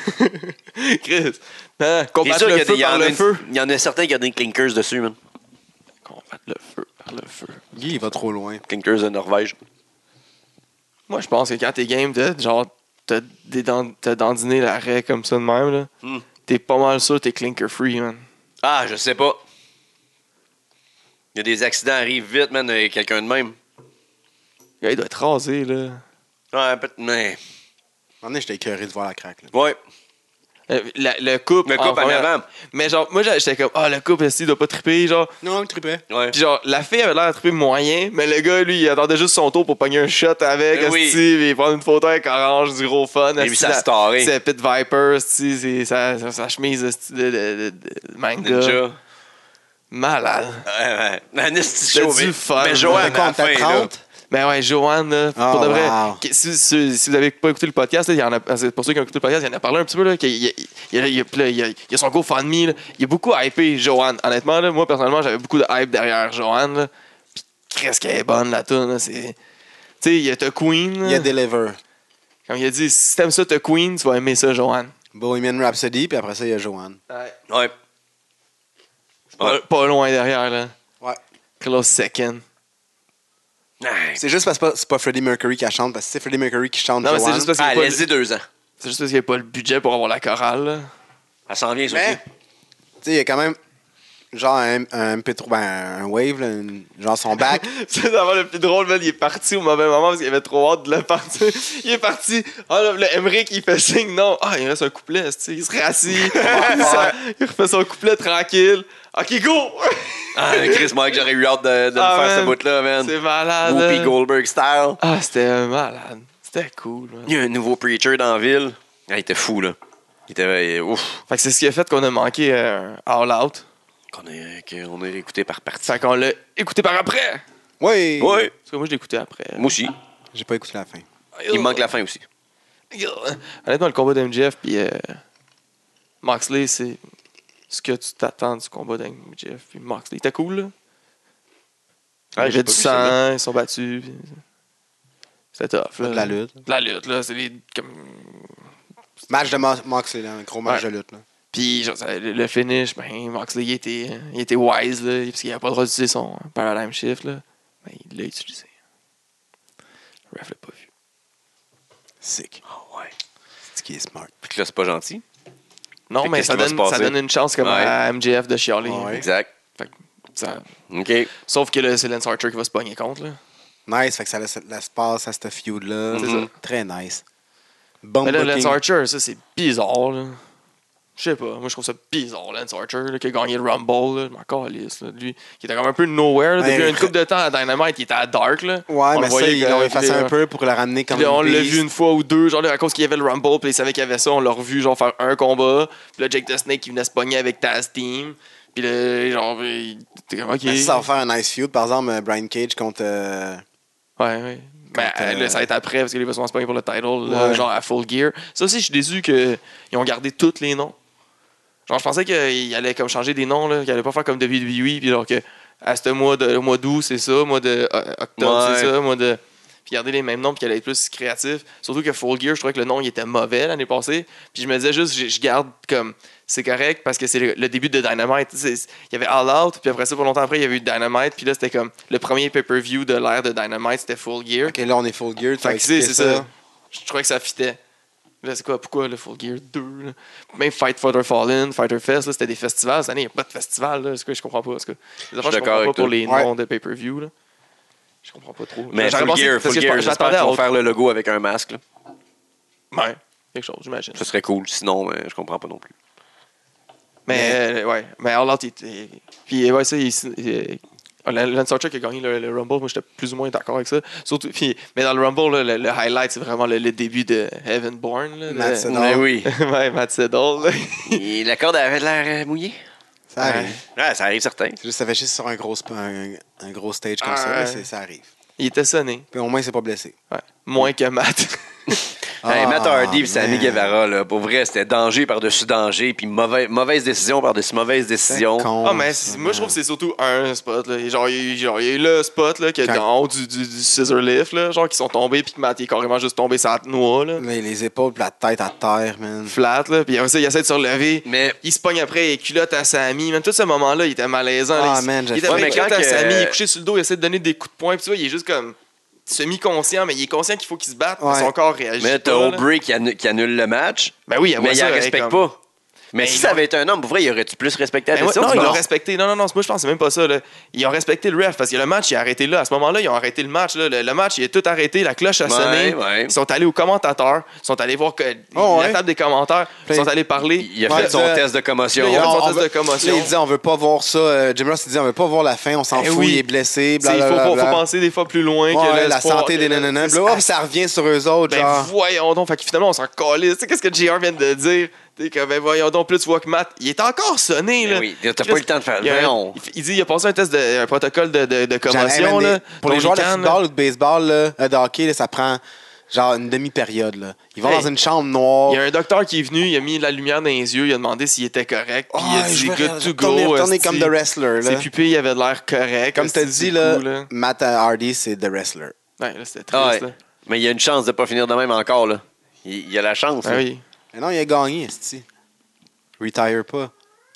[SPEAKER 3] Chris, hein, combattre le feu
[SPEAKER 2] y
[SPEAKER 3] par
[SPEAKER 2] en a
[SPEAKER 3] le
[SPEAKER 2] une-
[SPEAKER 3] feu.
[SPEAKER 2] il y en a certains qui ont des clinkers dessus, man.
[SPEAKER 3] Combattre le feu par le feu.
[SPEAKER 1] Guy, il va trop loin.
[SPEAKER 2] Clinkers de Norvège.
[SPEAKER 3] Moi, je pense que quand t'es game de genre t'as des dan- t'as dandiné l'arrêt comme ça de même, là,
[SPEAKER 2] Hmm.
[SPEAKER 3] t'es pas mal sûr que t'es clinker free, man.
[SPEAKER 2] Ah, je sais pas. Il y a des accidents arrivent vite, man, avec quelqu'un de même.
[SPEAKER 3] Le gars, il doit être rasé, là.
[SPEAKER 2] Ouais, peut-être, mais.
[SPEAKER 1] Un moment donné, j'étais écœuré de voir la craque. là.
[SPEAKER 2] Ouais,
[SPEAKER 3] Euh, la- le couple.
[SPEAKER 2] le couple en
[SPEAKER 3] première-
[SPEAKER 2] avant.
[SPEAKER 3] Mais genre, moi, j'étais comme, ah, le couple, est-ce il doit pas triper, genre.
[SPEAKER 1] Non, il tripait.
[SPEAKER 2] Ouais.
[SPEAKER 3] Puis genre, la fille avait l'air de triper moyen, mais le gars, lui, il attendait juste son tour pour pogner un shot avec,
[SPEAKER 2] Eh oui.
[SPEAKER 3] esti, puis prendre une photo avec orange, du gros fun.
[SPEAKER 2] Et
[SPEAKER 3] esti,
[SPEAKER 2] puis ça
[SPEAKER 3] la-
[SPEAKER 2] se taré.
[SPEAKER 3] C'est Pit Viper, esti, c'est sa, sa- sa chemise esti, de, de- de- de manga.
[SPEAKER 2] Ninja. Ouais,
[SPEAKER 3] Malade.
[SPEAKER 2] ouais. Un esti
[SPEAKER 3] C'était
[SPEAKER 2] chaud,
[SPEAKER 3] du
[SPEAKER 2] mais-
[SPEAKER 3] fun.
[SPEAKER 2] Mais
[SPEAKER 1] On
[SPEAKER 2] Joanne, à
[SPEAKER 1] était
[SPEAKER 2] la
[SPEAKER 1] compte
[SPEAKER 2] fin,
[SPEAKER 1] à
[SPEAKER 2] là.
[SPEAKER 1] 30.
[SPEAKER 3] Mais Ben ouais, Joanne, là,
[SPEAKER 1] Oh,
[SPEAKER 3] pour de vrai,
[SPEAKER 1] wow.
[SPEAKER 3] que- si, si- si vous avez pas écouté le podcast, là, il y en a, pour ceux qui ont écouté le podcast, il y en a parlé un petit peu. Là, qu'il y a- il, y a, il, y a, puis là, il y a- il y a son GoFundMe. Là. Il y a beaucoup hypé, Joanne. Honnêtement, là, moi, personnellement, j'avais beaucoup de hype derrière Joanne. Là. Puis, qu'est-ce qu'elle est bonne, la toune. là, c'est- Tu sais, il y a The Queen.
[SPEAKER 1] Il y a
[SPEAKER 3] là.
[SPEAKER 1] Deliver,
[SPEAKER 3] Comme il a dit, si t'aimes ça, The Queen, tu vas aimer ça, Joanne.
[SPEAKER 1] Bohemian Rhapsody, puis après ça, il y a Joanne.
[SPEAKER 2] Ouais.
[SPEAKER 3] Pas-
[SPEAKER 2] Ouais.
[SPEAKER 3] Pas loin derrière, là.
[SPEAKER 1] Ouais.
[SPEAKER 3] Close second.
[SPEAKER 2] Ah,
[SPEAKER 1] C'est juste parce que c'est pas Freddie Mercury qui la chante, parce que si c'est Freddie Mercury qui chante
[SPEAKER 3] Non, mais c'est
[SPEAKER 1] Joanne.
[SPEAKER 3] juste parce qu'il
[SPEAKER 2] Ah,
[SPEAKER 3] n'y a, pas le-
[SPEAKER 2] laissez deux ans.
[SPEAKER 3] c'est juste parce qu'il y a pas le budget pour avoir la chorale. là.
[SPEAKER 2] Elle s'en vient, ça
[SPEAKER 1] Mais,
[SPEAKER 2] aussi.
[SPEAKER 1] tu sais, il y a quand même genre un, un MP3, ben, un Wave, là, une- genre son bac.
[SPEAKER 3] C'est vraiment le plus drôle, man. Il est parti au mauvais moment parce qu'il avait trop hâte de le partir. Il est parti. Ah, là, le Emmerich, il fait signe. Non. Ah, il reste un couplet, tu sais. Il se rassit. il, se- il refait son couplet tranquille. Ok, go!
[SPEAKER 2] Ah, Chris, moi, que j'aurais eu hâte de, de me
[SPEAKER 3] Ah,
[SPEAKER 2] faire
[SPEAKER 3] man.
[SPEAKER 2] ce bout-là, man.
[SPEAKER 3] C'est malade.
[SPEAKER 2] Whoopi
[SPEAKER 3] là.
[SPEAKER 2] Goldberg style.
[SPEAKER 3] Ah, c'était malade. C'était cool, man.
[SPEAKER 2] Il y a un nouveau preacher dans la ville. Ah, il était fou, là. Il était. Ouf.
[SPEAKER 3] Fait que c'est ce qui a fait qu'on a manqué euh, All Out.
[SPEAKER 2] Qu'on a, qu'on a réécouté par partie.
[SPEAKER 3] Fait qu'on l'a écouté par après.
[SPEAKER 1] Oui!
[SPEAKER 2] Oui,
[SPEAKER 3] Parce que moi, je l'ai écouté après.
[SPEAKER 2] moi aussi.
[SPEAKER 1] J'ai pas écouté la fin.
[SPEAKER 2] Il manque la fin aussi.
[SPEAKER 3] Honnêtement, le combat d'MGF puis euh, Moxley, c'est ce que tu t'attends du combat d'MGF puis Moxley. T'es cool, là?
[SPEAKER 2] Ouais,
[SPEAKER 3] il y
[SPEAKER 2] j'ai pas
[SPEAKER 3] avait du
[SPEAKER 2] vu celle-là.
[SPEAKER 3] sang, ils sont battus. puis C'était tough, là.
[SPEAKER 1] De la lutte.
[SPEAKER 3] De la lutte, là. C'est des- comme...
[SPEAKER 1] Match de Mo- Moxley, là, un gros match
[SPEAKER 3] Ouais.
[SPEAKER 1] de lutte. Là.
[SPEAKER 3] Puis genre, ça- le, le finish, ben, Moxley, il était, il était wise, là, parce qu'il n'avait pas le droit d'utiliser son paradigm shift, là. Ben, il l'a utilisé. Le ref l'a pas vu.
[SPEAKER 1] Sick.
[SPEAKER 2] Ah ouais.
[SPEAKER 1] C'est qui est smart.
[SPEAKER 2] Puis que là, c'est pas gentil.
[SPEAKER 3] Non,
[SPEAKER 2] Fait que
[SPEAKER 3] mais
[SPEAKER 2] qu'est-ce
[SPEAKER 3] ça
[SPEAKER 2] qui va
[SPEAKER 3] donne,
[SPEAKER 2] se
[SPEAKER 3] ça
[SPEAKER 2] passer?
[SPEAKER 3] donne une chance comme
[SPEAKER 2] Ouais.
[SPEAKER 3] à MJF de chialer.
[SPEAKER 1] Ouais.
[SPEAKER 2] Exact.
[SPEAKER 3] Fait que ça-
[SPEAKER 2] OK.
[SPEAKER 3] Sauf que là, c'est Lance Archer qui va se pogner contre. Là.
[SPEAKER 1] Nice, fait que ça laisse l'espace à ce feud-là.
[SPEAKER 2] C'est
[SPEAKER 1] Mhm.
[SPEAKER 2] ça.
[SPEAKER 1] Très nice. Bon
[SPEAKER 3] Mais là,
[SPEAKER 1] booking.
[SPEAKER 3] Lance Archer, ça, c'est bizarre. Là. Je sais pas. Moi, je trouve ça bizarre, Lance Archer, là, qui a gagné le Rumble. Là. Je m'en calisse, là, de Lui, qui était comme un peu nowhere. Là,
[SPEAKER 1] Ouais,
[SPEAKER 3] depuis
[SPEAKER 1] il-
[SPEAKER 3] une couple de temps à Dynamite, il était à Dark. Là.
[SPEAKER 1] Ouais,
[SPEAKER 3] On
[SPEAKER 1] mais
[SPEAKER 3] le
[SPEAKER 1] ça,
[SPEAKER 3] voyait
[SPEAKER 1] ils
[SPEAKER 3] que-
[SPEAKER 1] l'ont effacé
[SPEAKER 3] qu'il est-
[SPEAKER 1] un peu pour le ramener comme
[SPEAKER 3] Puis là, on l'a
[SPEAKER 1] beast.
[SPEAKER 3] vu une fois ou deux, genre là, à cause qu'il y avait le Rumble, puis il savait qu'il y avait ça, on l'a revu genre faire un combat. Puis là, Jake the Snake qui venait se pogner avec Taz Team. Puis là, genre, il était comme ok.
[SPEAKER 1] Mais si ça va faire un nice feud, par exemple, euh, Brian Cage contre. euh,
[SPEAKER 3] Ouais, ouais. Mais
[SPEAKER 1] Quand, euh,
[SPEAKER 3] là, ça va être après, parce qu'il va sûrement se pogner pour le title, là,
[SPEAKER 1] Ouais.
[SPEAKER 3] genre à Full Gear. Ça aussi, je suis déçu qu'ils ont gardé tous les noms. Genre, je pensais qu'ils allaient comme changer des noms, là, qu'ils allaient pas faire comme WWE, puis genre que à ce mois de mois d'août, c'est ça, mois de euh, octobre,
[SPEAKER 2] Ouais.
[SPEAKER 3] c'est ça, mois de. Puis garder les mêmes noms, puis qu'elle allait être plus créatif. Surtout que Full Gear, je trouvais que le nom, il était mauvais l'année passée. Puis je me disais juste, je, je garde comme. C'est correct parce que c'est le, le début de Dynamite. Tu sais, c'est- Il y avait All Out, puis après ça, pas longtemps après, il y avait eu Dynamite. Puis là, c'était comme le premier pay-per-view de l'ère de Dynamite, c'était Full Gear.
[SPEAKER 1] Ok, là, on est full gear. tu
[SPEAKER 3] Fait
[SPEAKER 1] vas
[SPEAKER 3] que c'est c'est
[SPEAKER 1] expliquer
[SPEAKER 3] ça. Je trouvais que ça fitait. Là, c'est quoi? Pourquoi le Full Gear 2? là? Même Fight Father Fallen, Fighter Fest, là, c'était des festivals. Cette année, il n'y a pas de festival. Là. C'est quoi, je comprends pas. parce que- les
[SPEAKER 2] d'accord
[SPEAKER 3] affaires, je comprends pas
[SPEAKER 2] avec
[SPEAKER 3] pour
[SPEAKER 2] toi.
[SPEAKER 3] les
[SPEAKER 1] Ouais.
[SPEAKER 3] noms de pay-per-view. Là. Je comprends pas trop.
[SPEAKER 2] Mais
[SPEAKER 3] J'aurais
[SPEAKER 2] Full
[SPEAKER 3] pensé-
[SPEAKER 2] Gear,
[SPEAKER 3] parce
[SPEAKER 2] Full
[SPEAKER 3] que je-
[SPEAKER 2] Gear,
[SPEAKER 3] je
[SPEAKER 2] j'espère
[SPEAKER 3] m'attendais
[SPEAKER 2] qu'ils
[SPEAKER 3] à
[SPEAKER 2] vont
[SPEAKER 3] autre-
[SPEAKER 2] faire le logo avec un masque. là.
[SPEAKER 3] Ouais, quelque chose, j'imagine.
[SPEAKER 2] Ce serait cool. Sinon, euh, je comprends pas non plus.
[SPEAKER 3] Mais euh, ouais, mais All Out, il était. Puis ouais, ça, il. il- euh, Lance Archer qui a gagné le, le Rumble, moi j'étais plus ou moins d'accord avec ça. Surtout, puis, mais dans le Rumble, là, le, le highlight, c'est vraiment le, le début de Heaven Born. Là,
[SPEAKER 1] Matt
[SPEAKER 3] de-
[SPEAKER 1] Sedol.
[SPEAKER 2] Mais oui.
[SPEAKER 3] ouais, Matt Sedol. là.
[SPEAKER 2] Et la corde avait l'air euh, mouillée.
[SPEAKER 1] Ça arrive.
[SPEAKER 2] Ouais, ça arrive certain.
[SPEAKER 1] C'est juste, ça fait chier sur un gros, sp- un, un gros stage comme
[SPEAKER 3] Ah,
[SPEAKER 1] ça, mais
[SPEAKER 3] ouais.
[SPEAKER 1] c'est- ça arrive.
[SPEAKER 3] Il était sonné.
[SPEAKER 1] Puis au moins, c'est pas blessé.
[SPEAKER 3] Ouais. Moins que Matt.
[SPEAKER 2] hey, Matt Hardy
[SPEAKER 1] Ah,
[SPEAKER 2] et Sammy
[SPEAKER 1] man.
[SPEAKER 2] Guevara, là, pour vrai, c'était danger par-dessus danger, puis mauvais, mauvaise décision par-dessus mauvaise
[SPEAKER 1] Oh, C'est
[SPEAKER 2] décision.
[SPEAKER 1] con,
[SPEAKER 3] Ah, mais
[SPEAKER 1] ça,
[SPEAKER 3] c'est- moi je
[SPEAKER 1] man.
[SPEAKER 3] trouve que c'est surtout un spot. Là. Genre, il y a eu- genre, il y a eu le spot là, qui est
[SPEAKER 1] Quand-
[SPEAKER 3] en haut du, du, du scissor lift, là, genre qui sont tombés, puis que Matt il est carrément juste tombé sur la noix,
[SPEAKER 1] Là,
[SPEAKER 3] là,
[SPEAKER 1] les épaules, puis la tête à terre, man.
[SPEAKER 3] flat, là, puis après ça, il essaie de se relever.
[SPEAKER 2] Mais
[SPEAKER 3] Il se pogne après, il culotte à Sami. Même tout ce moment-là, il était malaisant. là.
[SPEAKER 1] Ah,
[SPEAKER 3] il,
[SPEAKER 1] man, j'ai
[SPEAKER 3] il était
[SPEAKER 1] fait-
[SPEAKER 3] avec
[SPEAKER 2] Ouais,
[SPEAKER 3] les
[SPEAKER 2] mais
[SPEAKER 3] culottes
[SPEAKER 2] quand
[SPEAKER 3] à
[SPEAKER 2] que-
[SPEAKER 3] Sami, il est couché sur le dos, il essaie de donner des coups de poing. Puis tu vois, il est juste comme semi-conscient, mais il est conscient qu'il faut qu'il se batte. mais
[SPEAKER 1] Ouais.
[SPEAKER 3] Son corps réagit.
[SPEAKER 2] mais t'as
[SPEAKER 3] pas, là.
[SPEAKER 2] Aubrey qui, annu- qui annule le match,
[SPEAKER 3] Ben oui,
[SPEAKER 2] mais il
[SPEAKER 3] ne
[SPEAKER 2] la respecte pas. Mais,
[SPEAKER 3] Mais
[SPEAKER 2] si
[SPEAKER 3] ils
[SPEAKER 2] ça
[SPEAKER 3] l'ont-
[SPEAKER 2] avait été un homme, pour vrai, il aurait-tu plus respecté la
[SPEAKER 3] Ben ouais,
[SPEAKER 2] décision?
[SPEAKER 3] non,
[SPEAKER 2] tu
[SPEAKER 3] ils l'ont
[SPEAKER 2] penses?
[SPEAKER 3] respecté. Non, non, non, moi je pense que c'est même pas ça. là. Ils ont respecté le ref parce que le match, il a arrêté là. À ce moment-là, ils ont arrêté le match. là. Le, le match, il est tout arrêté. La cloche a
[SPEAKER 2] Ouais,
[SPEAKER 3] sonné.
[SPEAKER 2] ouais.
[SPEAKER 3] Ils sont allés aux commentateurs. Ils sont allés voir que,
[SPEAKER 1] Oh,
[SPEAKER 3] la
[SPEAKER 1] ouais.
[SPEAKER 3] table des commentaires. Ils
[SPEAKER 1] Puis-
[SPEAKER 3] sont allés parler.
[SPEAKER 2] Il a
[SPEAKER 1] Ouais,
[SPEAKER 2] fait son
[SPEAKER 1] ça-
[SPEAKER 2] test de commotion.
[SPEAKER 3] Là, il a fait son
[SPEAKER 1] On- on
[SPEAKER 3] test
[SPEAKER 1] veut-
[SPEAKER 3] de commotion.
[SPEAKER 1] Là, il dit, on veut pas voir ça. Euh, Jim Ross, il dit, on veut pas voir la fin, on s'en
[SPEAKER 3] Eh
[SPEAKER 1] fout,
[SPEAKER 3] oui.
[SPEAKER 1] il est blessé,
[SPEAKER 3] Tu sais, Il faut,
[SPEAKER 1] blablabla.
[SPEAKER 3] faut penser des fois plus loin que
[SPEAKER 1] Ouais, la
[SPEAKER 3] l'espoir,
[SPEAKER 1] santé
[SPEAKER 3] que
[SPEAKER 1] des
[SPEAKER 3] le-
[SPEAKER 1] nanana.
[SPEAKER 3] c'est-
[SPEAKER 1] Puis là, hop, ça revient sur eux autres,
[SPEAKER 3] Ben
[SPEAKER 1] genre.
[SPEAKER 3] voyons donc. Fait que finalement, on s'en calisse. Tu sais, qu'est-ce que JR vient de dire? T'es comme, ben voyons donc. Plus tu vois que Matt, il est encore sonné.
[SPEAKER 2] Ben
[SPEAKER 3] là.
[SPEAKER 2] oui, t'as pas eu le temps de faire.
[SPEAKER 3] Il, y a un-
[SPEAKER 2] Non.
[SPEAKER 3] il fait- il dit, il a passé un test de, un protocole de, de, de
[SPEAKER 1] J'allais,
[SPEAKER 3] commotion.
[SPEAKER 1] man,
[SPEAKER 3] Là,
[SPEAKER 1] des- pour les
[SPEAKER 3] Tony
[SPEAKER 1] joueurs de
[SPEAKER 3] Khan, là.
[SPEAKER 1] football ou de baseball, là, euh, de hockey, là, ça prend genre une demi-période. là. Ils vont
[SPEAKER 3] Hey.
[SPEAKER 1] dans une chambre
[SPEAKER 3] Il y a
[SPEAKER 1] noire.
[SPEAKER 3] un docteur qui est venu, il a mis la lumière dans les yeux, il a demandé s'il était correct, puis il a
[SPEAKER 1] Ah, je
[SPEAKER 3] dit
[SPEAKER 1] veux
[SPEAKER 3] good
[SPEAKER 1] rien-
[SPEAKER 3] to
[SPEAKER 1] tourner-
[SPEAKER 3] go.
[SPEAKER 1] tourner
[SPEAKER 3] esti.
[SPEAKER 1] comme The Wrestler.
[SPEAKER 3] Ses
[SPEAKER 1] Là.
[SPEAKER 3] pupilles avaient de l'air correct.
[SPEAKER 1] Comme t'as
[SPEAKER 3] esti,
[SPEAKER 1] dit,
[SPEAKER 3] hein. du
[SPEAKER 1] là,
[SPEAKER 3] coup, là.
[SPEAKER 1] Matt Hardy, c'est The Wrestler.
[SPEAKER 3] Ouais, là, c'était
[SPEAKER 2] Ah ouais.
[SPEAKER 3] triste. là.
[SPEAKER 2] Mais il y a une chance de pas finir de même encore. Là. Il, il a la chance.
[SPEAKER 3] Ah
[SPEAKER 2] là.
[SPEAKER 3] oui.
[SPEAKER 1] Mais non, il a gagné, esti. Retire pas.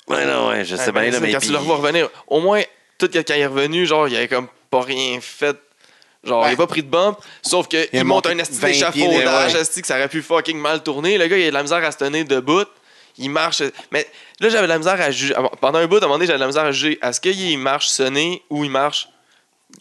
[SPEAKER 2] Ouais, non, ouais, je sais
[SPEAKER 3] Ouais,
[SPEAKER 2] bien.
[SPEAKER 3] mais
[SPEAKER 2] là,
[SPEAKER 3] Ah, ben, c'est
[SPEAKER 2] mais
[SPEAKER 3] quand
[SPEAKER 2] puis-
[SPEAKER 3] tu le revois revenir, au moins, tout que- quand il est revenu, genre, il avait comme pas rien fait. Genre,
[SPEAKER 1] Ouais.
[SPEAKER 3] il a pas pris de bump, sauf qu'il
[SPEAKER 1] Il a
[SPEAKER 3] monte
[SPEAKER 1] monté
[SPEAKER 3] un esti
[SPEAKER 1] 20 pieds,
[SPEAKER 3] d'échafaudage,
[SPEAKER 1] ouais.
[SPEAKER 3] esti, que ça aurait pu fucking mal tourner. Le gars, il a de la misère à se tenir debout. Il marche. Mais là, j'avais de la misère à juger. Pendant un bout, à un moment donné, j'avais de la misère à juger. Est-ce qu'il marche sonné ou il marche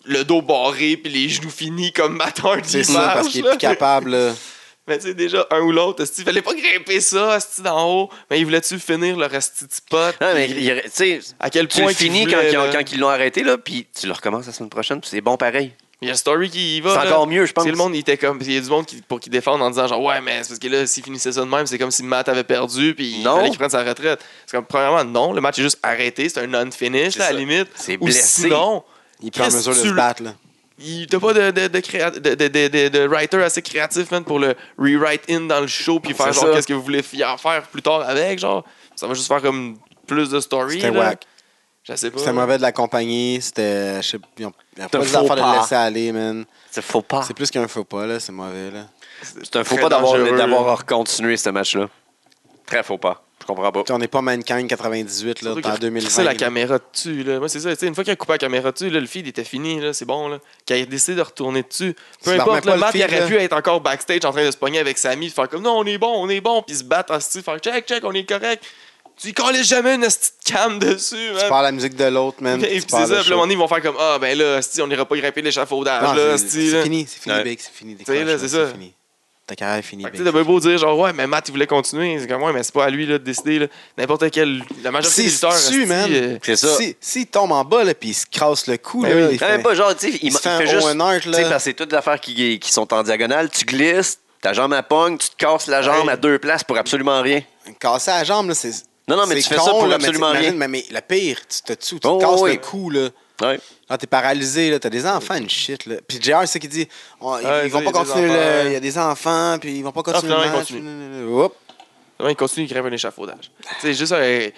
[SPEAKER 3] le dos barré puis les genoux finis comme Matin
[SPEAKER 1] C'est ça, parce qu'il est plus capable. là.
[SPEAKER 3] Mais tu sais, déjà, un ou l'autre, esti, il fallait pas grimper ça, esti, d'en haut. Mais il voulait-tu finir le resti de spot?
[SPEAKER 2] Non, mais il- tu sais,
[SPEAKER 3] À quel
[SPEAKER 2] tu
[SPEAKER 3] point
[SPEAKER 2] le
[SPEAKER 3] qu'il
[SPEAKER 2] finis quand,
[SPEAKER 3] voulait, euh,
[SPEAKER 2] ils ont-
[SPEAKER 3] là.
[SPEAKER 2] quand ils l'ont arrêté, là, puis tu le recommences la semaine prochaine, puis c'est bon pareil.
[SPEAKER 3] Il y a Story qui y va.
[SPEAKER 2] C'est
[SPEAKER 3] là.
[SPEAKER 2] encore mieux, je pense.
[SPEAKER 3] Bah, C'est le monde, il était comme. Il y a du monde qui, pour qui défendent en disant genre, ouais, mais c'est parce que là, s'il finissait ça de même, c'est comme si Matt avait perdu, puis il
[SPEAKER 2] Non.
[SPEAKER 3] fallait qu'il prenne sa retraite. C'est comme, premièrement, non, le match est juste arrêté, c'est un non-finish,
[SPEAKER 2] C'est
[SPEAKER 3] là, à
[SPEAKER 2] ça.
[SPEAKER 3] la limite.
[SPEAKER 2] C'est
[SPEAKER 3] Ou
[SPEAKER 2] blessé.
[SPEAKER 3] sinon,
[SPEAKER 1] Il prend
[SPEAKER 3] Chris,
[SPEAKER 1] mesure de
[SPEAKER 3] tu
[SPEAKER 1] se
[SPEAKER 3] le-
[SPEAKER 1] battre. Là.
[SPEAKER 3] il- t'as pas de, de, de, créa- de, de, de- de- de writer assez créatif, man, pour le rewrite-in dans le show, puis faire
[SPEAKER 2] C'est
[SPEAKER 3] genre,
[SPEAKER 2] ça.
[SPEAKER 3] qu'est-ce que vous voulez fi- en faire plus tard avec, genre. Ça va juste faire comme plus de story.
[SPEAKER 1] C'était
[SPEAKER 3] là.
[SPEAKER 1] whack.
[SPEAKER 3] Je sais pas.
[SPEAKER 1] C'était mauvais de la compagnie. C'était. Je sais pas. Ils ont ils ont pas
[SPEAKER 2] un
[SPEAKER 1] les
[SPEAKER 2] faux
[SPEAKER 1] affaires de
[SPEAKER 2] pas.
[SPEAKER 1] le laisser aller, man.
[SPEAKER 2] C'est faux pas.
[SPEAKER 1] C'est plus qu'un faux pas, là. C'est mauvais, là.
[SPEAKER 2] C'est un faux
[SPEAKER 3] très
[SPEAKER 2] pas d'avoir
[SPEAKER 3] dangereux.
[SPEAKER 2] d'avoir continué ce match-là. Très faux pas. Je comprends pas.
[SPEAKER 1] Puis on n'est pas Mankind 98, là.
[SPEAKER 3] Surtout
[SPEAKER 1] T'es en
[SPEAKER 3] qu'il-
[SPEAKER 1] 2020.
[SPEAKER 3] C'est la
[SPEAKER 1] là.
[SPEAKER 3] caméra dessus. Là. Moi, c'est ça. tu sais, Une fois qu'il a coupé la caméra dessus, là, le feed était fini. là, C'est bon. Là. Quand il décide de retourner dessus, peu
[SPEAKER 1] Tu
[SPEAKER 3] importe,
[SPEAKER 1] barres
[SPEAKER 3] le
[SPEAKER 1] même pas
[SPEAKER 3] match,
[SPEAKER 1] le
[SPEAKER 3] il
[SPEAKER 1] feed,
[SPEAKER 3] aurait
[SPEAKER 1] là.
[SPEAKER 3] pu être encore backstage en train de se pogner avec Samy. Faire comme non, on est bon, on est bon. Puis se battre en style. Faire check, check, on est correct. Tu y colles jamais une petite cam dessus.
[SPEAKER 1] Tu
[SPEAKER 3] Man.
[SPEAKER 1] parles la musique de l'autre, man.
[SPEAKER 3] Et puis
[SPEAKER 1] tu
[SPEAKER 3] c'est
[SPEAKER 1] parles
[SPEAKER 3] ça.
[SPEAKER 1] le
[SPEAKER 3] Puis le
[SPEAKER 1] show.
[SPEAKER 3] moment donné, ils vont faire comme ah, ben là, hostie, on n'ira pas grimper l'échafaudage.
[SPEAKER 1] Non,
[SPEAKER 3] là,
[SPEAKER 1] c'est-
[SPEAKER 3] hostie,
[SPEAKER 1] C'est
[SPEAKER 3] là.
[SPEAKER 1] fini, c'est fini,
[SPEAKER 2] Ouais.
[SPEAKER 1] Big. C'est fini.
[SPEAKER 3] sais, là,
[SPEAKER 1] décroche,
[SPEAKER 3] c'est
[SPEAKER 1] là,
[SPEAKER 3] ça.
[SPEAKER 1] fini. Ta carrière est finie,
[SPEAKER 3] Fait que,
[SPEAKER 1] Big.
[SPEAKER 3] tu sais, t'as bien beau dire genre ouais mais Matt il voulait continuer c'est comme ouais mais c'est pas à lui là, de décider là. n'importe quel la
[SPEAKER 2] Ah,
[SPEAKER 3] majorité
[SPEAKER 1] Si
[SPEAKER 3] des
[SPEAKER 1] si
[SPEAKER 3] lutteurs hostie,
[SPEAKER 1] man.
[SPEAKER 3] euh,
[SPEAKER 2] C'est ça.
[SPEAKER 1] Si- S'il tombe en bas, là, puis il se crasse le cou,
[SPEAKER 3] Ben
[SPEAKER 1] là, il
[SPEAKER 3] oui.
[SPEAKER 2] Non,
[SPEAKER 1] fait-
[SPEAKER 2] même pas genre, tu sais, bah, il,
[SPEAKER 1] se
[SPEAKER 2] il
[SPEAKER 1] fait un
[SPEAKER 2] fait juste.
[SPEAKER 1] Owen Hart,
[SPEAKER 2] Tu
[SPEAKER 1] là.
[SPEAKER 2] sais, parce que c'est toutes les affaires qui, qui sont en diagonale. Tu glisses, ta jambe à pogne, tu te casses la jambe
[SPEAKER 3] Ouais.
[SPEAKER 2] à deux places pour absolument rien.
[SPEAKER 1] Casser la jambe, là, c'est.
[SPEAKER 2] Non, non, mais
[SPEAKER 1] c'est
[SPEAKER 2] tu fais
[SPEAKER 1] con,
[SPEAKER 2] ça pour
[SPEAKER 1] là, mais
[SPEAKER 2] absolument
[SPEAKER 1] t'imagines,
[SPEAKER 2] rien.
[SPEAKER 1] Mais, mais la pire, tu te tues, tu
[SPEAKER 2] Oh,
[SPEAKER 1] te casses
[SPEAKER 2] oui.
[SPEAKER 1] le cou, là.
[SPEAKER 2] Ouais.
[SPEAKER 1] Là, t'es paralysé, là, t'as des enfants, une shit, là. Puis JR, c'est qu'il dit, on- ils,
[SPEAKER 3] Ouais,
[SPEAKER 1] ils vont
[SPEAKER 3] il y
[SPEAKER 1] pas
[SPEAKER 3] a des
[SPEAKER 1] continuer,
[SPEAKER 3] enfants.
[SPEAKER 1] le- il y a des enfants, puis ils vont pas
[SPEAKER 2] Ah,
[SPEAKER 1] continuer le
[SPEAKER 3] finalement,
[SPEAKER 1] match.
[SPEAKER 3] ils
[SPEAKER 1] Oups.
[SPEAKER 3] Non, il continue, il grimpe un échafaudage. C'est juste, euh,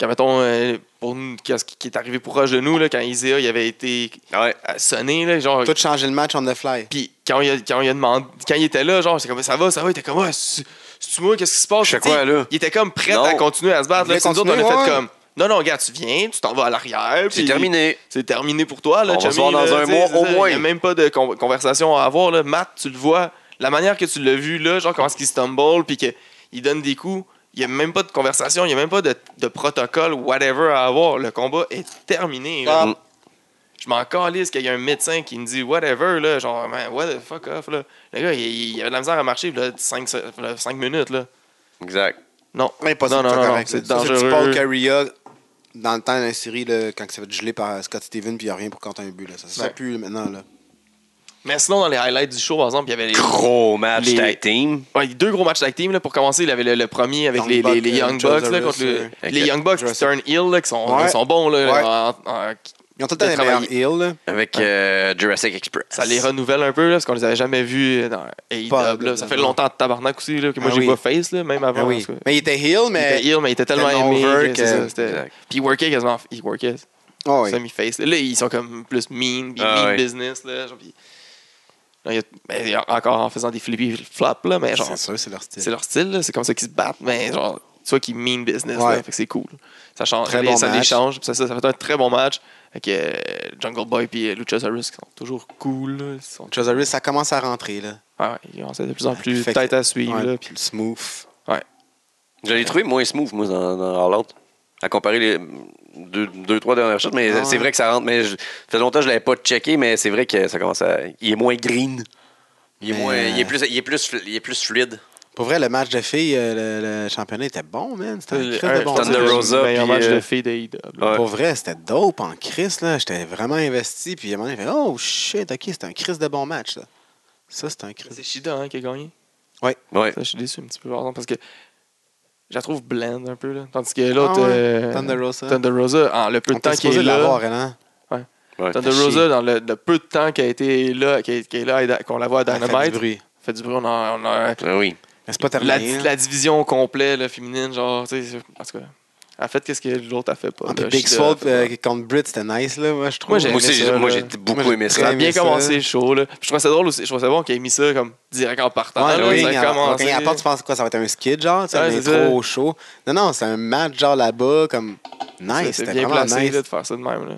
[SPEAKER 3] quand mettons, euh, pour nous, quand ce qui qui est arrivé pour proche de nous, là, quand Isaiah il avait été
[SPEAKER 2] Ouais.
[SPEAKER 3] euh, sonné, là, genre.
[SPEAKER 1] Tout changer le match on the fly.
[SPEAKER 3] Puis quand il, a- quand il a demandé, quand il était là, genre, c'est comme ça va, ça va, il était comme, ah, c'est c'est-tu moi, qu'est-ce qui se passe?
[SPEAKER 2] Je sais
[SPEAKER 3] Tu sais,
[SPEAKER 2] quoi, là?
[SPEAKER 3] Il était comme prêt
[SPEAKER 2] Non.
[SPEAKER 3] à continuer à se battre.
[SPEAKER 1] Il voulait
[SPEAKER 3] Là, Puis nous autres, on a
[SPEAKER 1] continuer,
[SPEAKER 3] fait
[SPEAKER 1] ouais.
[SPEAKER 3] comme, non, non, regarde, tu viens, tu t'en vas à l'arrière.
[SPEAKER 2] C'est
[SPEAKER 3] puis
[SPEAKER 2] terminé.
[SPEAKER 3] C'est terminé pour toi, là,
[SPEAKER 2] On va se
[SPEAKER 3] Chummy,
[SPEAKER 2] voir dans
[SPEAKER 3] là,
[SPEAKER 2] un
[SPEAKER 3] tu sais,
[SPEAKER 2] mois
[SPEAKER 3] c'est
[SPEAKER 2] au
[SPEAKER 3] ça,
[SPEAKER 2] moins.
[SPEAKER 3] Il n'y a même pas de con- conversation à avoir, là. Matt, tu le vois, la manière que tu l'as vu, là, genre, comment est-ce qu'il stumble, puis qu'il donne des coups. Il n'y a même pas de conversation, il n'y a même pas de, de protocole, whatever, à avoir. Le combat est terminé. là.
[SPEAKER 1] Ah.
[SPEAKER 2] Mm.
[SPEAKER 3] Je m'en calisse qu'il y a un médecin qui me dit whatever, là, genre, man, what the fuck off, là. Le gars, il, il avait de la misère à marcher, 5 minutes, là.
[SPEAKER 2] Exact.
[SPEAKER 3] Non.
[SPEAKER 1] Mais pas
[SPEAKER 3] non,
[SPEAKER 1] ça,
[SPEAKER 3] non, non,
[SPEAKER 1] correct,
[SPEAKER 3] non,
[SPEAKER 1] là.
[SPEAKER 3] c'est
[SPEAKER 1] Ça, C'est du Paul
[SPEAKER 3] dangereux.
[SPEAKER 1] Carrier dans le temps de la série, là, quand il s'est fait geler par Scott Steven, puis il n'y a rien pour compter un but. Là. Ça se
[SPEAKER 3] Ouais.
[SPEAKER 1] fait plus là, maintenant. Là.
[SPEAKER 3] Mais sinon, dans les highlights du show, par exemple, il y avait les.
[SPEAKER 2] Gros match
[SPEAKER 3] Les-
[SPEAKER 2] tag team.
[SPEAKER 3] Ouais, deux gros matchs tag team. Là, pour commencer, il avait le, le premier avec
[SPEAKER 1] Young
[SPEAKER 3] les, les- les
[SPEAKER 1] Bucks,
[SPEAKER 3] Young
[SPEAKER 1] euh,
[SPEAKER 3] Bucks.
[SPEAKER 1] Joe
[SPEAKER 3] Là,
[SPEAKER 1] Harris,
[SPEAKER 3] contre le-
[SPEAKER 1] euh,
[SPEAKER 3] les Young Bucks qui
[SPEAKER 1] Jurassic.
[SPEAKER 3] turn heel, là, qui sont,
[SPEAKER 1] Ouais.
[SPEAKER 3] ils sont bons. Là,
[SPEAKER 1] Ouais.
[SPEAKER 3] en- en-
[SPEAKER 1] Ils ont tout le
[SPEAKER 3] De
[SPEAKER 1] temps les meilleurs
[SPEAKER 3] travailler.
[SPEAKER 1] heels. là.
[SPEAKER 2] Avec euh, Jurassic Express.
[SPEAKER 3] ça les renouvelle un peu, là, parce qu'on les avait jamais vus dans
[SPEAKER 1] Pas-
[SPEAKER 3] AEW. là. Ça fait
[SPEAKER 1] non.
[SPEAKER 3] longtemps de tabarnak aussi là, que moi,
[SPEAKER 1] Ah
[SPEAKER 3] j'ai
[SPEAKER 1] oui.
[SPEAKER 3] pas face, là, même avant.
[SPEAKER 1] Ah oui.
[SPEAKER 3] en tout cas.
[SPEAKER 1] Mais il était heel,
[SPEAKER 3] ben Il
[SPEAKER 1] mais.
[SPEAKER 3] était heel, mais il était tellement
[SPEAKER 1] tellement
[SPEAKER 3] aimé.
[SPEAKER 1] over
[SPEAKER 3] que c'est
[SPEAKER 1] que-
[SPEAKER 3] ça, c'était-
[SPEAKER 2] Exact.
[SPEAKER 3] Puis il workait quasiment. Il workait
[SPEAKER 1] Ah oui.
[SPEAKER 3] semi-face. Là, ils sont comme plus mean, puis
[SPEAKER 2] Ah
[SPEAKER 3] mean
[SPEAKER 2] oui.
[SPEAKER 3] business. Là, genre, puis- Là, il y a- ben, il y a encore en faisant des flippy flops, là, mais genre,
[SPEAKER 1] C'est sûr, c'est leur style.
[SPEAKER 3] C'est leur style, là, c'est comme ça qu'ils se battent, mais genre, tu vois qu'ils mean business, là,
[SPEAKER 1] Ouais.
[SPEAKER 3] fait que c'est cool. Ça change,
[SPEAKER 1] Très
[SPEAKER 3] les-
[SPEAKER 1] bon
[SPEAKER 3] ça les
[SPEAKER 1] match.
[SPEAKER 3] change, puis ça, ça, ça fait un très bon match avec euh, Jungle Boy et Luchasaurus qui sont toujours cool. là, Ils, sont,
[SPEAKER 1] Chazarus, ça commence à rentrer. là.
[SPEAKER 3] Ah ouais, ils ont ça de plus en plus
[SPEAKER 1] Fait que-
[SPEAKER 3] tête à suivre.
[SPEAKER 1] Ouais,
[SPEAKER 3] là, puis-
[SPEAKER 1] Smooth.
[SPEAKER 2] Je l'ai trouvé moins smooth, moi, dans, dans All Out. À comparer les deux, deux trois dernières choses. Mais
[SPEAKER 1] Ah
[SPEAKER 2] c'est
[SPEAKER 1] ouais.
[SPEAKER 2] vrai que ça rentre. Mais je, ça fait longtemps que je l'avais pas checké, mais c'est vrai que ça commence à. Il est moins green. Il est,
[SPEAKER 1] Mais-
[SPEAKER 2] moins, il est, plus, il est, plus, fl- il est plus fluide.
[SPEAKER 1] Pour vrai, le match de filles, euh, le, le championnat était bon, man. C'était un
[SPEAKER 3] Le-
[SPEAKER 1] crise de
[SPEAKER 3] Euh, un-
[SPEAKER 1] bon
[SPEAKER 3] je pense que
[SPEAKER 2] Thunder
[SPEAKER 3] c'est
[SPEAKER 1] match.
[SPEAKER 3] le
[SPEAKER 2] Rosa,
[SPEAKER 3] meilleur
[SPEAKER 2] puis,
[SPEAKER 3] match
[SPEAKER 2] euh,
[SPEAKER 3] de E filles d'AEW.
[SPEAKER 2] Ouais.
[SPEAKER 1] Pour vrai, c'était dope en Chris, là. J'étais vraiment investi. Puis à un moment, donné, j'ai fait Oh shit, ok, c'était un Chris de bon match, ça. Ça, c'était un Chris.
[SPEAKER 3] C'est Shida hein, qui a gagné.
[SPEAKER 2] Ouais.
[SPEAKER 3] Ça, je suis déçu un petit peu, par exemple, parce que je la trouve blend un peu. Là, tandis que l'autre,
[SPEAKER 1] Ah ouais.
[SPEAKER 3] euh,
[SPEAKER 1] Thunder Rosa.
[SPEAKER 3] Thunder Rosa, en le peu
[SPEAKER 1] On
[SPEAKER 3] de temps
[SPEAKER 1] était
[SPEAKER 3] qu'il
[SPEAKER 1] supposé
[SPEAKER 3] est là,
[SPEAKER 1] l'avoir, elle, hein.
[SPEAKER 2] ouais.
[SPEAKER 3] Thunder
[SPEAKER 1] Fait chier.
[SPEAKER 3] Rosa, dans le, le peu de temps qu'elle a été là, qu'elle qu'elle est là, et qu'on la voit à
[SPEAKER 1] Elle fait
[SPEAKER 3] Dynamite,
[SPEAKER 1] du bruit.
[SPEAKER 3] fait du bruit, on a, on a
[SPEAKER 2] Ah oui.
[SPEAKER 1] Mais c'est pas
[SPEAKER 3] la,
[SPEAKER 1] terminé.
[SPEAKER 3] di-
[SPEAKER 1] hein.
[SPEAKER 3] la division au complet là, féminine, genre, tu sais, en tout cas, elle a fait qu'est-ce que l'autre a fait pas.
[SPEAKER 1] Ah,
[SPEAKER 3] là,
[SPEAKER 1] puis Big
[SPEAKER 3] Shida,
[SPEAKER 1] Swole
[SPEAKER 3] fait pas.
[SPEAKER 1] euh, contre Britt, c'était nice, là, moi, je trouve. euh,
[SPEAKER 3] Moi, j'ai
[SPEAKER 2] Moi
[SPEAKER 3] aimé
[SPEAKER 2] aussi,
[SPEAKER 3] ça,
[SPEAKER 2] j'ai- moi,
[SPEAKER 3] là.
[SPEAKER 2] j'ai beaucoup
[SPEAKER 1] Moi, j'ai
[SPEAKER 2] aimé
[SPEAKER 1] très
[SPEAKER 2] ça.
[SPEAKER 3] ça a bien
[SPEAKER 1] aimé ça.
[SPEAKER 3] commencé chaud, là. Puis je trouvais ça drôle aussi, je trouvais ça bon qu'elle ait mis ça comme direct en partant.
[SPEAKER 1] Ouais,
[SPEAKER 3] là,
[SPEAKER 1] oui,
[SPEAKER 3] ça a
[SPEAKER 1] en- en-
[SPEAKER 3] commencé.
[SPEAKER 1] quand il apporte, tu penses quoi, ça va être un skid, genre, tu sais,
[SPEAKER 3] Ouais,
[SPEAKER 1] un
[SPEAKER 3] c'est
[SPEAKER 1] intro chaud. Non, non, c'est un match, genre, là-bas, comme,
[SPEAKER 3] Ça,
[SPEAKER 1] nice,
[SPEAKER 3] c'était
[SPEAKER 1] c'était
[SPEAKER 3] bien
[SPEAKER 1] vraiment
[SPEAKER 3] placé
[SPEAKER 1] nice.
[SPEAKER 3] là, de faire ça de même. Là.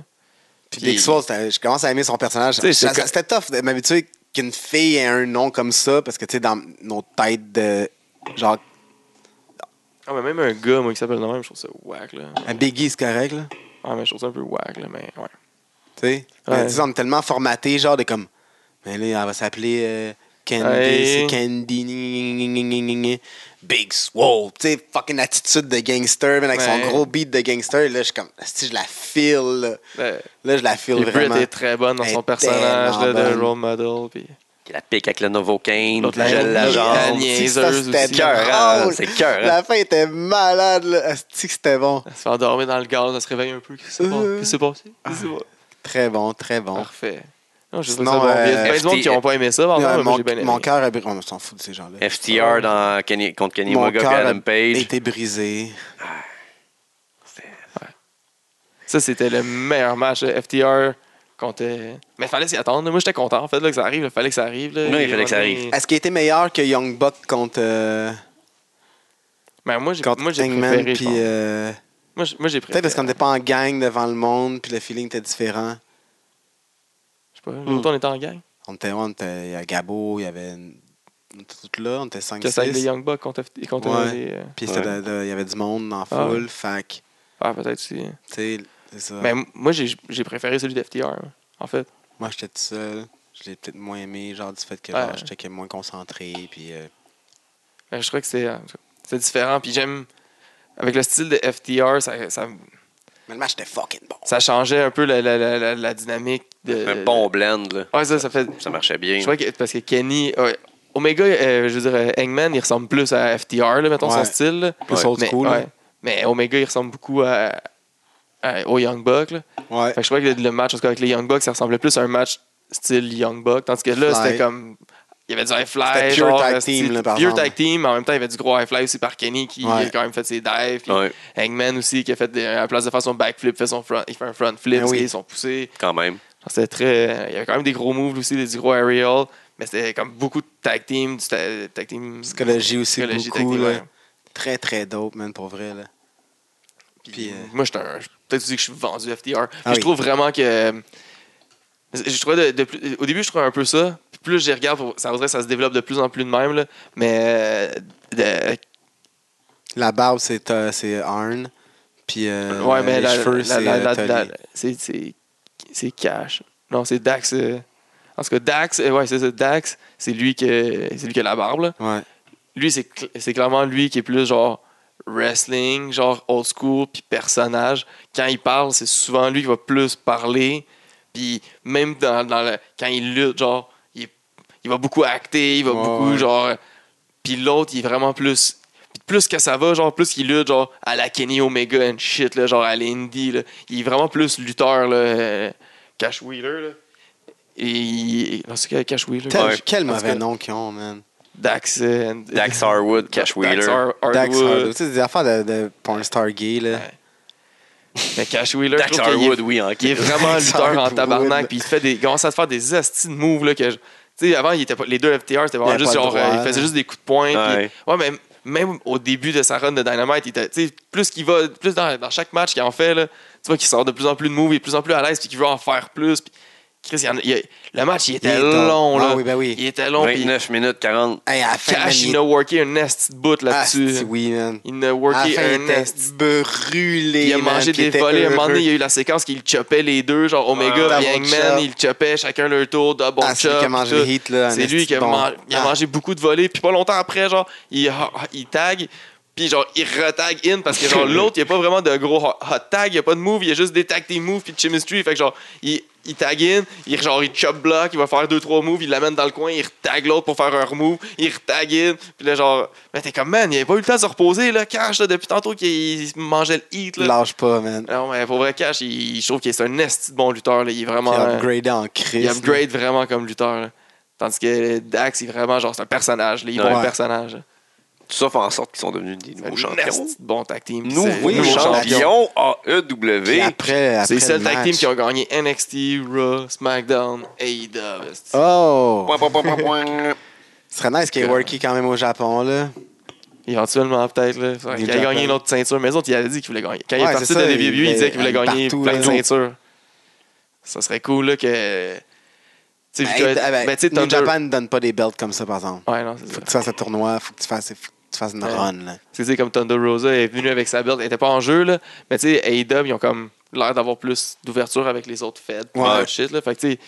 [SPEAKER 1] Puis
[SPEAKER 3] Puis-
[SPEAKER 1] Big Swole, c'était- je commence à aimer son personnage.
[SPEAKER 3] Tu sais, c'est
[SPEAKER 1] Ça-
[SPEAKER 3] que-
[SPEAKER 1] C'était tough de m'habituer qu'une fille ait un nom comme ça, parce que, tu sais, dans nos têtes de, genre,
[SPEAKER 3] Ah, mais même un gars, moi, qui s'appelle de même, je trouve ça whack, là.
[SPEAKER 1] un Biggie, c'est correct, là,
[SPEAKER 3] Ah, mais je trouve ça un peu whack, là, mais ouais.
[SPEAKER 1] tu sais.
[SPEAKER 3] Ouais.
[SPEAKER 1] Mais, tu sais, on est tellement formaté, genre, de comme, mais là, elle va s'appeler... euh, Candy,
[SPEAKER 3] Ouais.
[SPEAKER 1] c'est Candy. gn, gn, gn, gn, gn, gn. Big Swole. Tu sais, fucking attitude de gangster, mais avec son
[SPEAKER 3] Ouais.
[SPEAKER 1] gros beat de gangster. Là, je suis comme, si je la feel. Là,
[SPEAKER 3] Ben,
[SPEAKER 1] Là, je la feel
[SPEAKER 3] puis Britt
[SPEAKER 1] vraiment.
[SPEAKER 3] est très bonne dans
[SPEAKER 1] Elle
[SPEAKER 3] son
[SPEAKER 1] est
[SPEAKER 3] personnage là,
[SPEAKER 1] tellement
[SPEAKER 3] de
[SPEAKER 1] bonne.
[SPEAKER 3] role model. Puis...
[SPEAKER 2] La pique avec le Novocaine,
[SPEAKER 3] L'autre
[SPEAKER 2] la
[SPEAKER 3] la-
[SPEAKER 2] gel la
[SPEAKER 3] la-
[SPEAKER 2] jambe.
[SPEAKER 1] Asti,
[SPEAKER 3] niaiseuse
[SPEAKER 1] ça, c'était
[SPEAKER 3] aussi.
[SPEAKER 2] Cœur, hein,
[SPEAKER 1] drôle.
[SPEAKER 2] c'est cœur, hein.
[SPEAKER 1] La fin était malade. là. Asti, que c'était bon.
[SPEAKER 3] Elle se fait endormir dans le gaz, elle se réveille un peu. Qu'est-ce qui s'est pas-
[SPEAKER 1] Euh.
[SPEAKER 3] qu'est-ce qui s'est passé? Qu'est-ce qui s'est passé?
[SPEAKER 1] Très bon, très bon.
[SPEAKER 3] Parfait. Non, je sais
[SPEAKER 1] Sinon,
[SPEAKER 3] pas, il y a
[SPEAKER 1] euh,
[SPEAKER 3] plein de monde qui
[SPEAKER 2] FT
[SPEAKER 3] n'ont pas aimé ça. par
[SPEAKER 1] Ouais,
[SPEAKER 3] contre, mais moi,
[SPEAKER 1] mon,
[SPEAKER 3] j'ai bien aimé.
[SPEAKER 1] mon cœur a brisé. On s'en fout de ces gens-là.
[SPEAKER 2] FTR dans Kenny- contre Kenny
[SPEAKER 1] Mon
[SPEAKER 2] Omega et
[SPEAKER 1] cœur
[SPEAKER 2] Adam
[SPEAKER 1] a
[SPEAKER 2] Page.
[SPEAKER 1] été brisé.
[SPEAKER 3] Ça, c'était le meilleur match. là, FTR contre. euh, Mais fallait s'y attendre. Moi, j'étais content en fait là, que ça arrive. Il fallait que ça arrive. Là,
[SPEAKER 2] Oui, il
[SPEAKER 3] Et
[SPEAKER 2] fallait que ça
[SPEAKER 3] on est-
[SPEAKER 2] arrive.
[SPEAKER 1] Est-ce qu'il était meilleur que Young Buck contre, euh,
[SPEAKER 3] Mais Ben, moi, j'ai
[SPEAKER 1] contre
[SPEAKER 3] moi, j'ai
[SPEAKER 1] Hangman,
[SPEAKER 3] préféré. je
[SPEAKER 1] puis,
[SPEAKER 3] pense.
[SPEAKER 1] euh,
[SPEAKER 3] Moi, j'ai- moi, j'ai
[SPEAKER 1] Peut-être
[SPEAKER 3] préféré.
[SPEAKER 1] parce qu'on n'était pas en gang devant le monde, puis le feeling était différent.
[SPEAKER 3] Je sais pas. L'autre, on était en gang.
[SPEAKER 1] On était, on était- il y a Gabo, il y avait une- on était toutes là, on était
[SPEAKER 3] Que ça avec les
[SPEAKER 1] 5-6.
[SPEAKER 3] Young Bucks contre. FT contre
[SPEAKER 1] Ouais.
[SPEAKER 3] les, euh,
[SPEAKER 1] Puis c'était
[SPEAKER 2] Ouais.
[SPEAKER 1] de- de- il y avait du monde en
[SPEAKER 3] Ah ouais.
[SPEAKER 1] foule, fac.
[SPEAKER 3] Ah, peut-être si.
[SPEAKER 1] Tu sais, c'est ça.
[SPEAKER 3] Mais m- moi, j'ai j'ai préféré celui d'FTR, en fait.
[SPEAKER 1] Moi, j'étais tout seul. Je l'ai peut-être moins aimé, genre du fait que
[SPEAKER 3] Ouais.
[SPEAKER 1] genre, j'étais comme moins concentré. Puis, euh,
[SPEAKER 3] Mais je crois que c'est euh, c'est différent. Puis j'aime. Avec le style de FTR, ça, ça,
[SPEAKER 1] Mais le match était fucking bon.
[SPEAKER 3] ça changeait un peu la, la, la, la, la dynamique. De,
[SPEAKER 2] Un bon blend, là.
[SPEAKER 3] Ouais, ça, ça fait.
[SPEAKER 2] Ça marchait bien.
[SPEAKER 3] Je crois que parce que Kenny. ouais, Omega, euh, je veux dire, euh, Hangman, il ressemble plus à FTR, là, mettons son
[SPEAKER 1] Ouais.
[SPEAKER 3] style. là.
[SPEAKER 1] Plus
[SPEAKER 2] Ouais.
[SPEAKER 1] old
[SPEAKER 3] mais,
[SPEAKER 1] school.
[SPEAKER 3] ouais.
[SPEAKER 1] là.
[SPEAKER 3] mais Omega, il ressemble beaucoup à, à- au Young Buck. là.
[SPEAKER 1] Ouais.
[SPEAKER 3] Fait que je crois que le, le match, en tout cas, avec les Young Bucks, ça ressemblait plus à un match style Young Buck. Tandis que là,
[SPEAKER 1] Fly.
[SPEAKER 3] c'était comme. Il y avait du high fly.
[SPEAKER 1] C'était pure
[SPEAKER 3] genre,
[SPEAKER 1] tag
[SPEAKER 3] euh,
[SPEAKER 1] team,
[SPEAKER 3] c'était
[SPEAKER 1] là, par
[SPEAKER 3] Pure
[SPEAKER 1] exemple.
[SPEAKER 3] tag team. mais En même temps, il y avait du gros high fly aussi par Kenny qui
[SPEAKER 1] Ouais.
[SPEAKER 3] a quand même fait ses dives. puis
[SPEAKER 2] Ouais,
[SPEAKER 3] Hangman aussi qui a fait, des- à la place de faire son backflip, fait son front, il fait un front flip.
[SPEAKER 1] Ben
[SPEAKER 3] parce
[SPEAKER 1] oui.
[SPEAKER 3] qu'ils sont poussés.
[SPEAKER 2] quand même.
[SPEAKER 3] Genre, C'était très. Il y avait quand même des gros moves aussi, des gros aerial, mais c'était comme beaucoup de tag team, du ta- tag team.
[SPEAKER 1] Psychologie aussi
[SPEAKER 3] psychologie, tag
[SPEAKER 1] beaucoup.
[SPEAKER 3] team,
[SPEAKER 1] là.
[SPEAKER 3] ouais.
[SPEAKER 1] Très, très dope, man, pour vrai. Là.
[SPEAKER 3] Puis,
[SPEAKER 1] Puis, euh, Ah
[SPEAKER 3] Moi, j'étais un- peut-être aussi que je suis vendu FTR. Puis
[SPEAKER 1] oui.
[SPEAKER 3] Je trouve vraiment que. Je trouvais de, de plus- au début, je trouvais un peu ça. Puis plus je regarde, pour- ça, on dirait que ça se développe de plus en plus de même. là. Mais euh,
[SPEAKER 1] La barbe, c'est euh, c'est Arn. Puis
[SPEAKER 3] de-
[SPEAKER 1] euh,
[SPEAKER 3] ouais, mais
[SPEAKER 1] les
[SPEAKER 3] la-
[SPEAKER 1] cheveux,
[SPEAKER 3] la-
[SPEAKER 1] c'est
[SPEAKER 3] la- la-
[SPEAKER 1] euh, Tully.
[SPEAKER 3] la- c'est c'est- c'est Cash. Non, c'est Dax. euh. En tout cas, Dax, euh, ouais, c'est ça. Dax, c'est lui, que, c'est lui qui a la barbe. là.
[SPEAKER 1] Ouais.
[SPEAKER 3] lui, c'est cl- c'est clairement lui qui est plus genre wrestling, genre old school, puis personnage. Quand il parle, c'est souvent lui qui va plus parler. Puis même dans, dans le, quand il lutte, genre, il, est- il va beaucoup acter, il va
[SPEAKER 1] Ouais,
[SPEAKER 3] beaucoup,
[SPEAKER 1] ouais.
[SPEAKER 3] genre. Puis l'autre, il est vraiment plus. puis Plus que ça va, genre, plus qu'il lutte, genre, à la Kenny Omega and shit, là, genre, à l'Indy, là. Il est vraiment plus lutteur, là. euh, Cash Wheeler, là. Et. il- Non, c'est quoi, Cash Wheeler.
[SPEAKER 1] Tel-
[SPEAKER 2] Ouais.
[SPEAKER 1] Quel
[SPEAKER 3] Parce
[SPEAKER 1] mauvais
[SPEAKER 3] que-
[SPEAKER 1] nom qu'ils ont, man.
[SPEAKER 3] Dax. euh,
[SPEAKER 2] Dax Harwood, Cash
[SPEAKER 3] Dax
[SPEAKER 2] Wheeler.
[SPEAKER 3] Har-
[SPEAKER 1] Dax
[SPEAKER 3] Harwood.
[SPEAKER 1] Harlow. Tu sais, des affaires de, de pornstar gay, là.
[SPEAKER 3] Ouais. Mais Cash Wheeler, je
[SPEAKER 2] Dax
[SPEAKER 3] trouve qu'il
[SPEAKER 2] Harwood,
[SPEAKER 3] est-
[SPEAKER 2] oui, en
[SPEAKER 3] il est vraiment
[SPEAKER 1] Dax
[SPEAKER 3] lutteur en
[SPEAKER 1] Harwood.
[SPEAKER 3] tabarnak. Puis il, fait des, il commence à te faire des astis de moves. Là, que je- tu sais, avant, il était pas- les deux FTR, c'était
[SPEAKER 1] Il
[SPEAKER 3] vraiment
[SPEAKER 1] avait
[SPEAKER 3] juste
[SPEAKER 1] pas le
[SPEAKER 3] genre.
[SPEAKER 1] droit,
[SPEAKER 3] euh, il
[SPEAKER 1] là.
[SPEAKER 3] faisait juste des coups de poing. puis-
[SPEAKER 2] Ouais.
[SPEAKER 3] Ouais. mais même au début de sa run de Dynamite, il était, tu sais, plus qu'il va, plus dans, dans chaque match qu'il en fait, là, tu vois qu'il sort de plus en plus de moves, il est de plus en plus à l'aise, puis qu'il veut en faire plus. Puis Chris, il y en a- il y a- le match, il
[SPEAKER 1] Il
[SPEAKER 3] était
[SPEAKER 1] est
[SPEAKER 3] long.
[SPEAKER 1] top.
[SPEAKER 3] Là.
[SPEAKER 1] Ah oui, ben oui.
[SPEAKER 3] Il était long. Puis
[SPEAKER 2] 29 minutes 40.
[SPEAKER 1] Hey, à la fin, man,
[SPEAKER 3] Cash,
[SPEAKER 1] il-
[SPEAKER 3] il a worké un nasty de bout
[SPEAKER 1] Ah,
[SPEAKER 3] là-dessus.
[SPEAKER 1] c'est- oui, man.
[SPEAKER 3] Il a
[SPEAKER 1] À la
[SPEAKER 3] worké
[SPEAKER 1] fin, il
[SPEAKER 3] un
[SPEAKER 1] était
[SPEAKER 3] nasty
[SPEAKER 1] brûlé,
[SPEAKER 3] Il a
[SPEAKER 1] man,
[SPEAKER 3] mangé
[SPEAKER 1] puis il
[SPEAKER 3] des
[SPEAKER 1] était
[SPEAKER 3] volets. À un moment donné,
[SPEAKER 1] heureux.
[SPEAKER 3] il y a eu la séquence qu'il chopait les deux, genre
[SPEAKER 2] Ouais,
[SPEAKER 3] Omega
[SPEAKER 1] ouais.
[SPEAKER 3] et
[SPEAKER 1] Double
[SPEAKER 3] Hangman,
[SPEAKER 1] chop.
[SPEAKER 3] ils le chopaient chacun leur tour, double
[SPEAKER 1] Ah, c'est lui
[SPEAKER 3] chop.
[SPEAKER 1] qui a mangé
[SPEAKER 3] tout.
[SPEAKER 1] le hit, là. un
[SPEAKER 3] C'est lui
[SPEAKER 1] esti
[SPEAKER 3] qui a,
[SPEAKER 1] bon.
[SPEAKER 3] man- il a
[SPEAKER 1] Ah.
[SPEAKER 3] mangé beaucoup de volets. Puis pas longtemps après, genre, il, il tag, puis genre, il retag in parce que genre, l'autre, il n'y a pas vraiment de gros hot, hot tag, il n'y a pas de move, il y a juste des tag team moves, puis de chemistry. Fait que genre, il, il tag in, il, genre, il chop block, il va faire deux, trois moves, il l'amène dans le coin, il retag l'autre pour faire un remove, il retag in, puis là, genre, mais t'es comme, man, il avait pas eu le temps de se reposer, là, cash, là, depuis tantôt qu'il mangeait le hit, là.
[SPEAKER 1] Lâche pas, man.
[SPEAKER 3] Non, mais pour vrai, Cash, il, je trouve qu'il est un esti de bon lutteur. Là. Il est
[SPEAKER 1] Il
[SPEAKER 3] vraiment.
[SPEAKER 1] a
[SPEAKER 3] euh,
[SPEAKER 1] upgradé en
[SPEAKER 3] il
[SPEAKER 1] crise.
[SPEAKER 3] upgrade vraiment comme lutteur. là. Tandis que Dax, il est vraiment genre, c'est un personnage. Là. Il est bon
[SPEAKER 1] Ouais.
[SPEAKER 3] personnage. là.
[SPEAKER 2] Tout ça fait en sorte qu'ils sont devenus des
[SPEAKER 3] C'est
[SPEAKER 2] nouveaux
[SPEAKER 3] un
[SPEAKER 2] champions.
[SPEAKER 3] esti de bon tag team.
[SPEAKER 2] Nous,
[SPEAKER 3] C'est-
[SPEAKER 1] oui,
[SPEAKER 2] nouveaux
[SPEAKER 1] nouveaux
[SPEAKER 2] champions E
[SPEAKER 1] Puis
[SPEAKER 2] AEW.
[SPEAKER 1] après, après
[SPEAKER 3] C'est les seuls
[SPEAKER 1] le
[SPEAKER 3] tag team
[SPEAKER 1] match-
[SPEAKER 3] qui ont gagné NXT, Raw, SmackDown, AEW. esti.
[SPEAKER 1] Oh!
[SPEAKER 2] Point, point, point, point, point.
[SPEAKER 1] Ce serait nice qu'il ait
[SPEAKER 3] Ouais.
[SPEAKER 1] worké quand même au Japon, là.
[SPEAKER 3] Éventuellement, peut-être. là. Faudrait
[SPEAKER 1] New
[SPEAKER 3] qu'il a
[SPEAKER 1] Japan.
[SPEAKER 3] gagné une autre ceinture. Mais les autres, il avait dit qu'il voulait gagner. Quand il
[SPEAKER 1] Ouais,
[SPEAKER 3] est
[SPEAKER 1] c'est
[SPEAKER 3] parti de E,
[SPEAKER 1] ça,
[SPEAKER 3] la
[SPEAKER 1] il-
[SPEAKER 3] il disait qu'il voulait
[SPEAKER 1] il-
[SPEAKER 3] gagner
[SPEAKER 1] partout,
[SPEAKER 3] plein de
[SPEAKER 1] là.
[SPEAKER 3] ceintures. Ça serait cool là, que. Tu sais, vu que-
[SPEAKER 1] Hey, ben,
[SPEAKER 3] mais tu sais,
[SPEAKER 1] New
[SPEAKER 3] Thunder-
[SPEAKER 1] Japan ne donne pas des belts comme ça, par exemple.
[SPEAKER 3] Ouais, non, c'est ça.
[SPEAKER 1] Faut que tu fasses un tournoi, faut que tu fasses, faut que tu fasses une
[SPEAKER 3] Ouais.
[SPEAKER 1] run, là.
[SPEAKER 3] Tu sais, comme Thunder Rosa est venue avec sa belt, elle était pas en jeu, là. Mais tu sais, AEW, ils ont comme l'air d'avoir plus d'ouverture avec les autres feds.
[SPEAKER 1] Ouais.
[SPEAKER 3] Ouais. Shit, là. Fait que tu sais,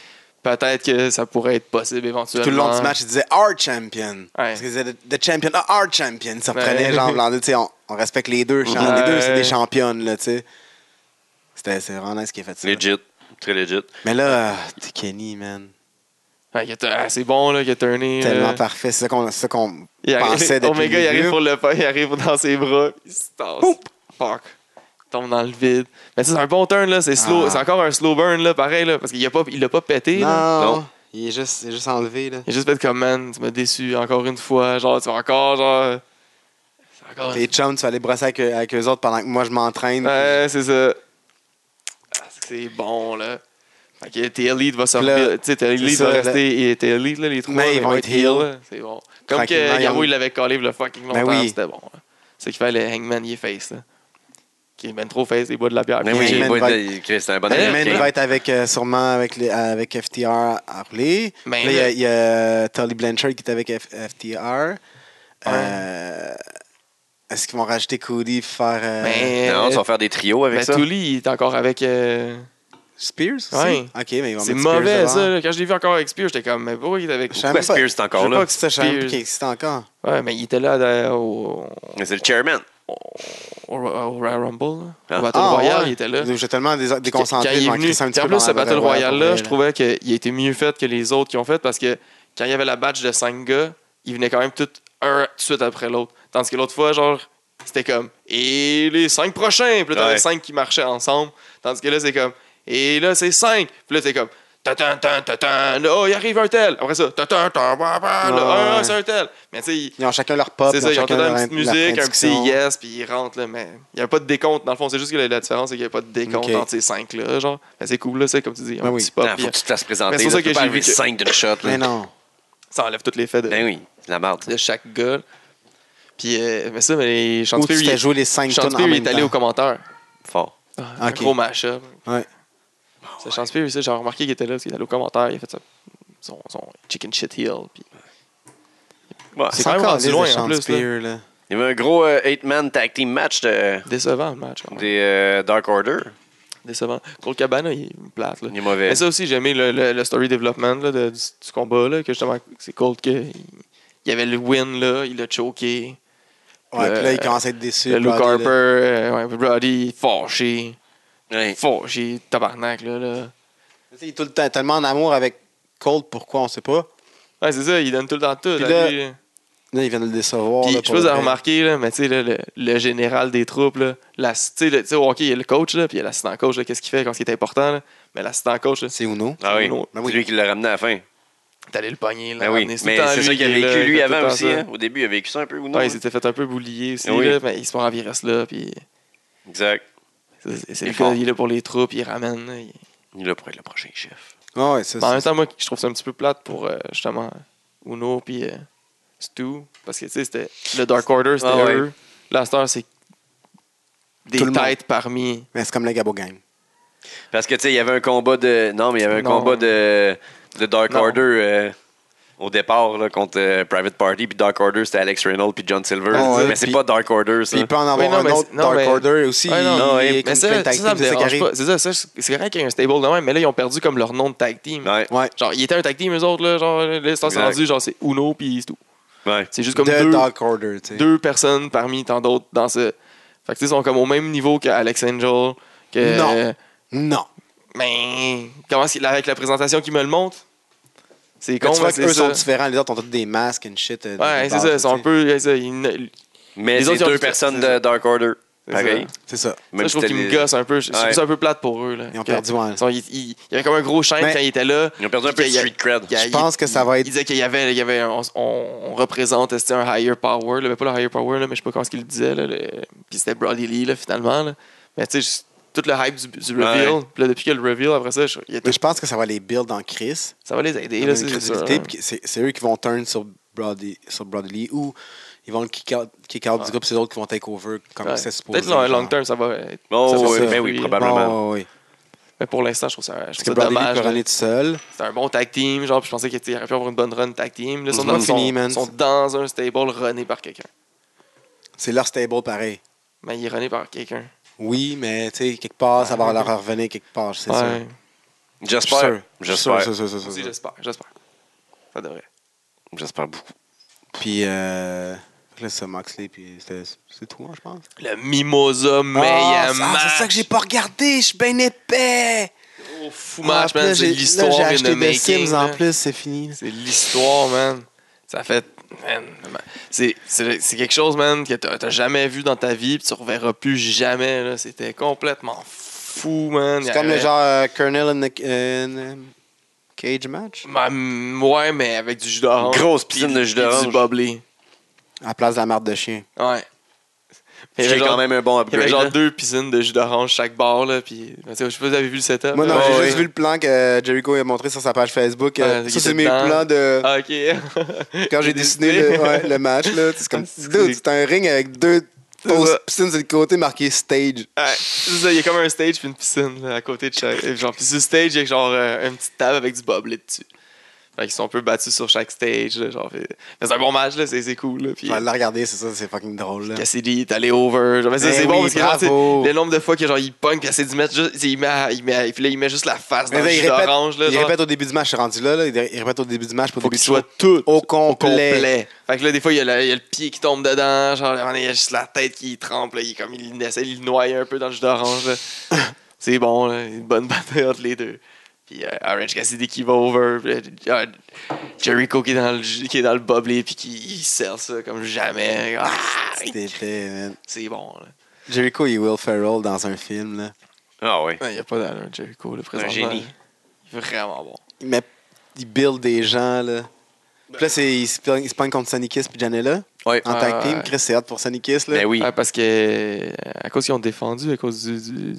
[SPEAKER 3] peut-être que ça pourrait être possible éventuellement.
[SPEAKER 1] Tout le long du match, il disait Our Champion. Parce qu'il disait The the Champion, ah, Our Champion. Ça
[SPEAKER 3] Ouais.
[SPEAKER 1] prenait genre l'an deux, tu sais, on, on respecte les deux. champ- Les deux, c'est
[SPEAKER 3] Ouais.
[SPEAKER 1] des championnes, là, tu sais. C'était c'est vraiment nice qu'il ait fait ça.
[SPEAKER 2] Legit. Très legit.
[SPEAKER 1] Mais là, euh, t'es Kenny, man.
[SPEAKER 3] Ouais, il a t- ah, c'est bon, là, qu'il a turné.
[SPEAKER 1] Tellement
[SPEAKER 3] là.
[SPEAKER 1] parfait. C'est ça qu'on c'est ça qu'on
[SPEAKER 3] Il
[SPEAKER 1] pensait
[SPEAKER 3] arrive,
[SPEAKER 1] depuis
[SPEAKER 3] Omega,
[SPEAKER 1] le
[SPEAKER 3] il arrive
[SPEAKER 1] début.
[SPEAKER 3] pour le pas, il arrive dans ses bras, il se tasse. Fuck. Il tombe dans le vide. Mais tu sais, c'est un bon turn, là. C'est slow.
[SPEAKER 1] Ah.
[SPEAKER 3] C'est encore un slow burn, là, pareil, là. Parce qu'il a pas, il l'a pas pété, là.
[SPEAKER 1] Non,
[SPEAKER 2] Non.
[SPEAKER 1] Il, est juste, il est juste enlevé, là.
[SPEAKER 3] Il a juste fait comme, man, tu m'as déçu encore une fois. Genre, tu vas encore, genre. C'est encore une-
[SPEAKER 1] Tes chums, tu vas aller brosser avec, eux- avec eux autres pendant que moi, je m'entraîne.
[SPEAKER 3] Ouais, c'est ça. Ah, c'est bon, là. Fait que tes elites va
[SPEAKER 1] Puis là,
[SPEAKER 3] sortir. Tu sais, tes elites
[SPEAKER 1] c'est
[SPEAKER 3] va
[SPEAKER 1] ça,
[SPEAKER 3] rester. et Tes elites, là, les trois.
[SPEAKER 1] Mais ils vont être heal.
[SPEAKER 3] là. C'est bon. Comme
[SPEAKER 1] Tranquillement,
[SPEAKER 3] que
[SPEAKER 1] ils ont-
[SPEAKER 3] Garo, il l'avait collé le fucking longtemps,
[SPEAKER 1] Ben oui.
[SPEAKER 3] c'était bon. hein. C'est qu'il fallait Hangman, il est face, là. Qui est ben trop face, il boit de la bière.
[SPEAKER 2] Mais
[SPEAKER 1] Ben oui,
[SPEAKER 2] oui,
[SPEAKER 1] Hangman
[SPEAKER 2] oui,
[SPEAKER 1] va-
[SPEAKER 2] il- Chris, c'est un bon
[SPEAKER 1] Hangman
[SPEAKER 2] Américain.
[SPEAKER 1] Eh, va être avec, euh, sûrement avec, les- avec FTR à Relay.
[SPEAKER 3] Ben
[SPEAKER 1] Là, il y a-
[SPEAKER 3] là.
[SPEAKER 1] il y, a euh, Tully Blanchard qui est avec F- FTR. Euh, Est-ce qu'ils vont rajouter Cody pour faire euh,
[SPEAKER 3] Mais.
[SPEAKER 2] Non, ils vont faire des trios avec
[SPEAKER 3] Ben,
[SPEAKER 2] ça.
[SPEAKER 3] Tully, il est encore avec. euh,
[SPEAKER 1] Spears aussi?
[SPEAKER 3] Ouais.
[SPEAKER 1] Ok, mais ils vont
[SPEAKER 3] C'est
[SPEAKER 1] mettre Spears
[SPEAKER 3] mauvais,
[SPEAKER 1] devant.
[SPEAKER 3] ça. là. Quand je l'ai vu encore avec Spear, j'étais comme, mais pourquoi il est avec.
[SPEAKER 1] Je savais
[SPEAKER 2] Pourquoi
[SPEAKER 1] même pas-
[SPEAKER 2] Spears est
[SPEAKER 1] Je
[SPEAKER 2] encore
[SPEAKER 1] sais
[SPEAKER 2] là?
[SPEAKER 1] pas que c'était je savais même pas
[SPEAKER 3] Spears.
[SPEAKER 1] qu'il existait encore.
[SPEAKER 3] Ouais, mais il était là dans- au,
[SPEAKER 2] Mais C'est le chairman.
[SPEAKER 3] au, au Royal Rumble. là.
[SPEAKER 2] Ah.
[SPEAKER 3] Au Battle
[SPEAKER 1] Ah,
[SPEAKER 3] Royal,
[SPEAKER 1] ouais.
[SPEAKER 3] il était là.
[SPEAKER 1] J'ai tellement dés-
[SPEAKER 3] quand
[SPEAKER 1] déconcentré.
[SPEAKER 3] il
[SPEAKER 1] je
[SPEAKER 3] est
[SPEAKER 1] m'en
[SPEAKER 3] venu,
[SPEAKER 1] crissais un petit
[SPEAKER 3] puis en
[SPEAKER 1] peu
[SPEAKER 3] plus,
[SPEAKER 1] dans
[SPEAKER 3] ce
[SPEAKER 1] la
[SPEAKER 3] Battle
[SPEAKER 1] vraie
[SPEAKER 3] Royale
[SPEAKER 1] pour
[SPEAKER 3] là,
[SPEAKER 1] vrai,
[SPEAKER 3] je trouvais qu'il a été mieux fait que les autres qui ont fait parce que quand il y avait la badge de 5 gars, il venait quand même tout un tout de suite après l'autre. Tandis que l'autre fois, genre, c'était comme et les 5 prochains, puis là t'avais
[SPEAKER 2] Ouais.
[SPEAKER 3] 5 qui marchaient ensemble. Tandis que là, c'est comme et là, c'est 5, puis là, t'es comme tatan tatan tatan, là, oh, il arrive un tel. Après ça, tatan tatan, bah, bah, là,
[SPEAKER 1] Ouais.
[SPEAKER 3] ah, c'est un tel. Mais tu sais, il-
[SPEAKER 1] Ils ont chacun leur pop.
[SPEAKER 3] c'est ça, ils ont tout
[SPEAKER 1] chacun
[SPEAKER 3] un
[SPEAKER 1] leur
[SPEAKER 3] petite
[SPEAKER 1] in- leur
[SPEAKER 3] musique, un petit
[SPEAKER 1] introduction.
[SPEAKER 3] yes, puis ils rentrent, là, mais il n'y a pas de décompte. Dans le fond, c'est juste que la, la différence, c'est qu'il n'y a pas de décompte
[SPEAKER 1] Ok.
[SPEAKER 3] entre ces cinq-là, genre. Mais c'est cool, là, c'est comme tu dis, un
[SPEAKER 1] Ben oui.
[SPEAKER 3] petit pop.
[SPEAKER 2] Ah,
[SPEAKER 3] puis
[SPEAKER 2] faut que tu te fasses présenter.
[SPEAKER 3] Mais c'est
[SPEAKER 2] là,
[SPEAKER 3] pour ça
[SPEAKER 2] tu peux
[SPEAKER 3] que
[SPEAKER 2] pas
[SPEAKER 3] j'ai
[SPEAKER 2] arriver
[SPEAKER 3] vu que-
[SPEAKER 2] cinq d'une shot.
[SPEAKER 1] Mais
[SPEAKER 2] Là.
[SPEAKER 1] non.
[SPEAKER 3] Ça enlève toutes les faits de,
[SPEAKER 2] Ben oui, c'est la merde.
[SPEAKER 3] de chaque gars. Puis, euh, mais ça, mais les
[SPEAKER 1] Ou tu
[SPEAKER 3] Chantier,
[SPEAKER 1] t'es
[SPEAKER 3] il,
[SPEAKER 1] joué les 5 tonnes en
[SPEAKER 3] Chantier, il
[SPEAKER 1] même
[SPEAKER 3] est allé aux
[SPEAKER 1] temps. Ah,
[SPEAKER 3] commentaires.
[SPEAKER 2] Fort.
[SPEAKER 3] Un
[SPEAKER 1] Ok.
[SPEAKER 3] gros match-up.
[SPEAKER 1] Ouais.
[SPEAKER 3] C'est Chantier, ça, j'ai remarqué qu'il était là, parce qu'il est allé aux commentaires, il a fait ça, son, son chicken shit heel. Puis...
[SPEAKER 2] Ouais.
[SPEAKER 3] C'est quand même rendu
[SPEAKER 1] les
[SPEAKER 3] loin, en
[SPEAKER 1] échanges
[SPEAKER 3] plus, là.
[SPEAKER 1] Spears, là.
[SPEAKER 2] Il y avait un gros 8-man tag team match de,
[SPEAKER 3] Décevant, le match. quand même.
[SPEAKER 2] des euh, Dark Order.
[SPEAKER 3] Décevant. Cole Cabana, il est plate, là.
[SPEAKER 2] Il est mauvais.
[SPEAKER 3] Mais ça aussi, j'ai aimé le, le- le story development là, de- du, du combat, là, que justement, c'est Colt que il il y avait le win, là, il l'a choqué.
[SPEAKER 1] Ouais,
[SPEAKER 3] Le-
[SPEAKER 1] puis là, il commence à être déçu.
[SPEAKER 3] Euh, le Luke
[SPEAKER 1] Brody, là.
[SPEAKER 3] Harper, euh, ouais, puis Brody, fâché.
[SPEAKER 2] Ouais.
[SPEAKER 3] Fâché, tabarnak, là. là.
[SPEAKER 1] Tu sais, Il est tout le temps tellement en amour avec Colt, pourquoi, on sait pas.
[SPEAKER 3] Ouais, c'est ça, il donne tout le temps tout.
[SPEAKER 1] Puis
[SPEAKER 3] à
[SPEAKER 1] là,
[SPEAKER 3] lui, là.
[SPEAKER 1] Là, il vient de le décevoir.
[SPEAKER 3] Puis,
[SPEAKER 1] là,
[SPEAKER 3] je
[SPEAKER 1] pour
[SPEAKER 3] sais pas si vous
[SPEAKER 1] vrai.
[SPEAKER 3] avez remarqué, là, mais tu sais, là, le, le général des troupes, là, la- tu sais, le- tu sais, au hockey, il y a le coach, là, puis il y a l'assistant coach, là, qu'est-ce qu'il fait quand c'est important, là. Mais l'assistant coach, là,
[SPEAKER 1] C'est Uno.
[SPEAKER 2] Ah oui,
[SPEAKER 3] Ben
[SPEAKER 2] c'est
[SPEAKER 1] oui.
[SPEAKER 2] lui qui l'a ramené à la fin.
[SPEAKER 3] t'es allé le pogner, là.
[SPEAKER 2] Ben oui,
[SPEAKER 3] ramener, tout le
[SPEAKER 2] mais
[SPEAKER 3] temps
[SPEAKER 2] c'est
[SPEAKER 3] lui
[SPEAKER 2] ça qu'il a
[SPEAKER 3] qui est là,
[SPEAKER 2] vécu lui
[SPEAKER 3] fait tout le
[SPEAKER 2] avant
[SPEAKER 3] temps
[SPEAKER 2] aussi.
[SPEAKER 3] ça.
[SPEAKER 2] hein. Au début, il a vécu ça un peu ou non?
[SPEAKER 3] Ouais,
[SPEAKER 2] hein?
[SPEAKER 3] il s'était fait un peu boulier aussi,
[SPEAKER 2] Oui.
[SPEAKER 3] là, mais il se prend en virus là, puis
[SPEAKER 2] Exact.
[SPEAKER 3] c'est
[SPEAKER 2] Il
[SPEAKER 3] c'est
[SPEAKER 2] est
[SPEAKER 3] le
[SPEAKER 2] fort.
[SPEAKER 3] gars, il est là pour les troupes, il ramène. là, il-
[SPEAKER 2] Il est là pour être le prochain chef.
[SPEAKER 1] Ah ouais, ça,
[SPEAKER 3] Mais en même
[SPEAKER 1] c'est
[SPEAKER 3] temps, moi, je trouve ça un petit peu plate pour euh, justement Uno puis euh, Stu, parce que tu sais, c'était le Dark Order, c'était
[SPEAKER 2] Ah ouais.
[SPEAKER 3] eux. Là, à cette heure, c'est des
[SPEAKER 1] Tout le monde.
[SPEAKER 3] têtes parmi.
[SPEAKER 1] Mais c'est comme la Gabo Gang.
[SPEAKER 2] Parce que, tu sais, il y avait un combat de. Non, mais il y avait un
[SPEAKER 3] Non.
[SPEAKER 2] combat de, de Dark
[SPEAKER 3] Non.
[SPEAKER 2] Order euh, au départ là, contre euh, Private Party. Puis Dark Order, c'était Alex Reynolds puis John Silver.
[SPEAKER 1] Ah, ouais,
[SPEAKER 2] mais c'est
[SPEAKER 1] puis-
[SPEAKER 2] pas Dark Order, ça.
[SPEAKER 1] Puis il peut en avoir
[SPEAKER 3] Oui, non,
[SPEAKER 1] un
[SPEAKER 3] mais
[SPEAKER 1] autre
[SPEAKER 3] c'est- non,
[SPEAKER 1] Dark
[SPEAKER 3] mais-
[SPEAKER 1] Order aussi.
[SPEAKER 3] Ouais, non,
[SPEAKER 1] il-
[SPEAKER 2] non, ouais,
[SPEAKER 1] il est
[SPEAKER 3] Mais
[SPEAKER 1] comme
[SPEAKER 3] ça,
[SPEAKER 1] plein de
[SPEAKER 3] ça,
[SPEAKER 1] tag
[SPEAKER 3] ça me
[SPEAKER 1] teams, c'est ça qui
[SPEAKER 3] dérange
[SPEAKER 1] arrive.
[SPEAKER 3] pas. C'est ça, ça, c'est correct qu'il y ait un stable de même, mais là, ils ont perdu comme leur nom de tag team.
[SPEAKER 2] Ouais,
[SPEAKER 1] Ouais.
[SPEAKER 3] Genre, ils étaient un tag team, eux autres, là, genre, là, c'est
[SPEAKER 2] Exact.
[SPEAKER 3] rendu, genre, c'est Uno puis Stu.
[SPEAKER 2] ouais.
[SPEAKER 3] C'est juste comme
[SPEAKER 1] De
[SPEAKER 3] deux,
[SPEAKER 1] Dark Order, tu sais.
[SPEAKER 3] deux personnes parmi tant d'autres dans ce. Fait que tu sais, ils sont comme au même niveau qu'Alex Angel. Que,
[SPEAKER 1] Non. Non.
[SPEAKER 3] Mais comment est-ce qu'il- avec la présentation qui me le montre C'est
[SPEAKER 1] Mais
[SPEAKER 3] con,
[SPEAKER 1] tu vois
[SPEAKER 3] mais c'est
[SPEAKER 1] qu'eux sont
[SPEAKER 3] ça.
[SPEAKER 1] différents. Les autres ont tous des masques and shit. euh, de-
[SPEAKER 3] Ouais,
[SPEAKER 1] de
[SPEAKER 3] c'est
[SPEAKER 1] base,
[SPEAKER 3] ça. Ils sont un
[SPEAKER 1] tu sais.
[SPEAKER 3] peu. c'est ça, ils-
[SPEAKER 2] Mais
[SPEAKER 3] Les
[SPEAKER 2] c'est
[SPEAKER 3] autres, ils ont
[SPEAKER 2] deux
[SPEAKER 3] tout-
[SPEAKER 2] personnes
[SPEAKER 3] c'est
[SPEAKER 2] de Dark Order.
[SPEAKER 3] c'est
[SPEAKER 2] Pareil.
[SPEAKER 3] ça.
[SPEAKER 1] C'est ça.
[SPEAKER 3] Ça, je trouve qu'ils me gossent un peu. Je je
[SPEAKER 2] Ouais.
[SPEAKER 3] trouve ça un peu plate pour eux. Là,
[SPEAKER 1] Ils ont
[SPEAKER 3] Que-
[SPEAKER 1] perdu un.
[SPEAKER 3] ils sont- ils- ils- Il y avait comme un gros chaîne
[SPEAKER 1] Mais-
[SPEAKER 3] quand ils étaient là.
[SPEAKER 2] Ils ont perdu un peu de
[SPEAKER 3] Il y a-
[SPEAKER 2] street cred.
[SPEAKER 3] il y a-
[SPEAKER 1] Je pense que ça va
[SPEAKER 3] Ils
[SPEAKER 1] être.
[SPEAKER 3] disaient qu'il y avait, il y avait un- on, on- on représente c'était un higher power, là, mais pas le higher power, là, mais je sais pas comment ce qu'il disait. Là, le- Puis c'était Brody Lee, là, finalement. là. Mais tu sais, je- tout le hype du, du reveal.
[SPEAKER 2] Ouais.
[SPEAKER 3] Puis là, depuis qu'il y a le reveal, après ça, je- il y a tout-
[SPEAKER 1] Mais je pense que ça va les build en Chris.
[SPEAKER 3] ça va les aider.
[SPEAKER 1] Ils ont
[SPEAKER 3] Là,
[SPEAKER 1] une
[SPEAKER 3] c'est c'est sûr,
[SPEAKER 1] crédibilité,
[SPEAKER 3] hein.
[SPEAKER 1] puis que C'est c'est eux qui vont turn sur Brody, sur Brody Lee ou ils vont le kick out, kick out du groupe, c'est les autres qui vont take over comme
[SPEAKER 3] Ouais.
[SPEAKER 1] c'est supposé.
[SPEAKER 3] Peut-être long,
[SPEAKER 1] genre.
[SPEAKER 3] long term, ça va être.
[SPEAKER 2] Oh,
[SPEAKER 3] ça va
[SPEAKER 1] oui,
[SPEAKER 3] être
[SPEAKER 1] ben
[SPEAKER 2] oui,
[SPEAKER 3] lui,
[SPEAKER 1] Ouais,
[SPEAKER 2] probablement.
[SPEAKER 1] ouais, ouais.
[SPEAKER 3] Mais pour l'instant, je trouve ça, je
[SPEAKER 1] Parce que
[SPEAKER 3] trouve
[SPEAKER 1] Brody
[SPEAKER 3] ça
[SPEAKER 1] Lee
[SPEAKER 3] dommage. hein.
[SPEAKER 1] peut
[SPEAKER 3] là.
[SPEAKER 1] runner tout seul.
[SPEAKER 3] C'est un bon tag team, genre, puis je pensais qu'il aurait pu avoir une bonne run tag team. Là, ils sont,
[SPEAKER 1] Ils ont
[SPEAKER 3] dans,
[SPEAKER 1] fini,
[SPEAKER 3] sont-
[SPEAKER 1] man.
[SPEAKER 3] sont dans un stable runné par quelqu'un.
[SPEAKER 1] C'est leur stable pareil.
[SPEAKER 3] Mais il est runné par quelqu'un.
[SPEAKER 1] Oui, mais tu sais, quelque part, ça va
[SPEAKER 3] Ouais.
[SPEAKER 1] leur revenir quelque part, c'est
[SPEAKER 3] Ouais.
[SPEAKER 1] sûr. Je suis sûr.
[SPEAKER 2] J'espère.
[SPEAKER 1] Je suis sûr,
[SPEAKER 2] J'espère.
[SPEAKER 1] sûr, sûr, sûr, sûr,
[SPEAKER 3] Aussi,
[SPEAKER 1] sûr.
[SPEAKER 3] j'espère, j'espère. Ça devrait.
[SPEAKER 2] J'espère beaucoup.
[SPEAKER 1] Puis, euh, là, c'est Moxley, puis c'était- c'est tout, hein, je pense.
[SPEAKER 3] Le Mimosa
[SPEAKER 1] Ah,
[SPEAKER 3] meilleur
[SPEAKER 1] c'est- ah,
[SPEAKER 3] match.
[SPEAKER 1] c'est ça que j'ai pas regardé, je suis bien épais.
[SPEAKER 3] Au fou
[SPEAKER 1] Ah,
[SPEAKER 3] match,
[SPEAKER 1] puis
[SPEAKER 3] man.
[SPEAKER 1] là,
[SPEAKER 3] C'est
[SPEAKER 1] j'ai-
[SPEAKER 3] l'histoire
[SPEAKER 1] là, j'ai
[SPEAKER 3] in the
[SPEAKER 1] acheté des
[SPEAKER 3] making.
[SPEAKER 1] Sims en
[SPEAKER 3] là.
[SPEAKER 1] plus, c'est fini.
[SPEAKER 3] C'est l'histoire, man. Ça fait. man, man. C'est c'est- c'est quelque chose, man, que t'as t'as jamais vu dans ta vie, puis tu reverras plus jamais. là. C'était complètement fou, man. Il
[SPEAKER 1] C'est
[SPEAKER 3] y
[SPEAKER 1] comme le
[SPEAKER 3] avait-
[SPEAKER 1] genre euh, Colonel in the- in, um, Cage match.
[SPEAKER 3] Ma- ouais, mais avec du jus d'orange.
[SPEAKER 2] Grosse piscine de jus
[SPEAKER 3] Puis
[SPEAKER 2] d'orange.
[SPEAKER 3] Du bubbly.
[SPEAKER 1] À la place de la marde de chien.
[SPEAKER 3] Ouais. Il y
[SPEAKER 2] J'ai
[SPEAKER 3] avait genre,
[SPEAKER 2] quand même un bon
[SPEAKER 3] il y avait
[SPEAKER 2] upgrade.
[SPEAKER 3] genre
[SPEAKER 2] là.
[SPEAKER 3] deux piscines de jus d'orange chaque bord, là. Puis, je sais pas si vous avez vu le setup.
[SPEAKER 1] Moi, non,
[SPEAKER 3] là.
[SPEAKER 2] Ouais,
[SPEAKER 1] j'ai
[SPEAKER 2] ouais.
[SPEAKER 1] juste vu le plan que Jericho a montré sur sa page Facebook. Euh,
[SPEAKER 3] Ouais,
[SPEAKER 1] ça,
[SPEAKER 3] il
[SPEAKER 1] c'est
[SPEAKER 3] était
[SPEAKER 1] mes
[SPEAKER 3] dedans.
[SPEAKER 1] plans de
[SPEAKER 3] Ah, ok.
[SPEAKER 1] quand j'ai dessiné le, ouais, le match. là. C'est comme,
[SPEAKER 3] C'est
[SPEAKER 1] dude, c'est un ring avec deux
[SPEAKER 3] C'est
[SPEAKER 1] fausses
[SPEAKER 3] ça.
[SPEAKER 1] piscines sur le côté marqué stage.
[SPEAKER 3] Ouais, c'est ça, il y a comme un stage puis une piscine là, à côté de chaque. et Genre, puis sur le stage, il y a genre euh, une petite table avec du boblet dessus. Fait qu'ils sont un peu battus sur chaque stage. Là, genre, fait- mais c'est un bon match, là, c'est c'est cool. Là, puis
[SPEAKER 1] Je vais la regarder, c'est ça, c'est fucking drôle. là.
[SPEAKER 3] Cassidy est allé over. Genre, mais ça,
[SPEAKER 1] Hein? Ben
[SPEAKER 3] c'est
[SPEAKER 1] oui,
[SPEAKER 3] bon parce que genre,
[SPEAKER 1] bravo.
[SPEAKER 3] tu sais, le nombre de fois que genre il pogne, Cassidy met juste. Il met, il met, puis là, il met juste la face dans
[SPEAKER 1] Mais
[SPEAKER 3] le
[SPEAKER 1] là,
[SPEAKER 3] jus
[SPEAKER 1] il, répète,
[SPEAKER 3] d'orange. là,
[SPEAKER 1] il
[SPEAKER 3] genre,
[SPEAKER 1] répète au début du match, je suis rendu là, là, il il répète au début du match pour
[SPEAKER 3] faut
[SPEAKER 1] début
[SPEAKER 3] qu'il
[SPEAKER 1] de
[SPEAKER 3] soit
[SPEAKER 1] show.
[SPEAKER 3] tout
[SPEAKER 1] au complet.
[SPEAKER 3] complet. Fait que là, des fois, il y, a le, il y a le pied qui tombe dedans, genre, là, il y a juste la tête qui trempe, là, il, est comme, il essaie de le noyer un peu dans le jus d'orange. là. C'est bon, là, une bonne bataille entre les deux. Puis euh, Orange Cassidy qui va over, puis, euh, Jericho qui est dans le, jus- qui est dans le boblé, puis qui il sert ça comme jamais. Ah,
[SPEAKER 1] C'était fait, man.
[SPEAKER 3] c'est bon. là.
[SPEAKER 1] Jericho et Will Ferrell dans un film. Là.
[SPEAKER 2] Ah oui.
[SPEAKER 3] Ouais, Il n'y a pas d'allure, Jericho, le présentement.
[SPEAKER 2] génie.
[SPEAKER 3] Il est Vraiment bon.
[SPEAKER 1] Il, met, il build des gens. Là.
[SPEAKER 3] Ben.
[SPEAKER 1] Puis là, c'est, il, se pogne, il se pogne contre Sonny Kiss puis Janela
[SPEAKER 2] Ouais.
[SPEAKER 1] en tag
[SPEAKER 3] Ah,
[SPEAKER 1] team.
[SPEAKER 3] ouais.
[SPEAKER 1] Chris, c'est hâte pour Sonny Kiss. Là.
[SPEAKER 2] Ben oui.
[SPEAKER 3] Ouais, parce que, euh, à cause qu'ils ont défendu, à cause du. du-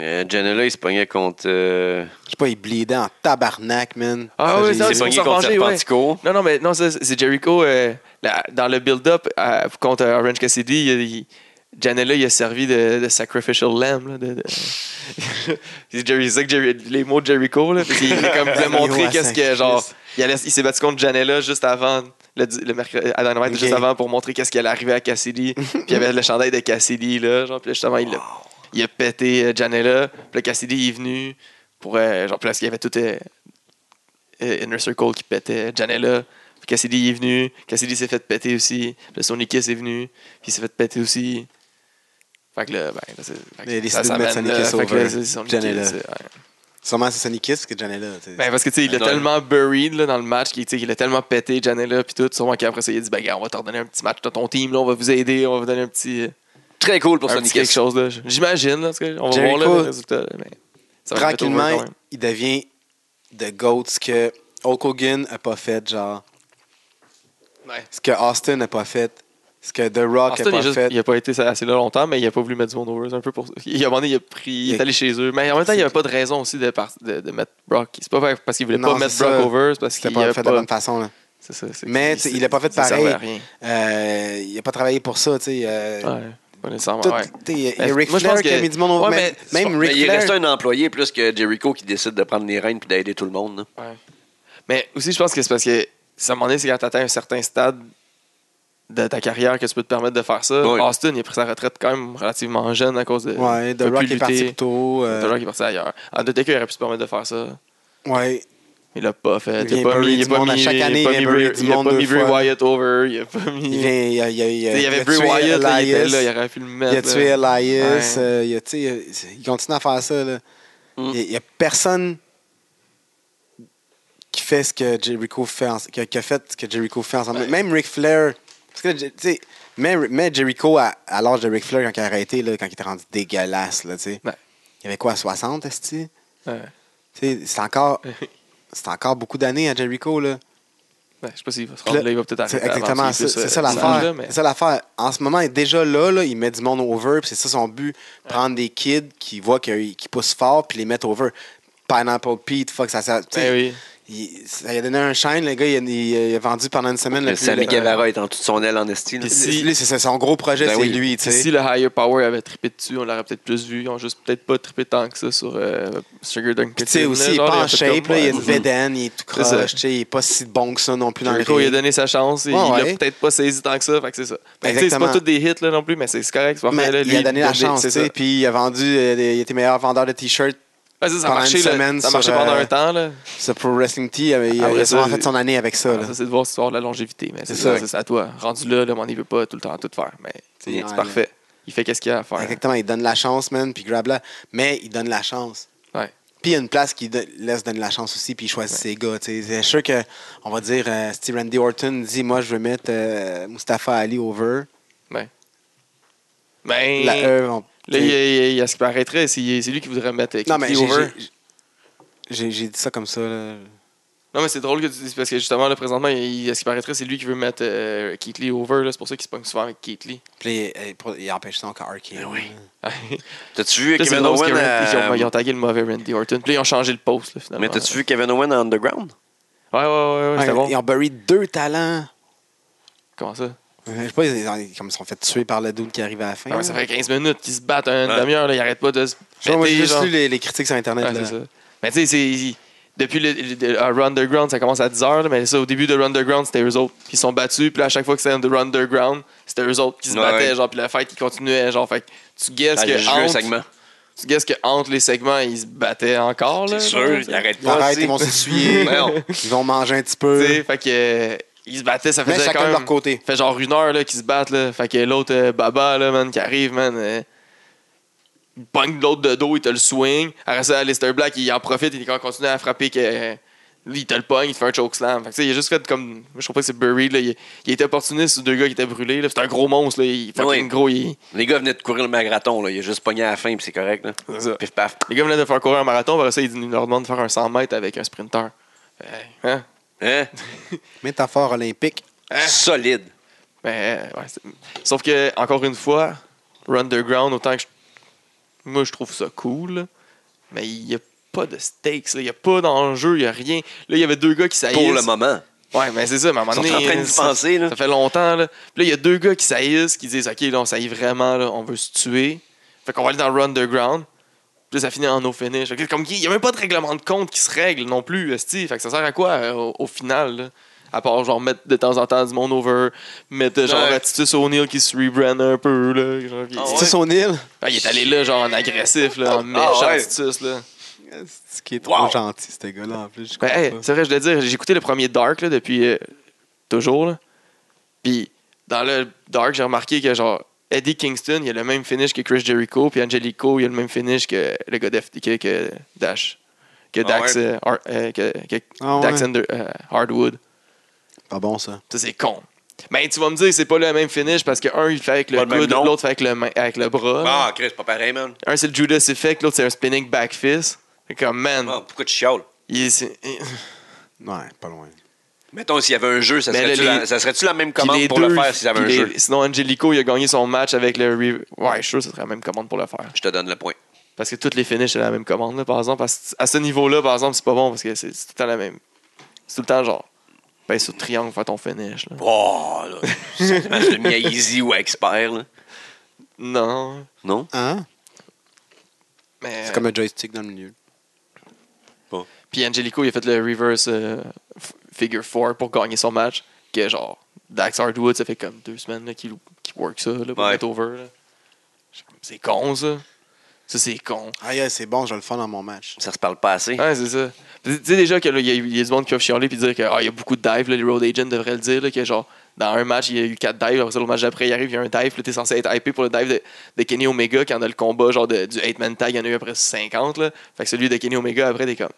[SPEAKER 2] Euh, Janela, il se pognait contre. euh,
[SPEAKER 1] Je sais pas, il bleedait en tabarnak, man.
[SPEAKER 3] Ah ouais,
[SPEAKER 1] j'ai-
[SPEAKER 3] ça,
[SPEAKER 2] il
[SPEAKER 3] c'est
[SPEAKER 2] s'est
[SPEAKER 3] pour
[SPEAKER 2] pogné
[SPEAKER 3] se
[SPEAKER 2] contre
[SPEAKER 3] venger, ouais.
[SPEAKER 2] Serpentico.
[SPEAKER 3] Non, non, mais non, ça, c'est Jericho. euh, la- dans le build-up euh, contre Orange Cassidy, il, il- Janela, il a servi de, de sacrificial lamb. là, de- de- c'est Jerry- c'est ça que Jerry- les mots de Jericho. Là, puis il a comme voulait montrer
[SPEAKER 1] Agneau à
[SPEAKER 3] qu'est-ce que,
[SPEAKER 1] sacrifice.
[SPEAKER 3] genre, il, allait- il s'est battu contre Janela juste avant, le, di- le mercredi, à Dynamite,
[SPEAKER 1] Ok.
[SPEAKER 3] juste avant, pour montrer qu'est-ce qui allait arriver à Cassidy. puis il y avait le chandail de Cassidy, là, genre, puis là, justement, il l'a il a pété euh, Janela. Puis là, Cassidy est venu pour. euh, genre, puis là, parce qu'il y avait tout euh, euh, Inner Circle qui pétait Janela. Puis Cassidy est venu. Cassidy s'est fait péter aussi. Puis là, Sonic Kiss est venu. Puis il s'est fait péter aussi. Fait que là, ben, là, c'est. fait que
[SPEAKER 1] Il a décidé
[SPEAKER 3] ça
[SPEAKER 1] de mettre
[SPEAKER 3] s'amène,
[SPEAKER 1] Sonic
[SPEAKER 3] là.
[SPEAKER 1] Kiss
[SPEAKER 3] Fait que là,
[SPEAKER 1] over
[SPEAKER 3] c'est Sonic
[SPEAKER 1] Janela.
[SPEAKER 3] Kiss, ouais.
[SPEAKER 1] Sûrement c'est Sonny Kiss que Janela. tu sais.
[SPEAKER 3] Ben, parce que tu sais, il l'a
[SPEAKER 2] Ouais.
[SPEAKER 3] tellement buried là, dans le match qu'il tu sais, il a tellement pété Janela puis tout. Sûrement qu'après ça, il a dit ben, gars, on va te redonner un petit match dans ton team, là, on va vous aider, on va vous donner un petit,
[SPEAKER 2] Très cool pour
[SPEAKER 3] un
[SPEAKER 2] Sonic
[SPEAKER 3] petit quelque
[SPEAKER 2] Kiss.
[SPEAKER 3] chose. là. J'imagine, là, en tout cas, on va
[SPEAKER 1] Jericho,
[SPEAKER 3] voir là, le résultat. là, mais ça va être over
[SPEAKER 1] Tranquillement,
[SPEAKER 3] quand même.
[SPEAKER 1] il devient de GOAT ce que Hulk Hogan n'a pas fait, genre.
[SPEAKER 3] Ouais.
[SPEAKER 1] Ce que Austin n'a pas fait. Ce que The Rock n'a
[SPEAKER 3] Austin, il,
[SPEAKER 1] pas
[SPEAKER 3] a juste-
[SPEAKER 1] fait.
[SPEAKER 3] il a pas été assez là longtemps, mais il a pas voulu mettre du monde over. c'est un peu pour ça. Il a demandé, il a pris, il
[SPEAKER 1] Il
[SPEAKER 3] est
[SPEAKER 1] a-
[SPEAKER 3] allé chez eux. Mais en même temps, il n'y avait pas de raison aussi de, par- de, de mettre Brock. C'est pas vrai- parce qu'il voulait
[SPEAKER 1] Non,
[SPEAKER 3] pas mettre
[SPEAKER 1] c'est ça.
[SPEAKER 3] Brock over, c'est parce
[SPEAKER 1] C'était
[SPEAKER 3] qu'il
[SPEAKER 1] pas
[SPEAKER 3] avait
[SPEAKER 1] fait
[SPEAKER 3] pas.
[SPEAKER 1] de la bonne façon. Là.
[SPEAKER 3] c'est ça, c'est-
[SPEAKER 1] Mais, tu sais, il a pas fait
[SPEAKER 3] ça servait à
[SPEAKER 1] pareil.
[SPEAKER 3] rien.
[SPEAKER 1] Euh, il n'a pas travaillé pour ça, tu sais. euh,
[SPEAKER 3] Ouais, pas nécessairement.
[SPEAKER 1] tout-
[SPEAKER 3] ouais.
[SPEAKER 1] tu sais, Il y
[SPEAKER 3] Mais
[SPEAKER 1] a Ric
[SPEAKER 3] moi, je
[SPEAKER 1] Flair
[SPEAKER 3] pense
[SPEAKER 1] qui a
[SPEAKER 3] que-
[SPEAKER 1] mis du monde au
[SPEAKER 3] Ouais,
[SPEAKER 1] même,
[SPEAKER 3] mais-
[SPEAKER 1] même
[SPEAKER 2] Mais
[SPEAKER 1] Ric
[SPEAKER 2] il
[SPEAKER 1] Flair.
[SPEAKER 2] reste un employé plus que Jericho qui décide de prendre les rênes puis d'aider tout le monde. là.
[SPEAKER 3] Mais aussi, je pense que c'est parce que, à un moment donné, c'est quand tu atteins un certain stade de ta carrière que tu peux te permettre de faire ça.
[SPEAKER 2] Oui.
[SPEAKER 3] Austin, il a pris sa retraite quand même relativement jeune à cause de.
[SPEAKER 1] Ouais, The
[SPEAKER 3] peut plus
[SPEAKER 1] Rock est parti
[SPEAKER 3] lutter.
[SPEAKER 1] plus tôt. euh,
[SPEAKER 3] The Rock est parti ailleurs. En Undertaker, il aurait pu se permettre de faire ça.
[SPEAKER 1] ouais.
[SPEAKER 3] Il l'a pas fait.
[SPEAKER 1] Il vient
[SPEAKER 3] a pas
[SPEAKER 1] bury
[SPEAKER 3] mis, il a
[SPEAKER 1] du
[SPEAKER 3] pas
[SPEAKER 1] monde à
[SPEAKER 3] mis,
[SPEAKER 1] chaque
[SPEAKER 3] il a
[SPEAKER 1] année,
[SPEAKER 3] pas
[SPEAKER 1] il
[SPEAKER 3] mis
[SPEAKER 1] vient bury
[SPEAKER 3] Bray-
[SPEAKER 1] du
[SPEAKER 3] il a
[SPEAKER 1] monde
[SPEAKER 3] pas
[SPEAKER 1] deux
[SPEAKER 3] mis Bray
[SPEAKER 1] fois.
[SPEAKER 3] Wyatt over. Il a pas mis.
[SPEAKER 1] Il vient, il, y a- il, y a- il y
[SPEAKER 3] Tu
[SPEAKER 1] a-
[SPEAKER 3] sais, Hmm. il y
[SPEAKER 1] il
[SPEAKER 3] avait
[SPEAKER 1] a
[SPEAKER 3] Bray
[SPEAKER 1] tué
[SPEAKER 3] Wyatt, là, il était
[SPEAKER 1] Elias,
[SPEAKER 3] là, il aurait pu le mettre.
[SPEAKER 1] il a
[SPEAKER 3] là.
[SPEAKER 1] tué Elias.
[SPEAKER 3] Ouais. Hmm.
[SPEAKER 1] euh, il, a, tu sais, il a- il continue à faire ça. Là.
[SPEAKER 2] Mm.
[SPEAKER 1] Il n'y a personne qui fait ce que Jericho fait, en- qui a, qui a fait ce que Jericho fait ensemble.
[SPEAKER 3] Ouais.
[SPEAKER 1] Même Ric Flair. Parce que, tu sais, mais, mais Jericho à, à l'âge de Ric Flair quand il a arrêté, là, quand il était rendu dégueulasse. Là, tu sais.
[SPEAKER 3] Ouais.
[SPEAKER 1] Il avait quoi, 60, est-ce
[SPEAKER 3] Ouais.
[SPEAKER 1] C'est encore, c'est encore beaucoup d'années à Jericho. Là.
[SPEAKER 3] Ouais, Je sais pas s'il va se
[SPEAKER 1] Puis
[SPEAKER 3] rendre
[SPEAKER 1] là,
[SPEAKER 3] là, il va peut-être
[SPEAKER 1] C'est
[SPEAKER 3] arrêter. avant
[SPEAKER 1] exactement
[SPEAKER 3] qu'il
[SPEAKER 1] ça.
[SPEAKER 3] puisse,
[SPEAKER 1] C'est
[SPEAKER 3] euh,
[SPEAKER 1] ça
[SPEAKER 3] s'arranger,
[SPEAKER 1] l'affaire.
[SPEAKER 3] mais-
[SPEAKER 1] C'est ça l'affaire. En ce moment, il est déjà là, là, il met du monde over, puis c'est ça son but. Prendre des kids qui voient qu'ils qui poussent fort, puis les mettre over. Pineapple Pete, fuck, ça sert. tu sais,
[SPEAKER 3] Ben oui.
[SPEAKER 1] il- ça lui a donné un shine, le gars, il a, il a vendu pendant une semaine.
[SPEAKER 2] Le
[SPEAKER 1] plus-
[SPEAKER 2] Sammy
[SPEAKER 1] le-
[SPEAKER 2] Guevara est en toute son aile en estime.
[SPEAKER 3] Puis si-
[SPEAKER 1] Lui, c'est c'est son gros projet,
[SPEAKER 2] Ben
[SPEAKER 1] c'est
[SPEAKER 2] oui.
[SPEAKER 1] lui, tu
[SPEAKER 3] Puis
[SPEAKER 1] sais.
[SPEAKER 3] si le higher power avait trippé dessus, on l'aurait peut-être plus vu. Ils ont juste peut-être pas trippé tant que ça sur euh, Sugar Duncan.
[SPEAKER 1] Puis tu sais aussi, il est pas en shape, là, il a une bédaine, il est tout
[SPEAKER 3] C'est ça.
[SPEAKER 1] croche, tu sais, il est pas si bon que ça non plus dans le
[SPEAKER 3] Jericho, il a
[SPEAKER 1] ring.
[SPEAKER 3] donné sa chance et
[SPEAKER 1] Ouais,
[SPEAKER 3] il
[SPEAKER 1] ouais.
[SPEAKER 3] l'a peut-être pas saisi tant que ça. Fait que c'est ça. Fait que, tu sais, c'est
[SPEAKER 1] Exactement.
[SPEAKER 3] pas tous des hits là, non plus, mais c'est c'est correct. c'est parfait,
[SPEAKER 1] Mais
[SPEAKER 3] là,
[SPEAKER 1] il
[SPEAKER 3] lui,
[SPEAKER 1] a donné la
[SPEAKER 3] donné-
[SPEAKER 1] chance,
[SPEAKER 3] c'est
[SPEAKER 1] tu sais,
[SPEAKER 3] ça.
[SPEAKER 1] puis il a vendu, euh, des- il était meilleur vendeur de t-shirts
[SPEAKER 3] Ouais, Ben, ça, ça a
[SPEAKER 1] Pendant
[SPEAKER 3] marché,
[SPEAKER 1] une
[SPEAKER 3] là.
[SPEAKER 1] semaine
[SPEAKER 3] ça a marché
[SPEAKER 1] sur,
[SPEAKER 3] pendant
[SPEAKER 1] euh,
[SPEAKER 3] un temps. Là.
[SPEAKER 1] Ce Pro Wrestling T, il avait, il
[SPEAKER 3] Après
[SPEAKER 1] avait
[SPEAKER 3] ça,
[SPEAKER 1] sûrement fait son année avec ça.
[SPEAKER 3] Ça,
[SPEAKER 1] là.
[SPEAKER 3] c'est de voir si tu vas avoir de la longévité. Mais c'est
[SPEAKER 1] C'est
[SPEAKER 3] ça,
[SPEAKER 1] ça.
[SPEAKER 3] c'est ça à toi. Rendu là, le on n'y veut pas tout le temps tout faire. Mais tu sais,
[SPEAKER 1] Ouais,
[SPEAKER 3] c'est
[SPEAKER 1] ouais.
[SPEAKER 3] parfait. Il fait qu'est-ce qu'il a à faire.
[SPEAKER 1] Exactement, il donne la chance, man, puis grab la. Mais il donne la chance.
[SPEAKER 3] Ouais.
[SPEAKER 1] Puis il y a une place qui do- laisse donner la chance aussi, puis il choisit ses gars. tu sais. C'est sûr que, on va dire, euh, si Randy Orton dit Moi, je veux mettre euh, Mustafa Ali over,
[SPEAKER 3] Mais
[SPEAKER 1] la E, on-
[SPEAKER 3] Ben, là, il y, a- il y a- il y a ce qui paraîtrait. C'est c'est lui qui voudrait mettre euh,
[SPEAKER 1] Non,
[SPEAKER 3] Kiki
[SPEAKER 1] mais j'ai-
[SPEAKER 3] over.
[SPEAKER 1] j'ai- j'ai j'ai dit ça comme ça. là.
[SPEAKER 3] Non, mais c'est drôle que tu dises parce que justement, là, présentement, il, il- à ce qui paraîtrait, c'est lui qui veut mettre euh, Keith Lee over. là. C'est pour ça qu'il se pogne souvent avec Keith Lee.
[SPEAKER 1] Puis il, pour- il empêche ça encore
[SPEAKER 3] Ben
[SPEAKER 1] Arcane.
[SPEAKER 2] oui.
[SPEAKER 3] Là,
[SPEAKER 2] T'as-tu vu
[SPEAKER 3] c'est
[SPEAKER 2] Kevin
[SPEAKER 3] drôle, parce
[SPEAKER 2] Owen
[SPEAKER 3] que Randy- ils, ont,
[SPEAKER 1] euh,
[SPEAKER 2] à-
[SPEAKER 3] ils ont tagué le mauvais Randy Orton. Puis là, ils ont changé le post, là, finalement.
[SPEAKER 2] Mais t'as-tu vu Kevin Owen à Underground?
[SPEAKER 3] Ouais, ouais, ouais, ouais,
[SPEAKER 1] Ouais,
[SPEAKER 3] c'était bon.
[SPEAKER 1] Ils ont buried deux talents.
[SPEAKER 3] Comment ça?
[SPEAKER 1] Euh, Je sais pas, ils, ont- ils- comme ils se sont fait tuer par le dude qui arrive à la fin.
[SPEAKER 3] Ah ouais,
[SPEAKER 1] là.
[SPEAKER 3] ça fait 15 minutes qu'ils se battent une
[SPEAKER 2] Ouais.
[SPEAKER 3] demi-heure, là, ils arrêtent pas de se
[SPEAKER 1] Je sais pas, moi, j'ai
[SPEAKER 3] péter,
[SPEAKER 1] juste
[SPEAKER 3] genre.
[SPEAKER 1] lu les, les critiques sur Internet.
[SPEAKER 3] Ouais,
[SPEAKER 1] là.
[SPEAKER 3] c'est ça. Mais tu sais, c'est- il- depuis le, le- le- à Raw Underground, ça commence à 10h, là, mais ça, au début de Raw Underground, c'était eux autres qui se sont battus. Puis là, à chaque fois que c'était Raw Underground, c'était eux autres qui se
[SPEAKER 2] Ouais,
[SPEAKER 3] battaient.
[SPEAKER 2] ouais.
[SPEAKER 3] Genre, puis la fight qui continuait. Genre, fait que tu guesses
[SPEAKER 2] Ah, j'ai
[SPEAKER 3] que,
[SPEAKER 2] joué un
[SPEAKER 3] entre,
[SPEAKER 2] segment.
[SPEAKER 3] tu guesses que entre les segments, ils se battaient encore.
[SPEAKER 2] C'est
[SPEAKER 3] là,
[SPEAKER 2] sûr,
[SPEAKER 3] genre,
[SPEAKER 2] il arrête
[SPEAKER 1] Ils
[SPEAKER 2] pas.
[SPEAKER 1] arrêtent,
[SPEAKER 2] tu sais.
[SPEAKER 1] ils vont s'essuyer.
[SPEAKER 3] Ben
[SPEAKER 2] Non.
[SPEAKER 1] ils vont manger un petit
[SPEAKER 3] tu
[SPEAKER 1] peu.
[SPEAKER 3] sais, Fait que, euh, ils se battaient, ça
[SPEAKER 1] Mais
[SPEAKER 3] faisait quand
[SPEAKER 1] chacun de
[SPEAKER 3] même...
[SPEAKER 1] leur côté.
[SPEAKER 3] fait genre une heure là, qu'ils se battent. Là. Fait que l'autre, euh, Baba, là, man, qui arrive, man, euh, il pogne l'autre de dos, il te le swing. Après ça, Lister Black, il en profite, il continue à frapper que. euh, lui, il te le pogne, il te fait un chokeslam. Fait que, tu sais, il a juste fait comme. moi, Je trouve pas que c'est buried. Là. Il, il était opportuniste sur deux gars qui étaient brûlés. là. C'était un gros monstre. Là. Il fucking
[SPEAKER 2] Oui.
[SPEAKER 3] gros. Il,
[SPEAKER 2] Les gars venaient de courir le marathon, là. Il a juste pogné à la fin, puis c'est correct, là.
[SPEAKER 3] C'est ça.
[SPEAKER 2] Pif paf.
[SPEAKER 3] les gars venaient de faire courir un marathon. Après ça, ils nous leur demandent de faire un 100 mètres avec un sprinter. Euh, hein?
[SPEAKER 2] Hein?
[SPEAKER 1] Métaphore olympique.
[SPEAKER 3] Hein?
[SPEAKER 2] Solide.
[SPEAKER 3] Ben, ouais, c'est- Sauf que, encore une fois, Underground, autant que je- moi je trouve ça cool, mais il n'y a pas de stakes, là. il n'y a pas d'enjeu, il n'y a rien. Là, il y avait deux gars qui saillissent.
[SPEAKER 2] Pour le moment.
[SPEAKER 3] Ouais, mais c'est ça, mais à un
[SPEAKER 2] Ils
[SPEAKER 3] moment
[SPEAKER 2] sont en
[SPEAKER 3] donné,
[SPEAKER 2] train d'y
[SPEAKER 3] ça-
[SPEAKER 2] penser, là.
[SPEAKER 3] Ça fait longtemps, là. Puis là, il y a deux gars qui saillissent, qui disent, OK, là, on saillit vraiment, là, on veut se tuer. Fait qu'on va aller dans le Underground. Puis là, ça finit en no finish. Fait que Comme qu'il n'y a même pas de règlement de compte qui se règle non plus, esti. Fait que ça sert à quoi euh, au, au final, là? À part, genre, mettre de temps en temps du monde over, mettre, euh, genre,
[SPEAKER 2] Ouais.
[SPEAKER 3] Titus O'Neill qui se rebrand un peu, là. genre, puis-
[SPEAKER 2] Ah
[SPEAKER 1] C'est
[SPEAKER 2] ouais? Ah,
[SPEAKER 1] son île.
[SPEAKER 3] Ah, il est allé là, genre, en agressif, là, en méchant,
[SPEAKER 2] ouais.
[SPEAKER 3] Titus, là.
[SPEAKER 1] C'est qui est trop
[SPEAKER 2] Wow.
[SPEAKER 1] gentil, ce gars-là, en plus. Je
[SPEAKER 3] Ben,
[SPEAKER 1] comprends
[SPEAKER 3] hey,
[SPEAKER 1] pas.
[SPEAKER 3] c'est vrai, je dois dire, j'ai écouté le premier Dark là, depuis euh, toujours. là. Puis dans le Dark, j'ai remarqué que genre Eddie Kingston, il a le même finish que Chris Jericho, puis Angelico, il a le même finish que le gars d'F- que, que Dash, que
[SPEAKER 2] Ah
[SPEAKER 3] Dax,
[SPEAKER 2] ouais.
[SPEAKER 3] euh, Har- euh, que, que
[SPEAKER 1] Ah ouais.
[SPEAKER 3] Dax Under- euh, Hardwood.
[SPEAKER 1] Pas bon, ça.
[SPEAKER 3] Ça c'est con. Mais tu vas me dire, c'est pas le même finish parce que un il fait avec le
[SPEAKER 2] Pas le même
[SPEAKER 3] coude,
[SPEAKER 2] nom.
[SPEAKER 3] l'autre fait avec le, main- avec le bras. là.
[SPEAKER 2] Ah, Chris, pas pareil, man.
[SPEAKER 3] Un c'est le Judas Effect, l'autre c'est un spinning back fist. Fait Comme man,
[SPEAKER 2] Ah, pourquoi tu chiales?
[SPEAKER 3] il- c'est-
[SPEAKER 1] Ouais, pas loin.
[SPEAKER 2] Mettons, s'il y avait un jeu, ça
[SPEAKER 3] Mais
[SPEAKER 2] serait-tu
[SPEAKER 3] là, les-
[SPEAKER 2] la... ça serait-tu la même
[SPEAKER 3] Puis
[SPEAKER 2] commande
[SPEAKER 3] les
[SPEAKER 2] pour
[SPEAKER 3] deux,
[SPEAKER 2] le faire s'il y avait un
[SPEAKER 3] puis
[SPEAKER 2] jeu?
[SPEAKER 3] les- Sinon, Angelico, il a gagné son match avec le. Re- Ouais, je suis sûr, ce serait la même commande pour le faire.
[SPEAKER 2] Je te donne le point.
[SPEAKER 3] Parce que toutes les finishes, c'est la même commande, là, par exemple. À ce- à ce niveau-là, par exemple, c'est pas bon parce que c'est c'est tout le temps la même. C'est tout le temps genre. Ben, sur triangle, fais ton finish. là.
[SPEAKER 2] Oh, là. C'est un match de Mia Easy ou expert, là.
[SPEAKER 3] Non.
[SPEAKER 2] Non?
[SPEAKER 1] Hein?
[SPEAKER 3] Mais...
[SPEAKER 2] euh,
[SPEAKER 1] C'est comme un joystick dans le milieu.
[SPEAKER 3] Puis Angelico, il a fait le reverse euh, f- figure 4 pour gagner son match. Que genre, Dax Hardwood, ça fait comme deux semaines là, qu'il qu'il work ça là, pour
[SPEAKER 2] Ouais.
[SPEAKER 3] mettre over. là. J'ai comme, C'est con, ça. Ça, c'est con.
[SPEAKER 1] Ah, yeah, c'est bon, je vais le faire dans mon match.
[SPEAKER 2] Ça se parle pas assez.
[SPEAKER 3] Ouais, c'est ça. Tu sais déjà qu'il y, a- il y a du monde qui va chialer puis dire qu'il y a beaucoup de dives, là, les road agents devraient le dire, là, que genre, dans un match, il y a eu quatre dives, après ça, le match d'après, il arrive, il y a un dive, là, t'es censé être hypé pour le dive de, de Kenny Omega quand on a le combat genre de- du 8-man tag, il y en a eu après 50, là. Fait que celui de Kenny Omega, après, t'es comme,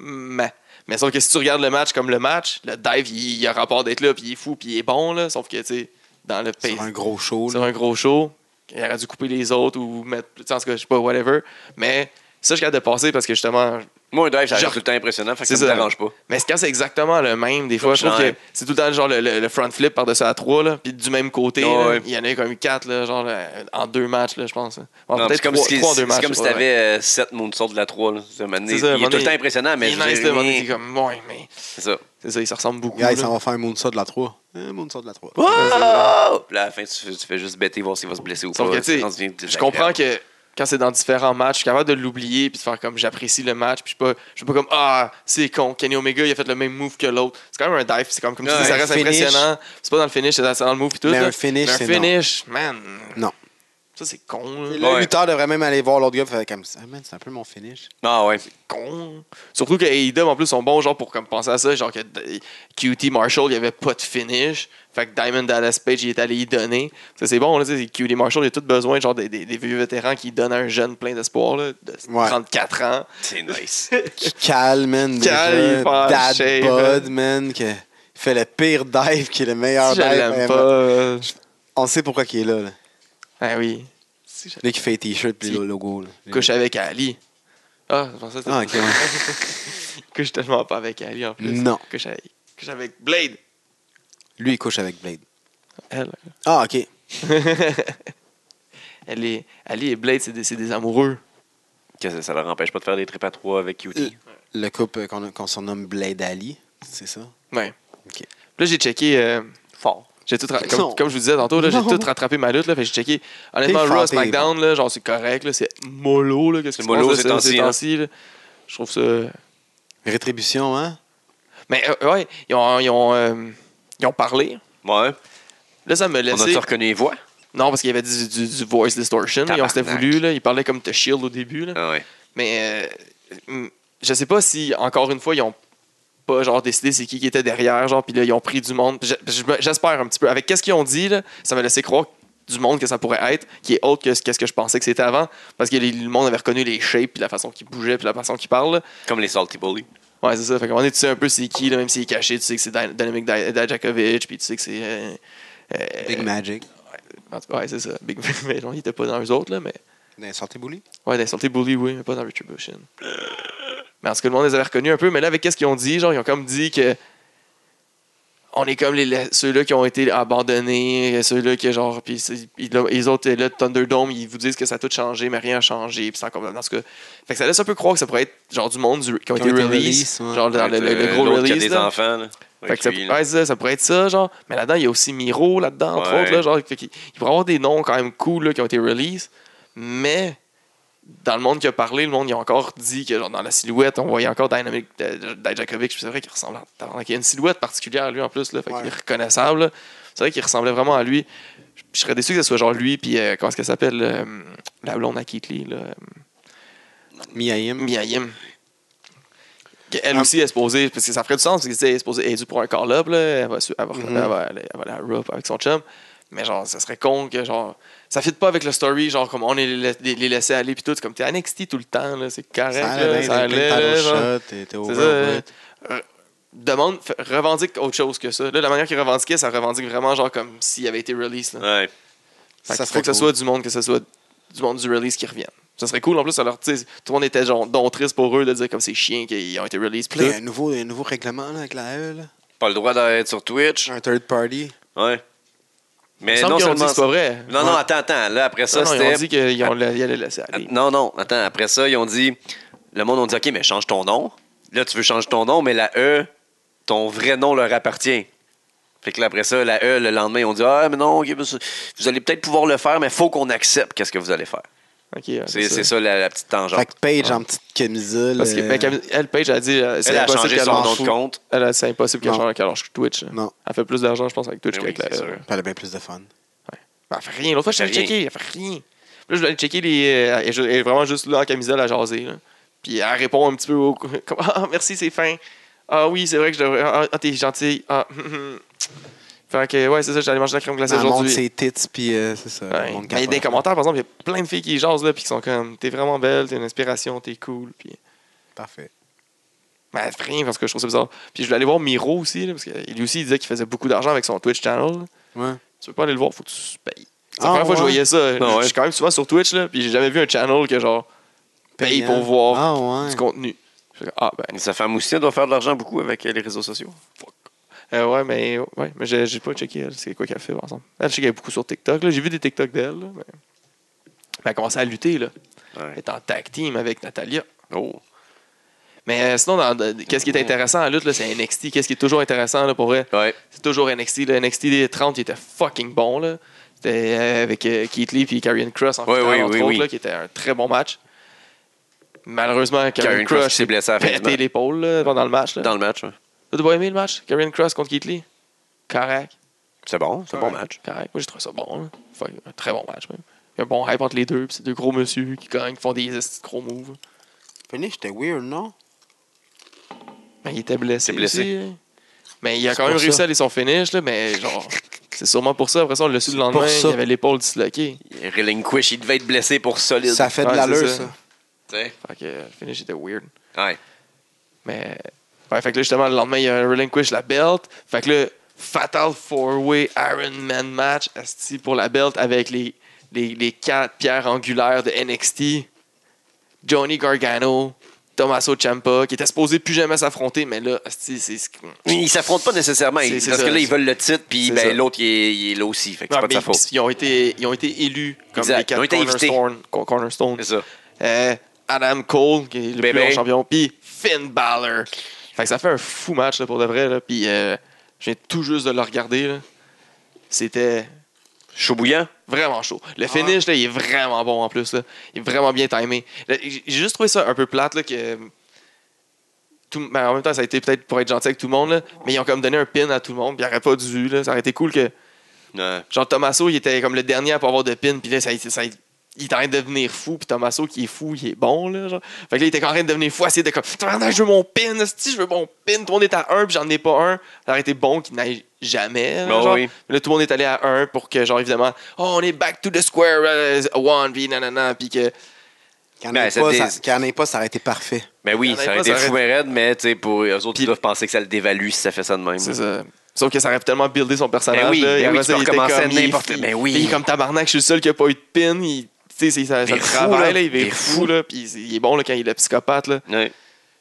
[SPEAKER 3] mais. Mais sauf que si tu regardes le match comme le match, le dive, il, il a rapport d'être là, puis il est fou, puis il est bon, là. Sauf que, tu sais, dans le
[SPEAKER 1] C'est
[SPEAKER 3] pace
[SPEAKER 1] un gros show. là.
[SPEAKER 3] sur un gros show. Il aurait dû couper les autres ou mettre, tu sais, en tout cas, je sais pas, whatever. Mais ça, je garde de passer parce que justement,
[SPEAKER 2] Moi, un drive, ça
[SPEAKER 3] Genre-
[SPEAKER 2] reste tout le temps impressionnant, fait que
[SPEAKER 3] C'est
[SPEAKER 2] ça me
[SPEAKER 3] ça.
[SPEAKER 2] dérange pas.
[SPEAKER 3] mais quand c'est exactement le même, des fois, je trouve
[SPEAKER 2] Ouais.
[SPEAKER 3] que c'est tout le temps genre le, le- le front flip par-dessus à trois, là, puis du même côté,
[SPEAKER 2] Ouais,
[SPEAKER 3] là,
[SPEAKER 2] ouais.
[SPEAKER 3] il y en a eu comme quatre, là, genre là, en deux matchs, là, je pense. Bon,
[SPEAKER 2] Non,
[SPEAKER 3] Ah, Peut-être
[SPEAKER 2] C'est comme
[SPEAKER 3] trois,
[SPEAKER 2] si
[SPEAKER 3] trois en deux matchs.
[SPEAKER 2] c'est comme
[SPEAKER 3] je
[SPEAKER 2] si
[SPEAKER 3] sais pas, ouais.
[SPEAKER 2] t'avais euh, 7 moonsaults de la 3. Là. C'est un moment donné,
[SPEAKER 3] C'est ça, un
[SPEAKER 2] il est
[SPEAKER 3] moment
[SPEAKER 2] tout le temps
[SPEAKER 3] donné,
[SPEAKER 2] impressionnant, mais
[SPEAKER 3] il
[SPEAKER 2] je
[SPEAKER 3] est nice
[SPEAKER 2] veux
[SPEAKER 3] de
[SPEAKER 2] dire,
[SPEAKER 3] monter, t'es
[SPEAKER 2] rien-
[SPEAKER 3] comme, ouais, mais
[SPEAKER 2] C'est ça.
[SPEAKER 3] c'est ça, il se ressemble beaucoup.
[SPEAKER 1] Gars, il
[SPEAKER 3] là.
[SPEAKER 1] s'en va faire un moonsault de la 3. Un moonsault de la 3.
[SPEAKER 2] Wow! Oh! Puis là, à la fin, tu, fais- tu fais juste bêter, voir s'il va se blesser ou
[SPEAKER 3] Sauf
[SPEAKER 2] pas.
[SPEAKER 3] que, tu sais,
[SPEAKER 2] Ça devient
[SPEAKER 3] je
[SPEAKER 2] désagréable.
[SPEAKER 3] comprends que quand c'est dans différents matchs, je suis capable de l'oublier puis de faire comme j'apprécie le match. Puis je suis pas, je suis pas comme ah, c'est con. Kenny Omega, il a fait le même move que l'autre. C'est quand même un dive. C'est comme, comme tu
[SPEAKER 2] Ouais,
[SPEAKER 3] dis, ça
[SPEAKER 1] un
[SPEAKER 3] reste
[SPEAKER 1] finish.
[SPEAKER 3] impressionnant. C'est pas dans le finish, c'est dans c'est dans le move puis tout.
[SPEAKER 1] Mais
[SPEAKER 3] là.
[SPEAKER 1] un finish,
[SPEAKER 3] Mais un
[SPEAKER 1] c'est
[SPEAKER 3] finish, man.
[SPEAKER 1] Non.
[SPEAKER 3] Ça, c'est con, là.
[SPEAKER 1] Le
[SPEAKER 2] Ouais.
[SPEAKER 1] lutteur devrait même aller voir l'autre gars et faire comme Ah, man, c'est un peu mon finish.
[SPEAKER 2] Ah ouais.
[SPEAKER 3] con. Surtout que AEW, en plus, sont bons, genre, pour comme, penser à ça. Genre que D- QT Marshall, il n'y avait pas de finish. Fait que Diamond Dallas Page, il est allé y donner. Ça, c'est bon, là, tu sais, QT Marshall, il a tout besoin, genre, des, des- des vieux vétérans qui donnent à un jeune plein d'espoir, là, de
[SPEAKER 1] Ouais.
[SPEAKER 3] 34 ans.
[SPEAKER 2] C'est nice.
[SPEAKER 1] Qui cale, man.
[SPEAKER 3] Cale, il est pas
[SPEAKER 1] Dad
[SPEAKER 3] shape,
[SPEAKER 1] Bud, man, qui fait le pire dive qui est le meilleur
[SPEAKER 3] Si je
[SPEAKER 1] dive.
[SPEAKER 3] l'aime
[SPEAKER 1] ever.
[SPEAKER 3] pas. euh, je-
[SPEAKER 1] On sait pourquoi il est là. Là,
[SPEAKER 3] Ah oui. Si je
[SPEAKER 1] Lui qui fait les t-shirts puis
[SPEAKER 3] Si.
[SPEAKER 1] le logo. là.
[SPEAKER 3] couche avec Ali. Ah, je pensais que
[SPEAKER 1] Ah, ok, ouais.
[SPEAKER 3] Il couche tellement pas avec Ali, en plus.
[SPEAKER 1] Ah. Non.
[SPEAKER 3] Il Couche avec, il couche avec Blade.
[SPEAKER 1] Lui, il couche avec Blade.
[SPEAKER 3] Elle.
[SPEAKER 1] Ah, ok.
[SPEAKER 3] Elle est, Ali et Blade, c'est des, c'est des amoureux.
[SPEAKER 2] Que ça, ça leur empêche pas de faire des trips à trois avec QT.
[SPEAKER 1] Euh. Le couple qu'on qu'on surnomme Blade Ali, c'est ça?
[SPEAKER 3] Ouais.
[SPEAKER 1] Ok.
[SPEAKER 3] Là, j'ai checké. euh,
[SPEAKER 2] Fort.
[SPEAKER 3] j'ai tout ra-
[SPEAKER 1] Non.
[SPEAKER 3] comme, comme je vous disais tantôt, là, j'ai
[SPEAKER 1] Non.
[SPEAKER 3] tout rattrapé ma lutte. Là, fait que j'ai checké. Honnêtement,
[SPEAKER 1] T'es
[SPEAKER 3] Raw,
[SPEAKER 1] fâté,
[SPEAKER 3] SmackDown, là, genre, c'est correct. là, C'est mollo. là, Qu'est-ce que
[SPEAKER 2] C'est
[SPEAKER 3] tu
[SPEAKER 2] mollo
[SPEAKER 3] penses
[SPEAKER 2] ces
[SPEAKER 3] de ça,
[SPEAKER 2] temps-ci,
[SPEAKER 3] ces
[SPEAKER 2] hein.
[SPEAKER 3] temps-ci? là? Je trouve ça.
[SPEAKER 1] Rétribution, hein?
[SPEAKER 3] Mais euh, ouais, ils ont, ils, ont, euh, ils ont parlé.
[SPEAKER 2] Ouais.
[SPEAKER 3] Là, ça me
[SPEAKER 2] On
[SPEAKER 3] laissait.
[SPEAKER 2] a-tu reconnu les voix?
[SPEAKER 3] Non, parce qu'il y avait du, du, du voice distortion. là, Ils ont c'était
[SPEAKER 2] Tabarnak.
[SPEAKER 3] voulu. Là, ils parlaient comme The Shield au début. Là.
[SPEAKER 2] Ah ouais.
[SPEAKER 3] Mais euh, je sais pas si, encore une fois, ils ont pas genre décidé c'est qui qui était derrière, genre, puis là, ils ont pris du monde. J- j- J'espère un petit peu. Avec qu'est-ce qu'ils ont dit, là, ça m'a laissé croire du monde que ça pourrait être, qui est autre que ce qu'est-ce que je pensais que c'était avant, parce que les- le monde avait reconnu les shapes, puis la façon qu'ils bougeaient, puis la façon qu'ils parlent.
[SPEAKER 2] Comme les Salty Bully.
[SPEAKER 3] Ouais, c'est ça. Fait qu'on est, tu sais un peu c'est qui, là, même s'il est caché, tu sais que c'est Dy- Dynamic Dy- Dijakovic, puis tu sais que c'est. euh, euh,
[SPEAKER 1] Big Magic.
[SPEAKER 3] en tout cas, ouais, c'est ça. Big mais non, il était pas dans eux autres, là, mais.
[SPEAKER 1] Ben, Sortez Bouli.
[SPEAKER 3] Ouais, d'insulter Bully, oui, mais pas dans Retribution. Mais en tout cas, le monde les avait reconnus un peu, mais là, avec qu'est-ce qu'ils ont dit, genre, ils ont comme dit que. On est comme les, les- ceux-là qui ont été abandonnés, ceux-là qui, genre, puis c'est- ils- là, les autres, là, Thunderdome, ils vous disent que ça a tout changé, mais rien n'a changé, puis c'est encore dans ce cas. Fait que ça laisse un peu croire que ça pourrait être, genre, du monde du, qui ont été release,
[SPEAKER 1] release, ouais.
[SPEAKER 3] genre, dans le, le- le
[SPEAKER 2] Euh,
[SPEAKER 3] gros
[SPEAKER 2] l'autre qui a
[SPEAKER 3] release.
[SPEAKER 2] des
[SPEAKER 3] là.
[SPEAKER 2] enfants, là.
[SPEAKER 3] Fait
[SPEAKER 2] Avec
[SPEAKER 3] que ça,
[SPEAKER 2] lui,
[SPEAKER 3] ouais,
[SPEAKER 2] là.
[SPEAKER 3] c'est ça, ça pourrait être ça, genre. Mais là-dedans, il y a aussi Miro là-dedans, entre
[SPEAKER 2] Ouais.
[SPEAKER 3] autres. Là, genre, fait qu'il- il pourrait avoir des noms quand même cool là, qui ont été release. Mais dans le monde qui a parlé, le monde il a encore dit que genre, dans la silhouette, on voyait encore Dynamic euh, Dijakovic. Puis C'est vrai qu'il ressemble à tabarnak. Il y a une silhouette particulière, lui, en plus. Là, fait qu'il
[SPEAKER 1] Ouais.
[SPEAKER 3] est reconnaissable. là. C'est vrai qu'il ressemblait vraiment à lui. Je- Je serais déçu que ce soit genre lui, puis euh, comment est-ce qu'elle s'appelle euh, La blonde à Keith Lee, là, euh,
[SPEAKER 1] Miaim.
[SPEAKER 3] Miaim. Que Elle
[SPEAKER 1] Ah.
[SPEAKER 3] aussi est supposée, parce que ça ferait du sens, parce que tu sais, elle est supposée elle est due pour un call-up, là, elle va, su- elle va-
[SPEAKER 1] Mhm.
[SPEAKER 3] elle va aller, elle va aller à Raw avec son chum. Mais genre, ça serait con que genre. Ça fit pas avec le story, genre comme on est les, les- les laissés aller puis tout, c'est comme t'es à NXT tout le temps, là, c'est correct,
[SPEAKER 1] Ça
[SPEAKER 3] là,
[SPEAKER 1] allait,
[SPEAKER 3] ça
[SPEAKER 1] t'as eu
[SPEAKER 3] allait,
[SPEAKER 1] plein de
[SPEAKER 3] là,
[SPEAKER 1] title
[SPEAKER 3] genre.
[SPEAKER 1] shots, t'es- t'es
[SPEAKER 3] C'est
[SPEAKER 1] over.
[SPEAKER 3] ça.
[SPEAKER 1] over it.
[SPEAKER 3] euh, Demande, fait- revendique autre chose que ça. Là, la manière qu'il revendiquait, ça revendique vraiment genre comme s'il avait été release. Là.
[SPEAKER 2] Ouais.
[SPEAKER 3] Fait
[SPEAKER 1] Ça
[SPEAKER 3] qu'il
[SPEAKER 1] serait
[SPEAKER 3] faut que ce
[SPEAKER 1] cool.
[SPEAKER 3] soit du monde, que ce soit du monde du release qui revienne. Ça serait cool. En plus, alors, tu sais, tout le monde était genre donc triste pour eux de dire comme c'est chiens qu'ils ont été release.
[SPEAKER 1] Puis là, il y a
[SPEAKER 3] Puis
[SPEAKER 1] un nouveau, un nouveau règlement là, avec la E. là.
[SPEAKER 2] Pas le droit d'être sur Twitch.
[SPEAKER 1] Un third party.
[SPEAKER 2] Ouais. Mais
[SPEAKER 3] non
[SPEAKER 2] non
[SPEAKER 3] qu'ils ont dit
[SPEAKER 2] seulement.
[SPEAKER 3] que c'est pas vrai.
[SPEAKER 2] Non, non, attends, attends. Là, après ça,
[SPEAKER 3] non, non, ils ont dit
[SPEAKER 2] c'était.
[SPEAKER 3] qu'ils ont la- ils allaient laisser aller.
[SPEAKER 2] Non, non, attends. Après ça, ils ont dit. Le monde, on dit, OK, mais change ton nom. Là, tu veux changer ton nom, mais la E, ton vrai nom leur appartient. Fait que là, après ça, la E, le lendemain, ils ont dit, Ah, mais non, ok, mais ça- vous allez peut-être pouvoir le faire, mais faut qu'on accepte qu'est-ce que vous allez faire.
[SPEAKER 3] Ok, ouais,
[SPEAKER 2] C'est
[SPEAKER 3] ça.
[SPEAKER 2] c'est ça la, la petite tangente.
[SPEAKER 1] Fait que Paige
[SPEAKER 3] Ouais.
[SPEAKER 1] en petite camisole.
[SPEAKER 3] Parce que
[SPEAKER 1] euh,
[SPEAKER 3] ben, Cam- elle, Paige, a dit euh, c'est
[SPEAKER 2] Elle a
[SPEAKER 3] impossible
[SPEAKER 2] changé
[SPEAKER 3] qu'elle
[SPEAKER 2] son
[SPEAKER 1] en
[SPEAKER 2] nom
[SPEAKER 1] fout.
[SPEAKER 2] de compte.
[SPEAKER 3] elle a- c'est impossible qu'elle
[SPEAKER 1] Non.
[SPEAKER 3] change- qu'elle lâche Twitch. là.
[SPEAKER 1] Non.
[SPEAKER 3] Elle fait plus d'argent, je pense, avec Twitch
[SPEAKER 2] Mais Ben oui,
[SPEAKER 3] qu'avec la.
[SPEAKER 2] c'est sûr.
[SPEAKER 1] Elle avait bien plus de fun.
[SPEAKER 3] Ben, elle fait rien. L'autre fois, je
[SPEAKER 2] Elle
[SPEAKER 3] suis allé
[SPEAKER 2] fait
[SPEAKER 3] checker. Elle fait rien. Puis Là, je vais aller checker les. euh, Elle est- elle est vraiment juste là en camisole à jaser. là. Puis elle répond un petit peu au. Comme, ah, merci, c'est fin. Ah oui, c'est vrai que je devrais. Ah, ah, t'es gentil. Ah, hum, hum. Fait que, ouais, c'est ça, j'allais manger de la crème glacée
[SPEAKER 1] Elle montre
[SPEAKER 3] aujourd'hui.
[SPEAKER 1] ses tits, puis euh, c'est ça.
[SPEAKER 3] Ouais.
[SPEAKER 1] le monde
[SPEAKER 3] Mais il y a des
[SPEAKER 1] capote.
[SPEAKER 3] commentaires, par exemple, il y a plein de filles qui jasent là, puis qui sont comme, t'es vraiment belle, t'es une inspiration, t'es cool, puis.
[SPEAKER 1] Parfait.
[SPEAKER 3] Ben, elle fait rien parce que je trouve ça bizarre. Puis je voulais aller voir Miro aussi, là, parce que lui aussi, il disait qu'il faisait beaucoup d'argent avec son Twitch channel. là.
[SPEAKER 1] Ouais.
[SPEAKER 3] Tu veux pas aller le voir, faut que tu payes. C'est
[SPEAKER 1] Ah,
[SPEAKER 3] la première fois que je
[SPEAKER 1] ouais?
[SPEAKER 3] voyais ça.
[SPEAKER 2] Ah, ouais.
[SPEAKER 3] Je suis quand même souvent sur Twitch, là, puis j'ai jamais vu un channel que genre, paye
[SPEAKER 1] Payant.
[SPEAKER 3] pour voir
[SPEAKER 1] Ah ouais.
[SPEAKER 3] du contenu. Je fais, Ah, ben,
[SPEAKER 2] Sa femme aussi elle doit faire de l'argent beaucoup avec euh, les réseaux sociaux.
[SPEAKER 3] euh, ouais, mais, ouais, mais j'ai j'ai pas checké elle, c'est quoi qu'elle fait, par exemple. Elle, je sais qu'elle est beaucoup sur TikTok, là. J'ai vu des TikTok d'elle, là, mais... mais elle a commencé à lutter, là. Elle
[SPEAKER 2] Ouais.
[SPEAKER 3] est en tag team avec Natalia.
[SPEAKER 2] Oh.
[SPEAKER 3] Mais euh, sinon, dans- dans- qu'est-ce qui est intéressant à la lutte, là, c'est NXT. Qu'est-ce qui est toujours intéressant, là, pour vrai?
[SPEAKER 2] Ouais.
[SPEAKER 3] C'est toujours NXT. Là. NXT 30, il était fucking bon. Là. C'était euh, avec euh, Keith Lee et Karrion Cross en
[SPEAKER 2] Ouais,
[SPEAKER 3] finale,
[SPEAKER 2] oui,
[SPEAKER 3] entre
[SPEAKER 2] oui,
[SPEAKER 3] autres,
[SPEAKER 2] oui.
[SPEAKER 3] là, qui était un très bon match. Malheureusement, Karrion
[SPEAKER 2] Karrion Kross
[SPEAKER 3] Cross
[SPEAKER 2] s'est blessé à la fin du
[SPEAKER 3] pété
[SPEAKER 2] match.
[SPEAKER 3] l'épaule là, pendant le match. Là.
[SPEAKER 2] Dans le match, ouais.
[SPEAKER 3] T'as pas aimé le match? Karrion Cross contre Keith Lee? Correct.
[SPEAKER 2] c'est bon, c'est un bon match.
[SPEAKER 3] Correct. Moi, j'ai trouvé ça bon. là. Enfin, un très bon match. Même. Il y a un bon hype entre les deux, puis c'est deux gros monsieur qui gagnent, qui font des esti de gros moves.
[SPEAKER 1] Phoenix, c'était weird, non?
[SPEAKER 3] Mais il était blessé.
[SPEAKER 2] Il est blessé.
[SPEAKER 3] aussi, hein. Mais il a
[SPEAKER 1] C'est
[SPEAKER 3] quand même
[SPEAKER 1] pour
[SPEAKER 3] réussi
[SPEAKER 1] ça.
[SPEAKER 3] à aller son finish, là, mais genre, c'est sûrement pour ça. Après ça, on l'a su le
[SPEAKER 1] C'est pour
[SPEAKER 3] lendemain, il
[SPEAKER 1] ça.
[SPEAKER 3] avait l'épaule disloquée.
[SPEAKER 2] Relinquish, il devait être blessé pour solide.
[SPEAKER 1] Ça fait de
[SPEAKER 3] Ouais,
[SPEAKER 1] l'allure,
[SPEAKER 3] c'est ça.
[SPEAKER 1] ça.
[SPEAKER 2] T'sais.
[SPEAKER 3] Fait que euh, le finish était weird.
[SPEAKER 2] Ouais.
[SPEAKER 3] Mais. Ouais, fait que là, justement, le lendemain, il y a un relinquish la belt. Fait que là, Fatal Four-Way Iron Man match, Asti pour la belt avec les, les, les quatre pierres angulaires de NXT. Johnny Gargano, Tommaso Ciampa, qui était supposé plus jamais s'affronter, mais là, Asti, c'est. c'est-
[SPEAKER 2] Ils s'affrontent pas nécessairement.
[SPEAKER 3] C'est-
[SPEAKER 2] ils-
[SPEAKER 3] c'est
[SPEAKER 2] parce
[SPEAKER 3] ça,
[SPEAKER 2] que là, ils
[SPEAKER 3] c'est-
[SPEAKER 2] veulent le titre, puis
[SPEAKER 3] c'est ça.
[SPEAKER 2] ben, l'autre, il, est- il est là aussi. Fait que c'est
[SPEAKER 3] Non,
[SPEAKER 2] pas de sa
[SPEAKER 3] mais
[SPEAKER 2] faute.
[SPEAKER 3] ils, ils ont été, ils ont été élus comme
[SPEAKER 2] Exact.
[SPEAKER 3] les quatre
[SPEAKER 2] Ils ont été invités.
[SPEAKER 3] cornerstone- co- cornerstones.
[SPEAKER 2] C'est ça.
[SPEAKER 3] Euh, Adam Cole, qui est le
[SPEAKER 2] Bébé.
[SPEAKER 3] plus long champion, puis Finn Balor. Fait que ça fait un fou match là, pour de vrai. là, Puis euh, je viens tout juste de le regarder. là. C'était
[SPEAKER 2] Chaud bouillant.
[SPEAKER 3] vraiment chaud. Le finish, là, il est vraiment bon en plus. là. Il est vraiment bien timé. Là, J'ai j'ai juste trouvé ça un peu plate. Là, que tout, mais en même temps, ça a été peut-être pour être gentil avec tout le monde, là, mais ils ont comme donné un pin à tout le monde. Puis il aurait pas dû. Là. Ça aurait été cool que
[SPEAKER 2] Ouais.
[SPEAKER 3] Euh, Genre, Tommaso, il était comme le dernier à pas avoir de pin, puis là, ça, ça- il est en train de devenir fou, puis Tommaso, qui est fou, il est bon, là, genre. Fait que là, il était en train de devenir fou, à essayer de comme, Tabarnak, je veux mon pin, si je veux mon pin, tout le monde est à un, puis j'en ai pas un. Ça aurait été bon qu'il n'aille jamais, là,
[SPEAKER 2] Ben
[SPEAKER 3] genre.
[SPEAKER 2] oui.
[SPEAKER 3] Mais Là, tout le monde est allé à un pour que, genre, évidemment, oh, on est back to the square, euh, one, puis nanana, puis que.
[SPEAKER 1] Qu'il n'y en
[SPEAKER 2] Ben,
[SPEAKER 1] ait
[SPEAKER 2] ça
[SPEAKER 1] pas,
[SPEAKER 2] dé-
[SPEAKER 1] ça- qu'il y en ait pas, ça aurait été parfait.
[SPEAKER 2] Ben oui,
[SPEAKER 3] Y'en avait
[SPEAKER 2] ça aurait
[SPEAKER 3] pas,
[SPEAKER 2] été
[SPEAKER 3] ça
[SPEAKER 2] fou
[SPEAKER 3] aurait-
[SPEAKER 2] mais raide, mais tu sais, pour eux autres,
[SPEAKER 3] Puis-
[SPEAKER 2] ils doivent penser que ça le dévalue si ça fait ça de même.
[SPEAKER 3] C'est ça. Sauf que ça aurait tellement buildé son personnage.
[SPEAKER 2] Ben oui,
[SPEAKER 3] là,
[SPEAKER 2] ben
[SPEAKER 3] Et
[SPEAKER 2] oui,
[SPEAKER 3] après
[SPEAKER 2] tu
[SPEAKER 3] ça,
[SPEAKER 2] peux
[SPEAKER 3] il était
[SPEAKER 2] recommencer à
[SPEAKER 3] comme, il est
[SPEAKER 2] n'importe-
[SPEAKER 3] fi-
[SPEAKER 2] ben oui.
[SPEAKER 3] il est comme tabarnak, je suis le seul qui a pas eu de pin. Il, tu sais, c'est- ça,
[SPEAKER 2] Il
[SPEAKER 3] ça
[SPEAKER 2] est
[SPEAKER 3] le
[SPEAKER 2] fou,
[SPEAKER 3] travaille,
[SPEAKER 2] là.
[SPEAKER 3] là, il est
[SPEAKER 2] Il est
[SPEAKER 3] fou,
[SPEAKER 2] fou.
[SPEAKER 3] là, puis il est bon là, quand il est psychopathe. Là.
[SPEAKER 2] Ouais.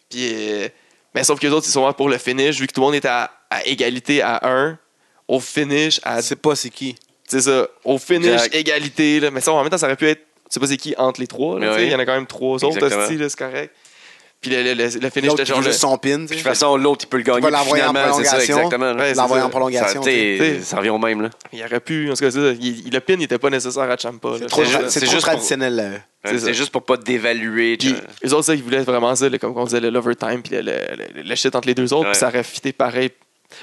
[SPEAKER 3] Puis, euh, mais sauf que les autres, ils sont là pour le finish, vu que tout le monde est à, à égalité à 1. Au finish, à.
[SPEAKER 1] C'est pas c'est qui.
[SPEAKER 3] C'est ça. Au finish,
[SPEAKER 2] Jack.
[SPEAKER 3] égalité. Là. Mais ça, en même temps, ça aurait pu être. Tu sais pas c'est qui entre les trois. là,
[SPEAKER 2] Mais
[SPEAKER 3] tu sais,
[SPEAKER 2] Ben oui.
[SPEAKER 3] Il y en a quand même trois autres,
[SPEAKER 2] Exactement.
[SPEAKER 3] hostie, là, c'est correct. Puis le, le- le- le finish,
[SPEAKER 1] L'autre
[SPEAKER 3] c'était
[SPEAKER 1] qui
[SPEAKER 3] genre.
[SPEAKER 1] veut
[SPEAKER 3] le-
[SPEAKER 1] juste son pin.
[SPEAKER 2] Puis
[SPEAKER 1] tu
[SPEAKER 2] de
[SPEAKER 1] sais.
[SPEAKER 2] toute façon, l'autre, il peut le gagner.
[SPEAKER 1] vas
[SPEAKER 2] puis
[SPEAKER 1] l'envoyer en
[SPEAKER 2] finalement, c'est ça,
[SPEAKER 1] prolongation.
[SPEAKER 2] exactement. là.
[SPEAKER 3] Ouais, c'est
[SPEAKER 1] L'envoyer en
[SPEAKER 3] ça.
[SPEAKER 1] prolongation.
[SPEAKER 2] Ça,
[SPEAKER 1] tu sais.
[SPEAKER 2] t'sais,
[SPEAKER 3] t'sais.
[SPEAKER 2] ça revient au même, là.
[SPEAKER 3] Il aurait pu. En tout cas, c'est ça. Il- le pin n'était pas nécessaire à Champa. là.
[SPEAKER 1] C'est trop,
[SPEAKER 2] c'est
[SPEAKER 1] tra-
[SPEAKER 2] juste-
[SPEAKER 1] c'est
[SPEAKER 2] c'est
[SPEAKER 1] trop
[SPEAKER 2] juste pour-
[SPEAKER 1] traditionnel. euh, là.
[SPEAKER 3] C'est ça.
[SPEAKER 2] C'est juste pour pas te dévaluer. euh, tu
[SPEAKER 3] Puis
[SPEAKER 2] vois.
[SPEAKER 3] les autres, c'est ça, ils voulaient vraiment ça, le- comme on disait, le l'overtime, puis le, le- le- le shit entre les deux autres,
[SPEAKER 2] Ouais.
[SPEAKER 3] puis ça aurait fité pareil.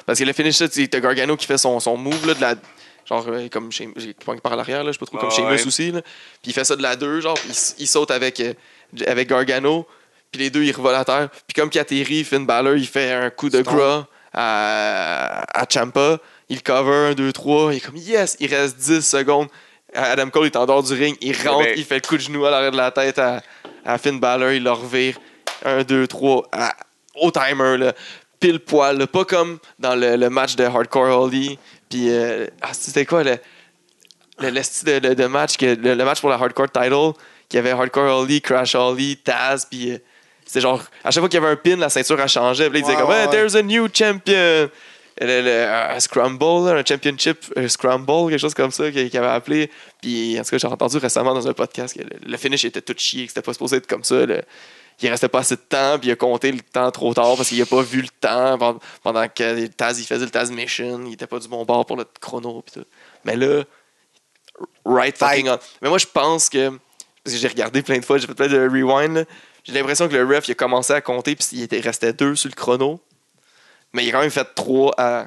[SPEAKER 3] Parce que le finish, là, tu- t'as Gargano qui fait son, son move, là, de la. Genre, euh, comme chez. J'ai pointé par l'arrière, là, je sais pas trop, comme
[SPEAKER 2] Ouais,
[SPEAKER 3] chez
[SPEAKER 2] ouais.
[SPEAKER 3] aussi, là. Puis il fait ça de la 2, genre, puis il, s- il saute avec, euh, avec Gargano, puis les deux, ils revolent à terre. Puis comme qu'il atterrit, Finn Balor, il fait un coup de
[SPEAKER 1] Stone.
[SPEAKER 3] gras à, à Champa. Il cover 1, 2, 3, il est comme yes, il reste 10 secondes. Adam Cole est en dehors du ring, il rentre,
[SPEAKER 2] ben-
[SPEAKER 3] il fait le coup de genou à l'arrière de la tête à, à Finn Balor, il le revire 1, 2, 3 à- au timer, là, pile poil, là, pas comme dans le, le match de Hardcore Holly. Puis, euh, ah, c'était quoi le, le, le style de, de- de match, que, le, le match pour la Hardcore Title, qu'il y avait Hardcore Holly, Crash Holly, Taz, puis euh, c'était genre, à chaque fois qu'il y avait un pin, la ceinture a changé, puis là, il disait
[SPEAKER 1] Ouais,
[SPEAKER 3] comme,
[SPEAKER 1] ouais,
[SPEAKER 3] Hey,
[SPEAKER 1] ouais.
[SPEAKER 3] there's a new champion! Et Le, le- un scramble, là, un championship euh, scramble, quelque chose comme ça qu'il qu'il avait appelé. Puis en tout cas, j'ai entendu récemment dans un podcast que le, le finish était tout chié, que c'était pas supposé être comme ça. le- il restait pas assez de temps, puis il a compté le temps trop tard parce qu'il a pas vu le temps pen- pendant que Taz, il faisait le Taz Mission, il était pas du bon bord pour le chrono, puis tout. Mais là, right fucking on. Mais moi, je pense que, parce que j'ai regardé plein de fois, j'ai fait plein de rewind, là, j'ai l'impression que le ref, il a commencé à compter, puis il était restait deux sur le chrono, mais il a quand même fait trois à-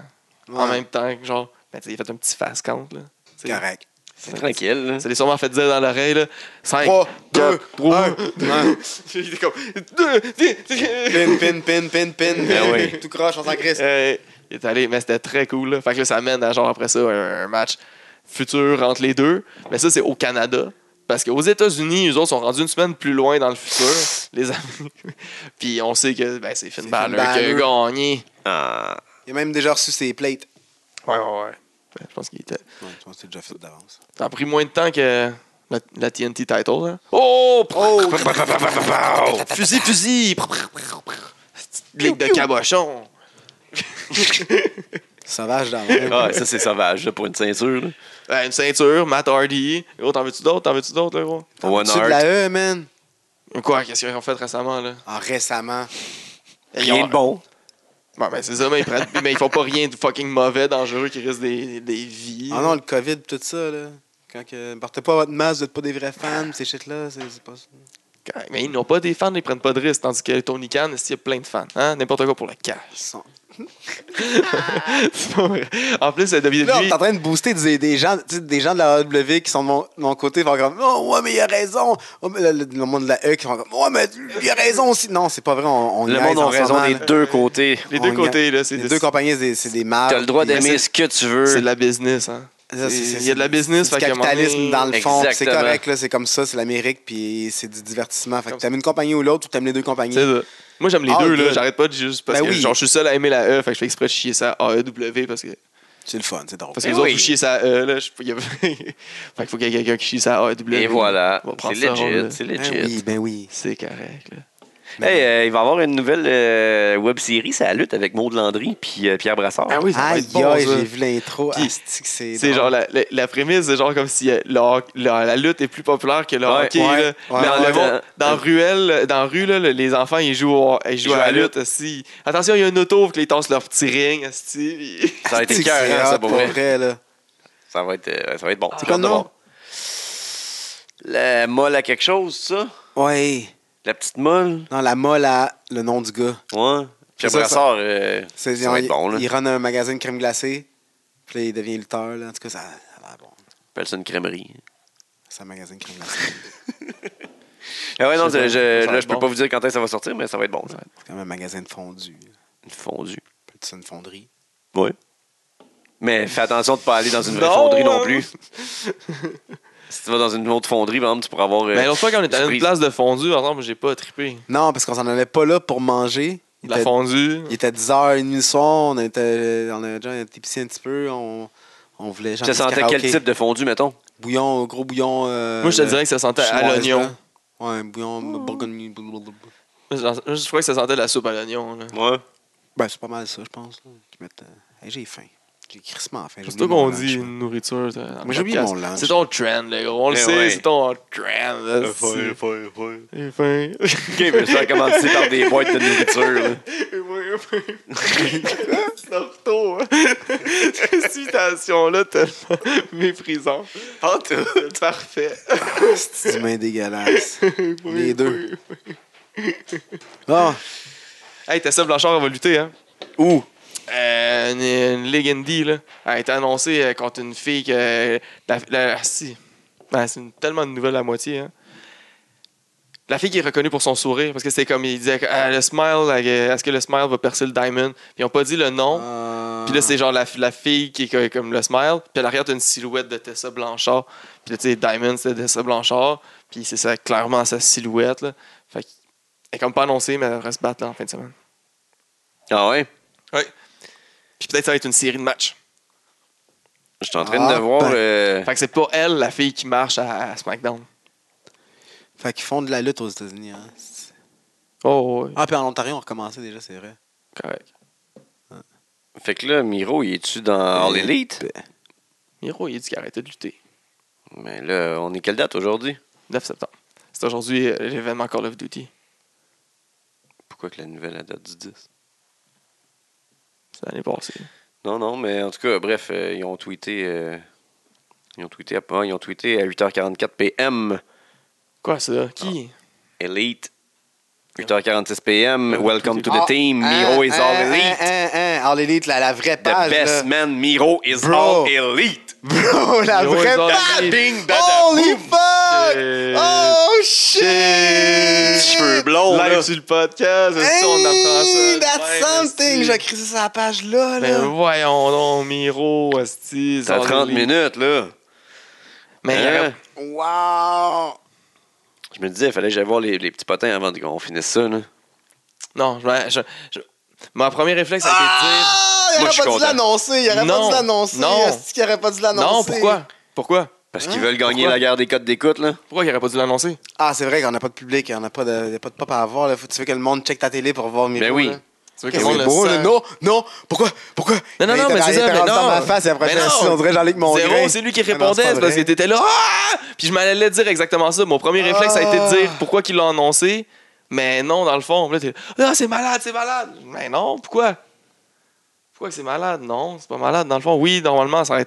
[SPEAKER 3] en
[SPEAKER 1] Ouais.
[SPEAKER 3] même temps, que genre, ben, tu sais, il a fait un petit fast count, là. Tu sais,
[SPEAKER 1] Correct.
[SPEAKER 2] C'est tranquille, là.
[SPEAKER 3] ça les sûrement fait dire dans l'oreille, là. 5,
[SPEAKER 1] 3, 2,
[SPEAKER 3] 2,
[SPEAKER 1] 1.
[SPEAKER 3] 3, il était comme. Deux,
[SPEAKER 1] Pin, pin, pin, pin,
[SPEAKER 2] Ben
[SPEAKER 1] pin.
[SPEAKER 2] oui.
[SPEAKER 1] Tout croche, on s'en crisse.
[SPEAKER 3] Euh, il est allé, mais c'était très cool. Là. Fait que là, ça mène à genre après ça un, un match futur entre les deux. Mais ça, c'est au Canada. Parce qu'aux États-Unis, eux autres sont rendus une semaine plus loin dans le futur, les amis. Puis on sait que ben, c'est Finn
[SPEAKER 1] C'est
[SPEAKER 3] Balor
[SPEAKER 1] Finn
[SPEAKER 3] qui a
[SPEAKER 1] Balor.
[SPEAKER 3] gagné.
[SPEAKER 2] Ah.
[SPEAKER 1] Il a même déjà reçu ses plates.
[SPEAKER 3] Ouais, ouais, ouais. Ben, Je pense qu'il était.
[SPEAKER 1] Ouais, je pense que c'est déjà fait d'avance.
[SPEAKER 3] Ça a pris moins de temps que la, la TNT title. hein. Oh!
[SPEAKER 1] Oh!
[SPEAKER 3] Fusil, fusil! Ligue de cabochon!
[SPEAKER 1] Sauvage dans
[SPEAKER 2] Ah, ça, c'est sauvage, là, pour une ceinture. là.
[SPEAKER 3] Ouais, une ceinture, Matt Hardy. Gros, t'en veux-tu d'autres? T'en veux-tu d'autres, là, gros?
[SPEAKER 2] One
[SPEAKER 1] C'est de
[SPEAKER 2] Heart.
[SPEAKER 1] la E, man.
[SPEAKER 3] Quoi? Qu'est-ce qu'ils ont fait récemment, là?
[SPEAKER 1] Ah, récemment.
[SPEAKER 3] Ils ont-
[SPEAKER 2] Rien de bon.
[SPEAKER 3] Ouais, ben, c'est ça, mais ils, prennent... mais ils font pas rien de fucking mauvais, dangereux, qui risque des, des vies.
[SPEAKER 1] Ah non, le COVID, tout ça, là. Quand que... Portez pas votre masque, vous êtes pas des vrais fans, ces shit-là, c'est c'est pas ça.
[SPEAKER 3] Correct. Mais ils n'ont pas des fans, ils prennent pas de risques. Tandis que Tony Khan, il y a plein de fans. hein, N'importe quoi pour le cash.
[SPEAKER 1] Son-
[SPEAKER 3] C'est pas vrai. en plus, la WWE.
[SPEAKER 1] Là, on est en train de booster des, des gens, tu sais, des gens de la AW qui sont de mon, de mon côté, vont comme Oh, ouais, mais il a raison. Oh, mais le, le- le monde de la E qui font comme Ouais, mais il a raison aussi. Non, c'est pas vrai. On, on
[SPEAKER 2] Le
[SPEAKER 1] niaise
[SPEAKER 2] monde a
[SPEAKER 1] en ce
[SPEAKER 2] raison
[SPEAKER 1] moment,
[SPEAKER 2] des
[SPEAKER 1] là.
[SPEAKER 2] deux côtés.
[SPEAKER 3] les deux
[SPEAKER 1] on-
[SPEAKER 3] côtés, là, c'est
[SPEAKER 1] Les deux compagnies, c'est des- c'est des marques.
[SPEAKER 2] Tu as le droit d'aimer ce que tu
[SPEAKER 3] c'est
[SPEAKER 2] veux.
[SPEAKER 3] de la business. Hein.
[SPEAKER 1] Ça, c'est- c'est-
[SPEAKER 3] Il y a de la business.
[SPEAKER 1] C'est du
[SPEAKER 3] fait qu'à un moment
[SPEAKER 1] capitalisme
[SPEAKER 3] donné-
[SPEAKER 1] dans le fond. puis C'est
[SPEAKER 2] Exactement.
[SPEAKER 1] correct, là, c'est comme ça, c'est l'Amérique, puis c'est du divertissement. Fait que
[SPEAKER 3] Comme-
[SPEAKER 1] t'aimes une compagnie ou l'autre, ou t'aimes les deux compagnies.
[SPEAKER 3] C'est ça. Moi, j'aime les
[SPEAKER 1] Ah,
[SPEAKER 3] deux, là.
[SPEAKER 1] good.
[SPEAKER 3] J'arrête pas de juste parce
[SPEAKER 1] Ben
[SPEAKER 3] que
[SPEAKER 1] oui.
[SPEAKER 3] genre, je suis seul à aimer la E, fait que je fais exprès de chier ça à AEW parce que,
[SPEAKER 1] C'est le fun, c'est drôle.
[SPEAKER 3] parce que
[SPEAKER 2] Ben
[SPEAKER 3] les autres,
[SPEAKER 2] oui.
[SPEAKER 3] vous chiez ça à E, là. je- il y a- fait qu'il faut qu'il y ait quelqu'un qui chie ça à AEW.
[SPEAKER 2] Et voilà.
[SPEAKER 3] On va
[SPEAKER 2] C'est
[SPEAKER 3] prendre ça, on
[SPEAKER 2] legit.
[SPEAKER 3] va-
[SPEAKER 2] C'est
[SPEAKER 1] Ben
[SPEAKER 2] legit.
[SPEAKER 1] oui, ben oui.
[SPEAKER 3] C'est correct, là.
[SPEAKER 2] Hey, euh, il va y avoir une nouvelle euh, web série, c'est la lutte avec Maud Landry puis euh, Pierre Brassard.
[SPEAKER 3] Ah oui, ça va
[SPEAKER 1] Aïe,
[SPEAKER 3] être bon,
[SPEAKER 1] aïe,
[SPEAKER 3] ça.
[SPEAKER 1] j'ai vu l'intro.
[SPEAKER 3] Puis,
[SPEAKER 1] asti que C'est
[SPEAKER 3] C'est
[SPEAKER 1] drôle.
[SPEAKER 3] genre la, la, la prémisse, c'est genre comme si euh, le hoc- le- la lutte est plus populaire que le
[SPEAKER 2] Ouais,
[SPEAKER 3] hockey.
[SPEAKER 1] ouais,
[SPEAKER 3] là.
[SPEAKER 1] ouais,
[SPEAKER 3] dans
[SPEAKER 2] ouais.
[SPEAKER 3] le monde, dans
[SPEAKER 2] Euh,
[SPEAKER 3] ruelle, euh, dans rue, là, le- les enfants ils jouent, au- ils jouent
[SPEAKER 2] jouent
[SPEAKER 3] à
[SPEAKER 2] à
[SPEAKER 3] la lutte. aussi. Attention, il y a une auto, faut que les tassent leur petit ring. asti, puis-
[SPEAKER 2] Ça a
[SPEAKER 1] Asti
[SPEAKER 2] été
[SPEAKER 1] que c'est
[SPEAKER 2] cœur, ça
[SPEAKER 1] hot,
[SPEAKER 2] pour vrai.
[SPEAKER 1] là.
[SPEAKER 2] Ça va être, euh, ça va être bon.
[SPEAKER 1] C'est quoi le
[SPEAKER 2] J'ai hâte de
[SPEAKER 1] nom?
[SPEAKER 2] voir. La molle à quelque chose, ça?
[SPEAKER 1] Ouais.
[SPEAKER 2] La petite molle?
[SPEAKER 1] Non, la molle à le nom du gars.
[SPEAKER 2] Ouais. Pierre
[SPEAKER 1] ça, ça-
[SPEAKER 2] Brassard, euh,
[SPEAKER 1] C'est,
[SPEAKER 2] ça va être
[SPEAKER 1] il,
[SPEAKER 2] bon, là.
[SPEAKER 1] il run un magazine crème glacée, puis là, il devient lutteur. Là. En tout cas, ça, ça a l'air bon.
[SPEAKER 2] appelle ça une crèmerie.
[SPEAKER 1] C'est un magazine crème glacée.
[SPEAKER 2] Ah ouais, non,
[SPEAKER 3] Je sais
[SPEAKER 2] je,
[SPEAKER 3] pas.
[SPEAKER 2] je-
[SPEAKER 3] Ça va
[SPEAKER 2] là,
[SPEAKER 3] être
[SPEAKER 2] je peux
[SPEAKER 3] bon.
[SPEAKER 2] pas vous dire quand est-ce que ça va sortir, mais ça va être bon. là.
[SPEAKER 1] C'est comme un magazine de fondu.
[SPEAKER 2] Une fondue.
[SPEAKER 1] Peut-être ça, une fonderie.
[SPEAKER 2] Ouais. Mais fais attention de pas aller dans une vraie
[SPEAKER 3] Non,
[SPEAKER 2] fonderie
[SPEAKER 3] hein.
[SPEAKER 2] non plus. si tu vas dans une autre fonderie, par exemple, tu pourras avoir. euh,
[SPEAKER 3] Mais l'autre fois qu'on était à une
[SPEAKER 2] surprise.
[SPEAKER 3] place de fondue, par exemple, j'ai pas trippé.
[SPEAKER 1] Non, parce qu'on s'en allait pas là pour manger. Il,
[SPEAKER 3] La
[SPEAKER 1] était,
[SPEAKER 3] fondue.
[SPEAKER 1] il était 10h30 du soir, on, était, on a déjà été pissé un petit peu, on, on voulait
[SPEAKER 2] Tu
[SPEAKER 1] chanter du
[SPEAKER 2] sentais quel
[SPEAKER 1] karaoké.
[SPEAKER 2] type de fondu, mettons?
[SPEAKER 1] Bouillon, gros bouillon. euh,
[SPEAKER 3] Moi, je te
[SPEAKER 1] le-
[SPEAKER 3] dirais que ça sentait à
[SPEAKER 1] chinoise,
[SPEAKER 3] l'oignon.
[SPEAKER 1] là. Ouais, un bouillon bourgogne. blablabla.
[SPEAKER 3] Moi, je- je crois que ça sentait la soupe à l'oignon. là.
[SPEAKER 2] Ouais.
[SPEAKER 1] Ben, c'est pas mal ça, je pense. là, qu'ils mettent, euh, hey, j'ai faim. J'ai crissement faim. j'ai
[SPEAKER 3] C'est toi
[SPEAKER 1] oublié
[SPEAKER 3] qu'on
[SPEAKER 1] mon lunch,
[SPEAKER 3] dit
[SPEAKER 1] là.
[SPEAKER 3] une nourriture. toi, dans le
[SPEAKER 1] Moi, j'ai oublié
[SPEAKER 3] podcast.
[SPEAKER 1] mon lunch.
[SPEAKER 3] C'est ton trend, le gros. On le
[SPEAKER 2] Eh
[SPEAKER 3] sait,
[SPEAKER 2] ouais.
[SPEAKER 3] c'est ton trend.
[SPEAKER 1] Ah,
[SPEAKER 3] là, c'est- Et fin.
[SPEAKER 2] Ok, mais ça a commencé par des boîtes de nourriture. là.
[SPEAKER 3] Sorto, Cette citation-là, tellement méprisant. En tout, parfait.
[SPEAKER 1] C'est du main dégueulasse. Les deux. Ah,
[SPEAKER 3] Hey, Tessa Blanchard, elle va lutter, hein?
[SPEAKER 2] Où?
[SPEAKER 3] Euh, une, une Ligue indie, là. Elle a été annoncée euh, contre une fille que. euh, la, la- ah, si. Ben, c'est une- tellement de nouvelles à moitié, hein. La fille qui est reconnue pour son sourire, parce que c'était comme il disait, Ah, le smile, euh, est-ce que le smile va percer le diamond? Ils n'ont pas dit le nom.
[SPEAKER 1] euh,
[SPEAKER 3] Puis là, c'est genre la, la fille qui est co- comme le smile. Puis à l'arrière, t'as une silhouette de Tessa Blanchard. Puis là, tu sais, Diamond, c'est Tessa Blanchard. Puis c'est ça, clairement sa silhouette. Là. Fait qu'elle est comme pas annoncée, mais elle va se battre là, en fin de semaine.
[SPEAKER 2] Ah ouais?
[SPEAKER 3] Puis peut-être ça va être une série de matchs.
[SPEAKER 2] Je suis en train
[SPEAKER 1] Ah,
[SPEAKER 2] de voir.
[SPEAKER 1] ben.
[SPEAKER 2] euh,
[SPEAKER 3] Fait que c'est pas elle, la fille qui marche à, à SmackDown.
[SPEAKER 1] Fait qu'ils font de la lutte aux États-Unis. Hein. C'est-
[SPEAKER 3] Oh, ouais.
[SPEAKER 1] Ah, puis en Ontario, on recommençait déjà, c'est vrai.
[SPEAKER 3] Correct.
[SPEAKER 2] Fait que là, Miro, il est-tu dans All Elite?
[SPEAKER 1] Ben,
[SPEAKER 3] Miro, il a dit qu'il arrêtait de lutter. ben.
[SPEAKER 2] Mais là, on est quelle date aujourd'hui?
[SPEAKER 3] 9 septembre. C'est aujourd'hui euh, l'événement Call of Duty.
[SPEAKER 2] Pourquoi que la nouvelle elle date du 10?
[SPEAKER 3] C'est l'année passée.
[SPEAKER 2] Non, non, mais en tout cas, bref, euh, ils ont tweeté. euh, ils ont tweeté, à, ah, ils ont tweeté à 8h44 PM.
[SPEAKER 3] Quoi, ça? Qui?
[SPEAKER 2] Elite. 8h46 PM. Welcome to
[SPEAKER 3] Ah,
[SPEAKER 2] the team. Miro is all elite.
[SPEAKER 1] Hein, hein, hein, All Elite, la, la vraie
[SPEAKER 2] The
[SPEAKER 1] page.
[SPEAKER 2] best
[SPEAKER 1] là.
[SPEAKER 2] man. Miro is
[SPEAKER 1] Bro.
[SPEAKER 2] all elite.
[SPEAKER 1] Bro, la
[SPEAKER 3] Miro is
[SPEAKER 1] vraie
[SPEAKER 3] all
[SPEAKER 1] page.
[SPEAKER 3] elite.
[SPEAKER 2] Bing, bada,
[SPEAKER 1] Holy
[SPEAKER 2] boom.
[SPEAKER 1] fuck!
[SPEAKER 3] Euh,
[SPEAKER 1] Oh shit!
[SPEAKER 2] Cheveux blonds, là.
[SPEAKER 3] Live sur le podcast, si on apprend ça.
[SPEAKER 1] Hey,
[SPEAKER 3] Ouais,
[SPEAKER 1] that's something!
[SPEAKER 3] si.
[SPEAKER 1] J'ai écrit ça sur la page là,
[SPEAKER 3] Mais
[SPEAKER 1] là.
[SPEAKER 3] Ben, voyons donc, Miro, hostie.
[SPEAKER 2] C'est à
[SPEAKER 3] ça
[SPEAKER 2] 30
[SPEAKER 3] les-
[SPEAKER 2] minutes, là.
[SPEAKER 3] Mais
[SPEAKER 2] Hein?
[SPEAKER 1] Wow!
[SPEAKER 2] Je me disais, il fallait que j'aille voir les, les petits potins avant qu'on finisse ça, là.
[SPEAKER 3] non, je, je, je- mon premier réflexe a été de
[SPEAKER 1] Ah! Il
[SPEAKER 2] Moi,
[SPEAKER 1] aurait
[SPEAKER 2] je suis
[SPEAKER 1] pas dû
[SPEAKER 2] content.
[SPEAKER 1] l'annoncer, il aurait pas
[SPEAKER 3] Non.
[SPEAKER 1] dû l'annoncer.
[SPEAKER 3] Non.
[SPEAKER 1] Est-ce qu'il aurait pas dû
[SPEAKER 3] dire. Non,
[SPEAKER 1] l'annoncer?
[SPEAKER 3] pourquoi Pourquoi
[SPEAKER 2] Parce
[SPEAKER 1] Hein?
[SPEAKER 2] qu'ils veulent gagner
[SPEAKER 3] Pourquoi?
[SPEAKER 2] la guerre des codes d'écoute, là.
[SPEAKER 3] Pourquoi il aurait pas dû l'annoncer
[SPEAKER 1] Ah, c'est vrai qu'on n'a pas de public, on n'a pas de, y a pas de pop à avoir. Là. Faut, tu veux que le monde check ta télé pour voir mes
[SPEAKER 2] Ben oui.
[SPEAKER 3] Tu veux
[SPEAKER 1] C'est
[SPEAKER 3] que le monde le
[SPEAKER 1] beau,
[SPEAKER 3] sache?
[SPEAKER 1] là. Non, non, pourquoi, pourquoi?
[SPEAKER 3] Non, non,
[SPEAKER 1] Il
[SPEAKER 3] non,
[SPEAKER 1] était
[SPEAKER 3] mais
[SPEAKER 1] dans-
[SPEAKER 3] c'est
[SPEAKER 1] il
[SPEAKER 3] ça,
[SPEAKER 1] était
[SPEAKER 3] mais
[SPEAKER 1] rendu
[SPEAKER 3] non.
[SPEAKER 1] dans ma face et après,
[SPEAKER 3] Mais non.
[SPEAKER 1] si on dirait Jean-Luc Mongrain.
[SPEAKER 3] Zéro, c'est lui qui
[SPEAKER 1] Mais Ah non,
[SPEAKER 3] répondait,
[SPEAKER 1] c'est pas
[SPEAKER 3] c'est parce
[SPEAKER 1] vrai.
[SPEAKER 3] que t'étais là. Ah! Puis je m'allais dire exactement ça. Mon premier réflexe a été de dire
[SPEAKER 1] Ah!
[SPEAKER 3] pourquoi qu'il l'a annoncé. Mais non, dans le fond, là, t'es là, ah, c'est malade, c'est malade. Mais non, pourquoi Pourquoi que c'est malade Non, c'est pas malade. Dans le fond, oui, normalement, ça aurait-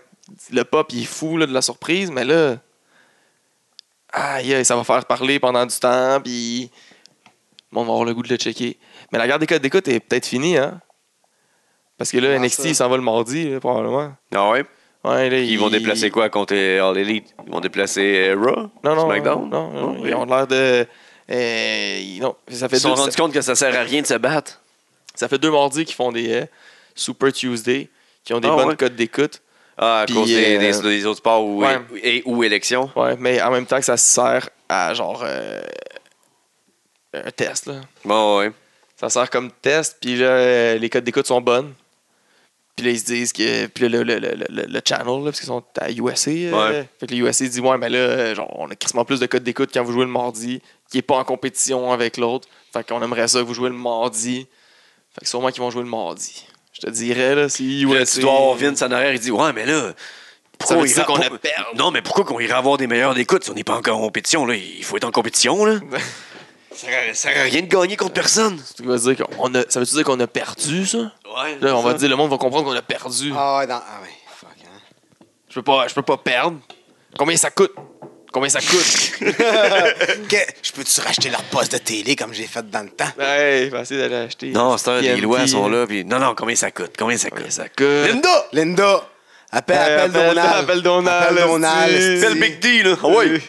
[SPEAKER 3] le pop, il est fou là, de la surprise, mais là. aïe, aïe, ça va faire parler pendant du temps, puis bon, on va avoir le goût de le checker. Mais la garde des codes d'écoute est peut-être finie, hein? Parce que là,
[SPEAKER 1] Ah,
[SPEAKER 3] NXT,
[SPEAKER 1] ça.
[SPEAKER 3] il s'en va le mardi, là, probablement.
[SPEAKER 2] Ah ouais?
[SPEAKER 3] Ouais, là,
[SPEAKER 2] Ils vont déplacer quoi contre euh, All Elite? Ils vont déplacer euh, Raw?
[SPEAKER 3] Non, non,
[SPEAKER 2] SmackDown?
[SPEAKER 3] non, non,
[SPEAKER 2] Oh,
[SPEAKER 3] ils ont l'air de... euh, ils- non, ça fait
[SPEAKER 2] Ils se sont
[SPEAKER 3] deux-
[SPEAKER 2] rendus compte que ça sert à rien de se battre.
[SPEAKER 3] Ça fait deux mardis qu'ils font des euh, Super Tuesday, qui ont des
[SPEAKER 2] Ah,
[SPEAKER 3] bonnes
[SPEAKER 2] ouais.
[SPEAKER 3] codes d'écoute.
[SPEAKER 2] Ah, à
[SPEAKER 3] Puis,
[SPEAKER 2] cause des, des-
[SPEAKER 3] euh,
[SPEAKER 2] des autres sports ou,
[SPEAKER 3] ouais.
[SPEAKER 2] et, ou élections.
[SPEAKER 3] Ouais, mais en même temps que ça sert à genre euh, un test. Là.
[SPEAKER 2] Bon, ouais.
[SPEAKER 3] Ça sert comme test, puis là, euh, les codes d'écoute sont bonnes. Puis là, ils se disent que. Puis là, le, le, le, le- le channel, là, parce qu'ils sont à USA. euh,
[SPEAKER 2] Ouais.
[SPEAKER 3] Fait que les USA disent Ouais, mais là, euh, genre, on a quasiment plus de codes d'écoute quand vous jouez le mardi, qui est pas en compétition avec l'autre. Fait qu'on aimerait ça que vous jouez le mardi. Fait que sûrement qu'ils vont jouer le mardi. Je te dirais, là, si
[SPEAKER 2] Puis là,
[SPEAKER 3] USA.
[SPEAKER 2] tu dois avoir Vince en arrière, il dit Ouais, mais là.
[SPEAKER 3] Ça veut
[SPEAKER 2] on
[SPEAKER 3] dire
[SPEAKER 2] ira-
[SPEAKER 3] qu'on a
[SPEAKER 2] pour- Non, mais pourquoi qu'on ira avoir des meilleurs écoutes si on n'est pas encore en compétition? Là? Il faut être en compétition. là. ça sert à- ça sert à rien de gagner contre personne.
[SPEAKER 3] Tu vas dire qu'on a- Ça veut-tu dire qu'on a perdu, ça
[SPEAKER 2] Ouais,
[SPEAKER 3] Là, on va
[SPEAKER 2] ça.
[SPEAKER 3] dire, le monde va comprendre qu'on a perdu.
[SPEAKER 1] Ah, ouais, dans- ah ouais, fuck. hein.
[SPEAKER 3] Je peux pas, je peux pas perdre. Combien ça coûte? Combien ça coûte?
[SPEAKER 1] hein. Que- je peux-tu racheter leur poste de télé comme j'ai fait dans le temps?
[SPEAKER 3] ouais, il va essayer d'aller acheter.
[SPEAKER 2] Non, c'est un, les
[SPEAKER 3] TNT,
[SPEAKER 2] lois sont là. Puis, non, non, combien ça coûte? Combien ça coûte?
[SPEAKER 3] Combien ça coûte?
[SPEAKER 2] Linda!
[SPEAKER 1] Linda! Appelle,
[SPEAKER 3] Ouais,
[SPEAKER 1] appelle,
[SPEAKER 3] appelle-
[SPEAKER 1] Donald!
[SPEAKER 3] appelle Donald,
[SPEAKER 1] Appelle Donald,
[SPEAKER 3] esti.
[SPEAKER 1] esti.
[SPEAKER 2] Belle Big D, là. Ah ouais.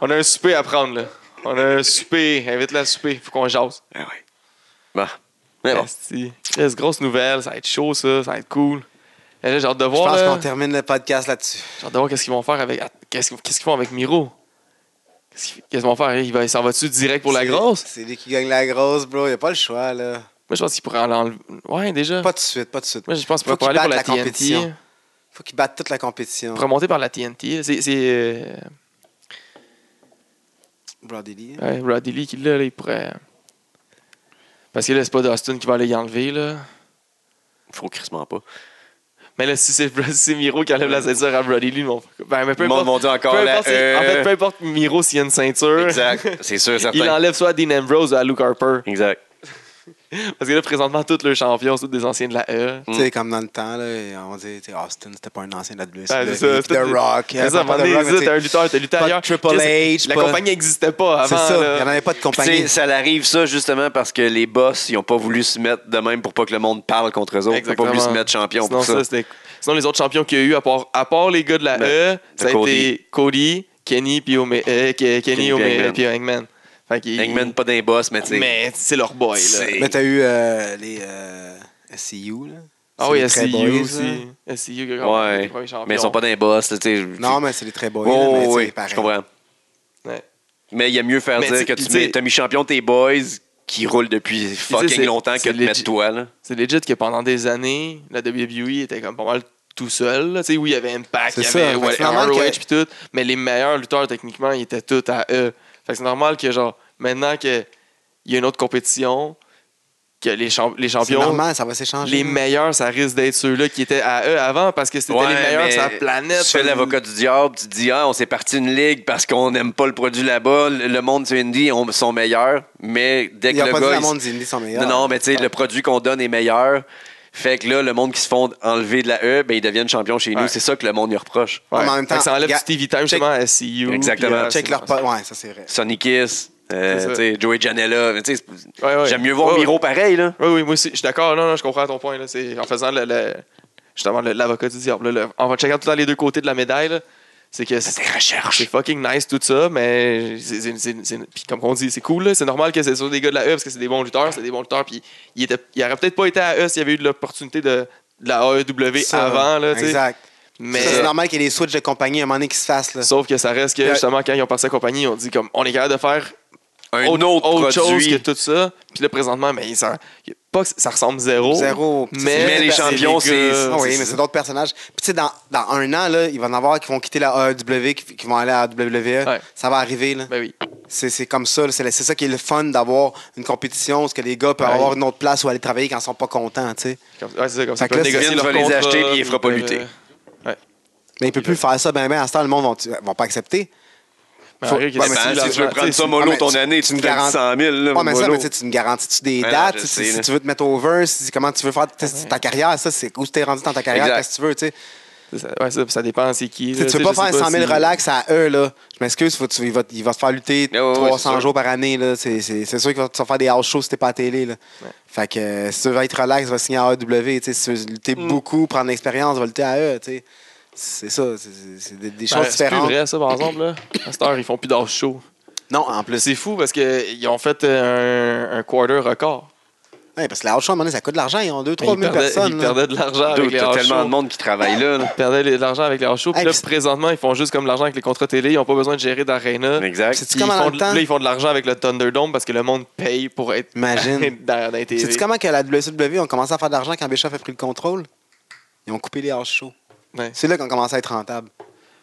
[SPEAKER 3] On a un souper à prendre, là. On a un souper. Invite-la à souper. Faut qu'on jase.
[SPEAKER 2] Ah ouais. Bah. Mais bon.
[SPEAKER 3] Esti. Yes, grosse nouvelle. Ça va être chaud, ça. Ça va être cool. Et là, J'ai hâte de
[SPEAKER 1] Je
[SPEAKER 3] voir.
[SPEAKER 1] pense
[SPEAKER 3] là.
[SPEAKER 1] qu'on termine le podcast là-dessus.
[SPEAKER 3] J'ai hâte de voir qu'est-ce qu'ils vont faire avec. Qu'est-ce qu'ils qu'est-ce qu'ils font avec Miro? Qu'est-ce qu'ils qu'est-ce qu'ils vont faire? Il va- il s'en va-tu direct pour la
[SPEAKER 1] C'est-
[SPEAKER 3] grosse?
[SPEAKER 1] C'est lui qui gagne la grosse, bro. Il a pas le choix, là.
[SPEAKER 3] Moi, je pense qu'il pourrait l'enlever. Ouais, déjà.
[SPEAKER 1] Pas de suite, pas de suite.
[SPEAKER 3] Moi, je pense qu'il
[SPEAKER 1] Faut
[SPEAKER 3] pourrait
[SPEAKER 1] qu'il
[SPEAKER 3] aller pour la
[SPEAKER 1] batte la
[SPEAKER 3] TNT.
[SPEAKER 1] compétition. Faut qu'il batte toute la compétition.
[SPEAKER 3] Pour remonter par la TNT. C'est c'est, euh,
[SPEAKER 1] Brody Lee.
[SPEAKER 3] ouais, Roddy Lee qui l'a, là, il pourrait. euh, Parce que là, c'est pas Dustin qui va aller y enlever, là.
[SPEAKER 2] Faut crissement pas.
[SPEAKER 3] Mais là, si c'est si c'est Miro qui enlève la ceinture à Brody Lee, ils vont- ben, mais peu
[SPEAKER 2] Le monde
[SPEAKER 3] importe.
[SPEAKER 2] vont dire encore
[SPEAKER 3] peu
[SPEAKER 2] la
[SPEAKER 3] importe si-
[SPEAKER 2] E.
[SPEAKER 3] En
[SPEAKER 1] euh.
[SPEAKER 3] fait, peu importe Miro s'il y a une ceinture,
[SPEAKER 2] Exact. C'est sûr, certain.
[SPEAKER 3] il enlève soit à Dean Ambrose ou à Luke Harper.
[SPEAKER 2] Exact.
[SPEAKER 3] Parce que là, présentement, tous leurs champions sont tous des anciens de la E.
[SPEAKER 1] Tu sais, comme dans le temps, là, on dit, tu sais, Austin, c'était pas un ancien de la WCW.
[SPEAKER 3] Ouais, c'est ça,
[SPEAKER 1] puis The
[SPEAKER 3] c'est-
[SPEAKER 1] Rock. hein,
[SPEAKER 3] C'est ça, à un
[SPEAKER 1] pas
[SPEAKER 3] moment
[SPEAKER 1] de
[SPEAKER 3] donné,
[SPEAKER 1] Rock, mais
[SPEAKER 3] t'es un lutteur, t'es lutteur
[SPEAKER 1] pas de
[SPEAKER 3] ailleurs.
[SPEAKER 1] Triple
[SPEAKER 3] Chris,
[SPEAKER 1] H,
[SPEAKER 3] La
[SPEAKER 1] pas-
[SPEAKER 3] compagnie n'existait pas
[SPEAKER 1] C'est
[SPEAKER 3] avant.
[SPEAKER 1] ça, il n'y
[SPEAKER 3] là.
[SPEAKER 1] en avait pas de
[SPEAKER 2] Tu sais,
[SPEAKER 1] compagnie.
[SPEAKER 2] ça l'arrive ça justement parce que les boss, ils n'ont pas voulu se mettre de même pour pas que le monde parle contre eux autres. Ils n'ont pas voulu se
[SPEAKER 3] Exactement.
[SPEAKER 2] mettre champion
[SPEAKER 3] Sinon,
[SPEAKER 2] pour ça.
[SPEAKER 3] c'était- Sinon, les autres champions qu'il y a eu, à part, à part les gars de la E, ça a
[SPEAKER 2] Cody.
[SPEAKER 3] été Cody, Kenny, puis Ome- euh, Ke- Kenny,
[SPEAKER 2] puis
[SPEAKER 3] Ome-
[SPEAKER 2] Hangman.
[SPEAKER 3] puis Hangman. Fait qu'il-
[SPEAKER 2] Eggman, pas d'un boss, mais tu sais.
[SPEAKER 3] mais c'est leur boy. Là.
[SPEAKER 2] C'est-
[SPEAKER 1] Mais t'as eu euh, les euh, SCU, là.
[SPEAKER 3] Ah
[SPEAKER 1] C'est
[SPEAKER 3] oui,
[SPEAKER 1] les très
[SPEAKER 3] SCU
[SPEAKER 1] boys, là.
[SPEAKER 3] aussi. SCU, qui a gagné
[SPEAKER 2] Ouais.
[SPEAKER 3] les premiers champions.
[SPEAKER 2] Mais ils sont pas d'un boss, là, tu sais.
[SPEAKER 1] Non, mais c'est les très boys. là,
[SPEAKER 2] Oh,
[SPEAKER 1] mais tu sais,
[SPEAKER 2] oui,
[SPEAKER 1] pareil.
[SPEAKER 2] je comprends.
[SPEAKER 3] Ouais.
[SPEAKER 2] Mais il y a mieux faire
[SPEAKER 3] Mais
[SPEAKER 2] dire
[SPEAKER 3] tu-
[SPEAKER 2] que
[SPEAKER 3] puis
[SPEAKER 2] tu
[SPEAKER 3] tu sais-
[SPEAKER 2] mets- t'as mis champion tes boys qui roulent depuis fucking
[SPEAKER 3] c'est-
[SPEAKER 2] longtemps que
[SPEAKER 3] c'est
[SPEAKER 2] de
[SPEAKER 3] legit.
[SPEAKER 2] mettre toi, là.
[SPEAKER 3] C'est legit que pendant des années, la WWE était comme pas mal tout seul. là. Tu sais, oui, il y avait Impact,
[SPEAKER 1] C'est
[SPEAKER 3] il y
[SPEAKER 1] ça,
[SPEAKER 3] avait
[SPEAKER 1] fait
[SPEAKER 3] ouais,
[SPEAKER 1] que c'est normal
[SPEAKER 3] ROH
[SPEAKER 1] que-
[SPEAKER 3] puis tout, mais les meilleurs lutteurs techniquement, ils étaient tous à eux. Fait que c'est normal que genre maintenant que il y a une autre compétition, que les, champ- les
[SPEAKER 1] C'est
[SPEAKER 3] champions,
[SPEAKER 1] normal, ça va s'échanger.
[SPEAKER 3] les
[SPEAKER 1] là.
[SPEAKER 3] meilleurs, ça risque d'être ceux-là qui étaient à eux avant parce que c'était
[SPEAKER 2] Ouais,
[SPEAKER 3] les meilleurs
[SPEAKER 2] mais
[SPEAKER 3] sur la planète. hein.
[SPEAKER 2] Tu fais l'avocat du diable, tu te dis, ah, on s'est parti une ligue parce qu'on n'aime pas le produit là-bas, le le monde sur Indie, on sont meilleurs, mais dès
[SPEAKER 1] Il
[SPEAKER 2] que
[SPEAKER 1] n'y a
[SPEAKER 2] le
[SPEAKER 1] pas dit
[SPEAKER 2] gars.
[SPEAKER 1] la
[SPEAKER 2] il-
[SPEAKER 1] monde d'Indy sont meilleurs.
[SPEAKER 2] Non, non, mais tu sais, le produit qu'on donne est meilleur. Fait que là, le monde qui se font enlever de la E, ben, ils deviennent champions chez
[SPEAKER 3] Ouais.
[SPEAKER 2] nous. C'est ça que le monde lui reproche.
[SPEAKER 3] Ouais.
[SPEAKER 1] mais en même
[SPEAKER 3] Fait que
[SPEAKER 1] temps,
[SPEAKER 3] ça enlève
[SPEAKER 1] gars,
[SPEAKER 3] du TV time justement à SCU.
[SPEAKER 2] Exactement.
[SPEAKER 3] puis, euh,
[SPEAKER 1] Check
[SPEAKER 3] c'est-
[SPEAKER 1] leur pas. Ouais, ça c'est vrai.
[SPEAKER 2] Sonny Kiss, euh,
[SPEAKER 3] C'est ça.
[SPEAKER 2] tu sais, Joey Janela. mais tu sais, c'est-
[SPEAKER 3] Ouais, ouais.
[SPEAKER 2] J'aime mieux voir
[SPEAKER 3] Ouais, ouais.
[SPEAKER 2] Miro pareil, là.
[SPEAKER 3] Oui, oui, moi aussi, je suis d'accord. Non, non, je comprends ton point. Là. C'est en faisant le, le- justement le- l'avocat du diable. là, le- en checkant tout dans les deux côtés de la médaille, là, c'est que c'est
[SPEAKER 2] Des recherches.
[SPEAKER 3] c'est fucking nice tout ça, mais c'est, c'est- c'est- c'est- puis comme on dit, c'est cool. là. C'est normal que c'est sur des gars de la E parce que c'est des bons lutteurs, c'est des bons lutteurs. Puis ils étaient- ils auraient peut-être pas été à E s'il y avait eu de l'opportunité de, de la AEW
[SPEAKER 1] Ça,
[SPEAKER 3] avant. Là, tu sais.
[SPEAKER 1] exact.
[SPEAKER 3] Mais
[SPEAKER 1] Ça, c'est normal qu'il y ait des switches de compagnie à un moment donné qui se fassent. Là.
[SPEAKER 3] sauf que ça reste que
[SPEAKER 1] Puis-
[SPEAKER 3] justement quand ils ont parti à la compagnie, ils ont dit comme on est capable de faire
[SPEAKER 2] Un
[SPEAKER 3] autre,
[SPEAKER 2] autre,
[SPEAKER 3] autre chose
[SPEAKER 2] produit.
[SPEAKER 3] que tout ça. Puis là présentement, mais ça, pas que ça ressemble zéro.
[SPEAKER 1] Zéro.
[SPEAKER 3] Mais,
[SPEAKER 2] Oh, Mais les
[SPEAKER 3] c'est
[SPEAKER 2] champions,
[SPEAKER 3] des gars-
[SPEAKER 2] c'est-
[SPEAKER 1] Ah oui, mais c'est d'autres personnages. Puis tu sais, dans, dans un an, là, il va y en avoir qui vont quitter la AEW, qui, qui vont aller à la WWE.
[SPEAKER 3] Ouais.
[SPEAKER 1] E. Ça va arriver. Là.
[SPEAKER 3] Ben oui.
[SPEAKER 1] C'est, c'est comme ça. là. C'est, la- c'est ça qui est le fun d'avoir une compétition, parce que les gars peuvent
[SPEAKER 3] Ouais.
[SPEAKER 1] avoir une autre place où aller travailler quand ils sont pas contents. tu sais.
[SPEAKER 3] Comme, ouais, c'est ça, comme
[SPEAKER 1] Fait
[SPEAKER 3] ça.
[SPEAKER 1] que là,
[SPEAKER 3] négocier
[SPEAKER 2] Vince
[SPEAKER 3] leur
[SPEAKER 2] va les
[SPEAKER 3] contrat,
[SPEAKER 2] acheter, puis il fera pas
[SPEAKER 3] euh,
[SPEAKER 2] lutter.
[SPEAKER 1] Mais il peut plus faire ça. Ben, ben, à ce temps, le monde ne vont, pas accepter.
[SPEAKER 3] mais
[SPEAKER 1] Faut-
[SPEAKER 3] arrête que
[SPEAKER 1] Ouais,
[SPEAKER 2] Ben,
[SPEAKER 3] c'est
[SPEAKER 1] mais
[SPEAKER 3] si
[SPEAKER 2] si
[SPEAKER 3] l'argent-
[SPEAKER 2] tu veux prendre
[SPEAKER 3] tu sais,
[SPEAKER 2] ça mollo
[SPEAKER 1] ah, mais
[SPEAKER 2] ton
[SPEAKER 1] tu-
[SPEAKER 2] année,
[SPEAKER 1] tu
[SPEAKER 2] tu me
[SPEAKER 1] me
[SPEAKER 2] fais
[SPEAKER 1] garantis-
[SPEAKER 2] 100 000. Là,
[SPEAKER 1] Ouais, mais ça,
[SPEAKER 2] mollo.
[SPEAKER 1] mais tu sais, tu me garantis-tu des
[SPEAKER 2] Ouais,
[SPEAKER 1] dates?
[SPEAKER 2] je
[SPEAKER 1] Si-
[SPEAKER 2] sais,
[SPEAKER 1] si
[SPEAKER 2] là.
[SPEAKER 1] tu veux te mettre over, si, comment tu veux faire ta, ta carrière, ça, c'est où tu t'es rendu dans ta carrière,
[SPEAKER 2] Exact.
[SPEAKER 1] qu'est-ce que tu veux, tu sais.
[SPEAKER 3] c'est Ça, ouais, ça, ça dépend c'est qui.
[SPEAKER 1] Tu sais, tu veux pas faire 100 000 relax à eux, là. Je m'excuse, faut que tu- il, va, il va te faire
[SPEAKER 3] Oh,
[SPEAKER 1] lutter
[SPEAKER 2] Ouais, ouais, ouais, c'est
[SPEAKER 1] 300
[SPEAKER 2] sûr.
[SPEAKER 1] jours par année, là. C'est c'est- c'est sûr qu'il va te faire des house shows si t'es pas à télé, là. Fait que euh, si tu veux être relax, va signer à AEW. Tu sais, si tu veux lutter
[SPEAKER 3] Mm.
[SPEAKER 1] beaucoup, prendre l'expérience, va lutter à eux, tu sais. C'est ça, c'est- c'est c'est des, des choses
[SPEAKER 3] Ben, C'est plus
[SPEAKER 1] différentes.
[SPEAKER 3] vrai, ça, par exemple. Là. À cette heure, ils font plus d'âge chaud.
[SPEAKER 1] Non, en plus.
[SPEAKER 3] C'est fou parce qu'ils ont fait euh, un, un quarter record.
[SPEAKER 1] Ouais, parce que la house show, à un moment donné, ça coûte de l'argent. Ils ont 2-3 000
[SPEAKER 3] ils perdaient,
[SPEAKER 1] personnes.
[SPEAKER 3] ils
[SPEAKER 1] là.
[SPEAKER 3] perdaient de l'argent avec
[SPEAKER 2] Dude,
[SPEAKER 3] les
[SPEAKER 2] T'as
[SPEAKER 3] house
[SPEAKER 2] tellement de
[SPEAKER 3] shows.
[SPEAKER 2] monde qui travaille là. là.
[SPEAKER 3] Ils perdaient de l'argent avec les house shows. Puis
[SPEAKER 1] Hey,
[SPEAKER 3] là,
[SPEAKER 1] puis-
[SPEAKER 3] présentement, ils font juste comme l'argent avec les contrats télé. Ils n'ont pas besoin de gérer d'arena.
[SPEAKER 2] Exact.
[SPEAKER 1] C'est-tu
[SPEAKER 3] Puis ils
[SPEAKER 1] comment
[SPEAKER 3] font
[SPEAKER 1] dans
[SPEAKER 3] de-
[SPEAKER 1] le temps?
[SPEAKER 3] Là, ils font de l'argent avec le Thunderdome parce que le monde paye pour être
[SPEAKER 1] Imagine.
[SPEAKER 3] derrière dans les TV.
[SPEAKER 1] Sais-tu comment que la WCW ont commencé à faire de l'argent quand Bischoff a pris le contrôle? Ils ont coupé les house shows.
[SPEAKER 3] Ouais.
[SPEAKER 1] C'est là qu'on commence à être rentable.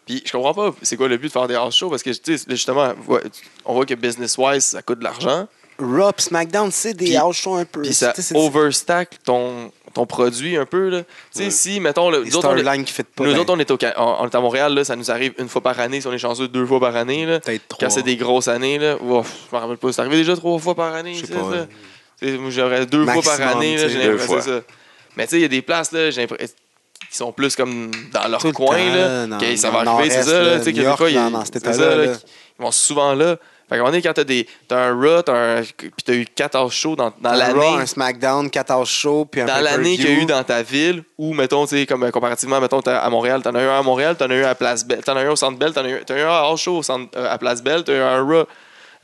[SPEAKER 3] Puis je comprends pas, c'est quoi le but de faire des house shows parce que tu sais, justement, ouais, on voit que business-wise, ça coûte de l'argent.
[SPEAKER 1] Raw pis SmackDown, c'est des
[SPEAKER 3] Puis-
[SPEAKER 1] house shows un peu.
[SPEAKER 3] Puis ça
[SPEAKER 1] Tu sais, c'est-
[SPEAKER 3] overstack ton, ton produit un peu. là. Tu sais,
[SPEAKER 2] Ouais.
[SPEAKER 3] si, mettons, le-
[SPEAKER 1] les
[SPEAKER 3] nous autres, on est-
[SPEAKER 1] storylines qui fit pas.
[SPEAKER 3] nous
[SPEAKER 1] ben,
[SPEAKER 3] autres, on est, au, Ca- on- on est à Montréal, là, ça nous arrive une fois par année, si on est chanceux, deux fois par année. Là.
[SPEAKER 1] peut-être trois.
[SPEAKER 3] Quand c'est des grosses années, là, ouf, je me rappelle pas, c'est arrivé déjà trois fois par année.
[SPEAKER 1] Je sais
[SPEAKER 3] tu sais,
[SPEAKER 1] pas,
[SPEAKER 3] ça.
[SPEAKER 1] ouais.
[SPEAKER 3] Tu sais, moi, J'aurais deux fois par
[SPEAKER 1] Maximum,
[SPEAKER 3] année, là,
[SPEAKER 1] tu sais.
[SPEAKER 3] j'ai
[SPEAKER 2] Deux
[SPEAKER 3] l'impression
[SPEAKER 2] fois.
[SPEAKER 3] c'est ça. Mais tu sais, il y a des places là, j'ai l'impression qui sont plus comme dans leur
[SPEAKER 1] Tout le
[SPEAKER 3] coin
[SPEAKER 1] temps,
[SPEAKER 3] là,
[SPEAKER 1] dans-
[SPEAKER 3] que ça
[SPEAKER 1] dans
[SPEAKER 3] va
[SPEAKER 1] le
[SPEAKER 3] arriver, c'est
[SPEAKER 1] nord-est,
[SPEAKER 3] ça, là,
[SPEAKER 1] là,
[SPEAKER 3] tu sais que
[SPEAKER 1] New
[SPEAKER 3] des fois
[SPEAKER 1] York,
[SPEAKER 3] ils
[SPEAKER 1] dans- dans cet
[SPEAKER 3] c'est ça,
[SPEAKER 1] état-là,
[SPEAKER 3] là,
[SPEAKER 1] là.
[SPEAKER 3] qui- ils vont souvent là. Fait qu'on est quand t'as des t'as un Raw, t'as un puis t'as eu 14 shows dans, dans
[SPEAKER 1] Un Raw, un
[SPEAKER 3] l'année.
[SPEAKER 1] SmackDown, 14 shows, puis un
[SPEAKER 3] Dans l'année qu'il y a eu
[SPEAKER 1] pay-per-view.
[SPEAKER 3] dans ta ville, ou mettons, tu sais, comme euh, comparativement, mettons, t'as- à Montréal, t'en as eu un à Montréal, t'en as eu un à Place Belle, t'en as eu un au Centre Belle, t'en as eu, t'as eu un à Hors Show au centre, euh, à Place Belle, t'as eu un Raw,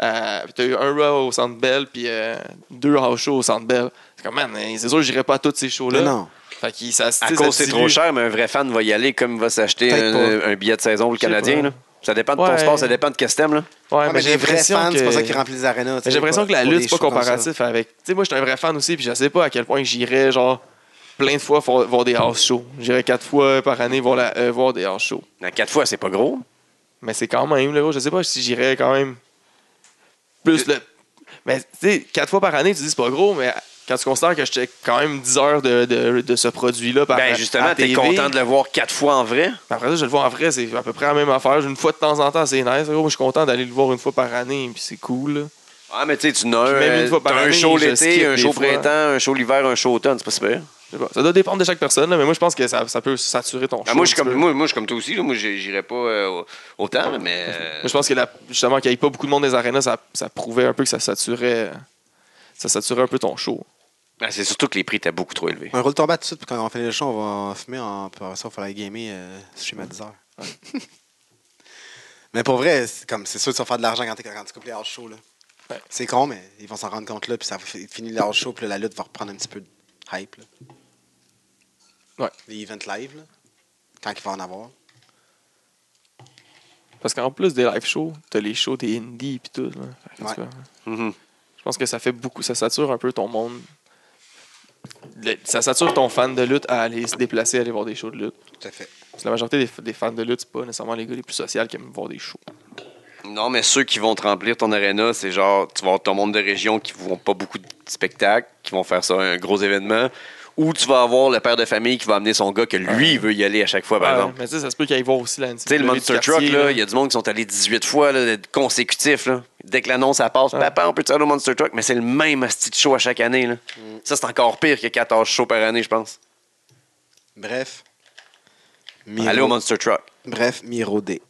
[SPEAKER 3] euh, puis t'as eu un Raw au Centre Belle, puis euh, deux Hors Show au Centre Belle. C'est comme, man, euh, c'est sûr, j'irai pas à tous ces shows-là.
[SPEAKER 1] Non, non.
[SPEAKER 3] Fait qu'il- ça,
[SPEAKER 2] À
[SPEAKER 3] tu sais, ça
[SPEAKER 2] cause c'est trop
[SPEAKER 3] dilue.
[SPEAKER 2] cher, mais un vrai fan va y aller comme il va s'acheter
[SPEAKER 1] Peut-être
[SPEAKER 2] un, un billet de saison pour le
[SPEAKER 3] Je sais
[SPEAKER 2] Canadien.
[SPEAKER 3] pas.
[SPEAKER 2] là. Ça dépend de ton
[SPEAKER 3] Ouais.
[SPEAKER 2] sport, ça dépend de quel système. Là.
[SPEAKER 3] Ouais,
[SPEAKER 1] Ah,
[SPEAKER 3] mais
[SPEAKER 1] mais
[SPEAKER 3] j'ai
[SPEAKER 1] les vrais
[SPEAKER 3] l'impression
[SPEAKER 1] fans,
[SPEAKER 3] que...
[SPEAKER 1] c'est pour ça qu'ils remplissent les arénas. tu
[SPEAKER 3] Mais
[SPEAKER 1] sais,
[SPEAKER 3] J'ai l'impression
[SPEAKER 1] pour-
[SPEAKER 3] que la
[SPEAKER 1] pour
[SPEAKER 3] lutte,
[SPEAKER 1] des
[SPEAKER 3] c'est pas
[SPEAKER 1] shows comme ça.
[SPEAKER 3] comparatif avec. Tu sais, moi, je suis un vrai fan aussi, puis je sais pas à quel point j'irais, genre, plein de fois voir voir des house shows. J'irais quatre fois par année voir, la- euh, voir des house shows.
[SPEAKER 2] Dans quatre fois, c'est pas gros.
[SPEAKER 3] Mais c'est quand même, là, gros, je sais pas si j'irais quand même plus le. Mais tu sais, quatre fois par année, tu dis c'est pas gros, mais quand tu considères que j'étais quand même 10 heures de, de, de ce produit-là par
[SPEAKER 2] Ben justement, t'es content de le voir quatre fois en vrai.
[SPEAKER 3] Après ça, je le vois en vrai, c'est à peu près la même affaire. Une fois de temps en temps, c'est nice. Gros, moi, je suis content d'aller le voir une fois par année, puis c'est cool. là.
[SPEAKER 2] Ah, mais tu sais, tu n'as un,
[SPEAKER 3] même une fois par
[SPEAKER 2] t'as un
[SPEAKER 3] année,
[SPEAKER 2] show
[SPEAKER 3] je
[SPEAKER 2] l'été,
[SPEAKER 3] skip
[SPEAKER 2] un
[SPEAKER 3] des
[SPEAKER 2] show
[SPEAKER 3] fois.
[SPEAKER 2] printemps, un show l'hiver, un show automne, c'est pas super.
[SPEAKER 3] Je sais pas, Ça doit dépendre de chaque personne, là, mais moi, je pense que ça, ça peut saturer ton show.
[SPEAKER 2] Ah, moi, je suis
[SPEAKER 3] un petit
[SPEAKER 2] comme,
[SPEAKER 3] peu.
[SPEAKER 2] moi, moi, je suis comme toi aussi. là. Moi, j'ai- j'irais pas euh, au- autant, là, mais.
[SPEAKER 3] Moi, je pense que la- justement, qu'il n'y ait pas beaucoup de monde des arénas, ça, ça prouvait un peu que ça saturait, ça saturait un peu ton show.
[SPEAKER 2] Ah, c'est surtout que les prix étaient beaucoup trop élevés.
[SPEAKER 1] Un roule ton bat tout de suite, puis quand on finit le show, on va fumer. En... Puis après ça, il fallait gamer euh, chez ma 10 heures. mais pour vrai, c'est comme- c'est sûr que tu vas faire de l'argent quand, t'es- quand tu coupes les hors shows. là.
[SPEAKER 3] Ouais.
[SPEAKER 1] C'est con, mais ils vont s'en rendre compte là, puis ça fi- finit les hors shows, puis là, la lutte va reprendre un petit peu de hype. là.
[SPEAKER 3] Ouais.
[SPEAKER 1] Les events live, là, quand il va en avoir.
[SPEAKER 3] Parce qu'en plus des live shows, t'as les shows des indies puis tout. là. Fait que
[SPEAKER 1] Ouais.
[SPEAKER 3] tu vois,
[SPEAKER 2] Mhm.
[SPEAKER 3] Je pense que ça fait beaucoup, ça sature un peu ton monde. Le- ça sature ton fan de lutte à aller se déplacer, aller voir des shows de lutte.
[SPEAKER 1] Tout à fait.
[SPEAKER 3] Parce que la majorité des, des fans de lutte, c'est pas nécessairement les gars les plus sociaux qui aiment voir des shows.
[SPEAKER 2] Non, mais ceux qui vont te remplir ton aréna, c'est genre, tu vas avoir ton monde de région qui vont pas beaucoup de spectacles, qui vont faire ça un gros événement, ou tu vas avoir le père de famille qui va amener son gars que lui, il veut y aller à chaque fois, par
[SPEAKER 3] Ouais,
[SPEAKER 2] exemple.
[SPEAKER 3] mais tu sais, ça se peut qu'ils aillent voir aussi la
[SPEAKER 2] Tu sais, le Monster Truck, là, il y a du monde qui sont allés 18 fois là, consécutifs. Là. Dès que l'annonce elle passe,
[SPEAKER 3] Ouais.
[SPEAKER 2] papa, on peut aller au Monster Truck, mais c'est le même asti de show à chaque année. Là. Ça, c'est encore pire que 14 shows par année, je pense.
[SPEAKER 1] Bref.
[SPEAKER 2] Allez au
[SPEAKER 1] Miro-
[SPEAKER 2] Monster Truck.
[SPEAKER 1] Bref, Miro D.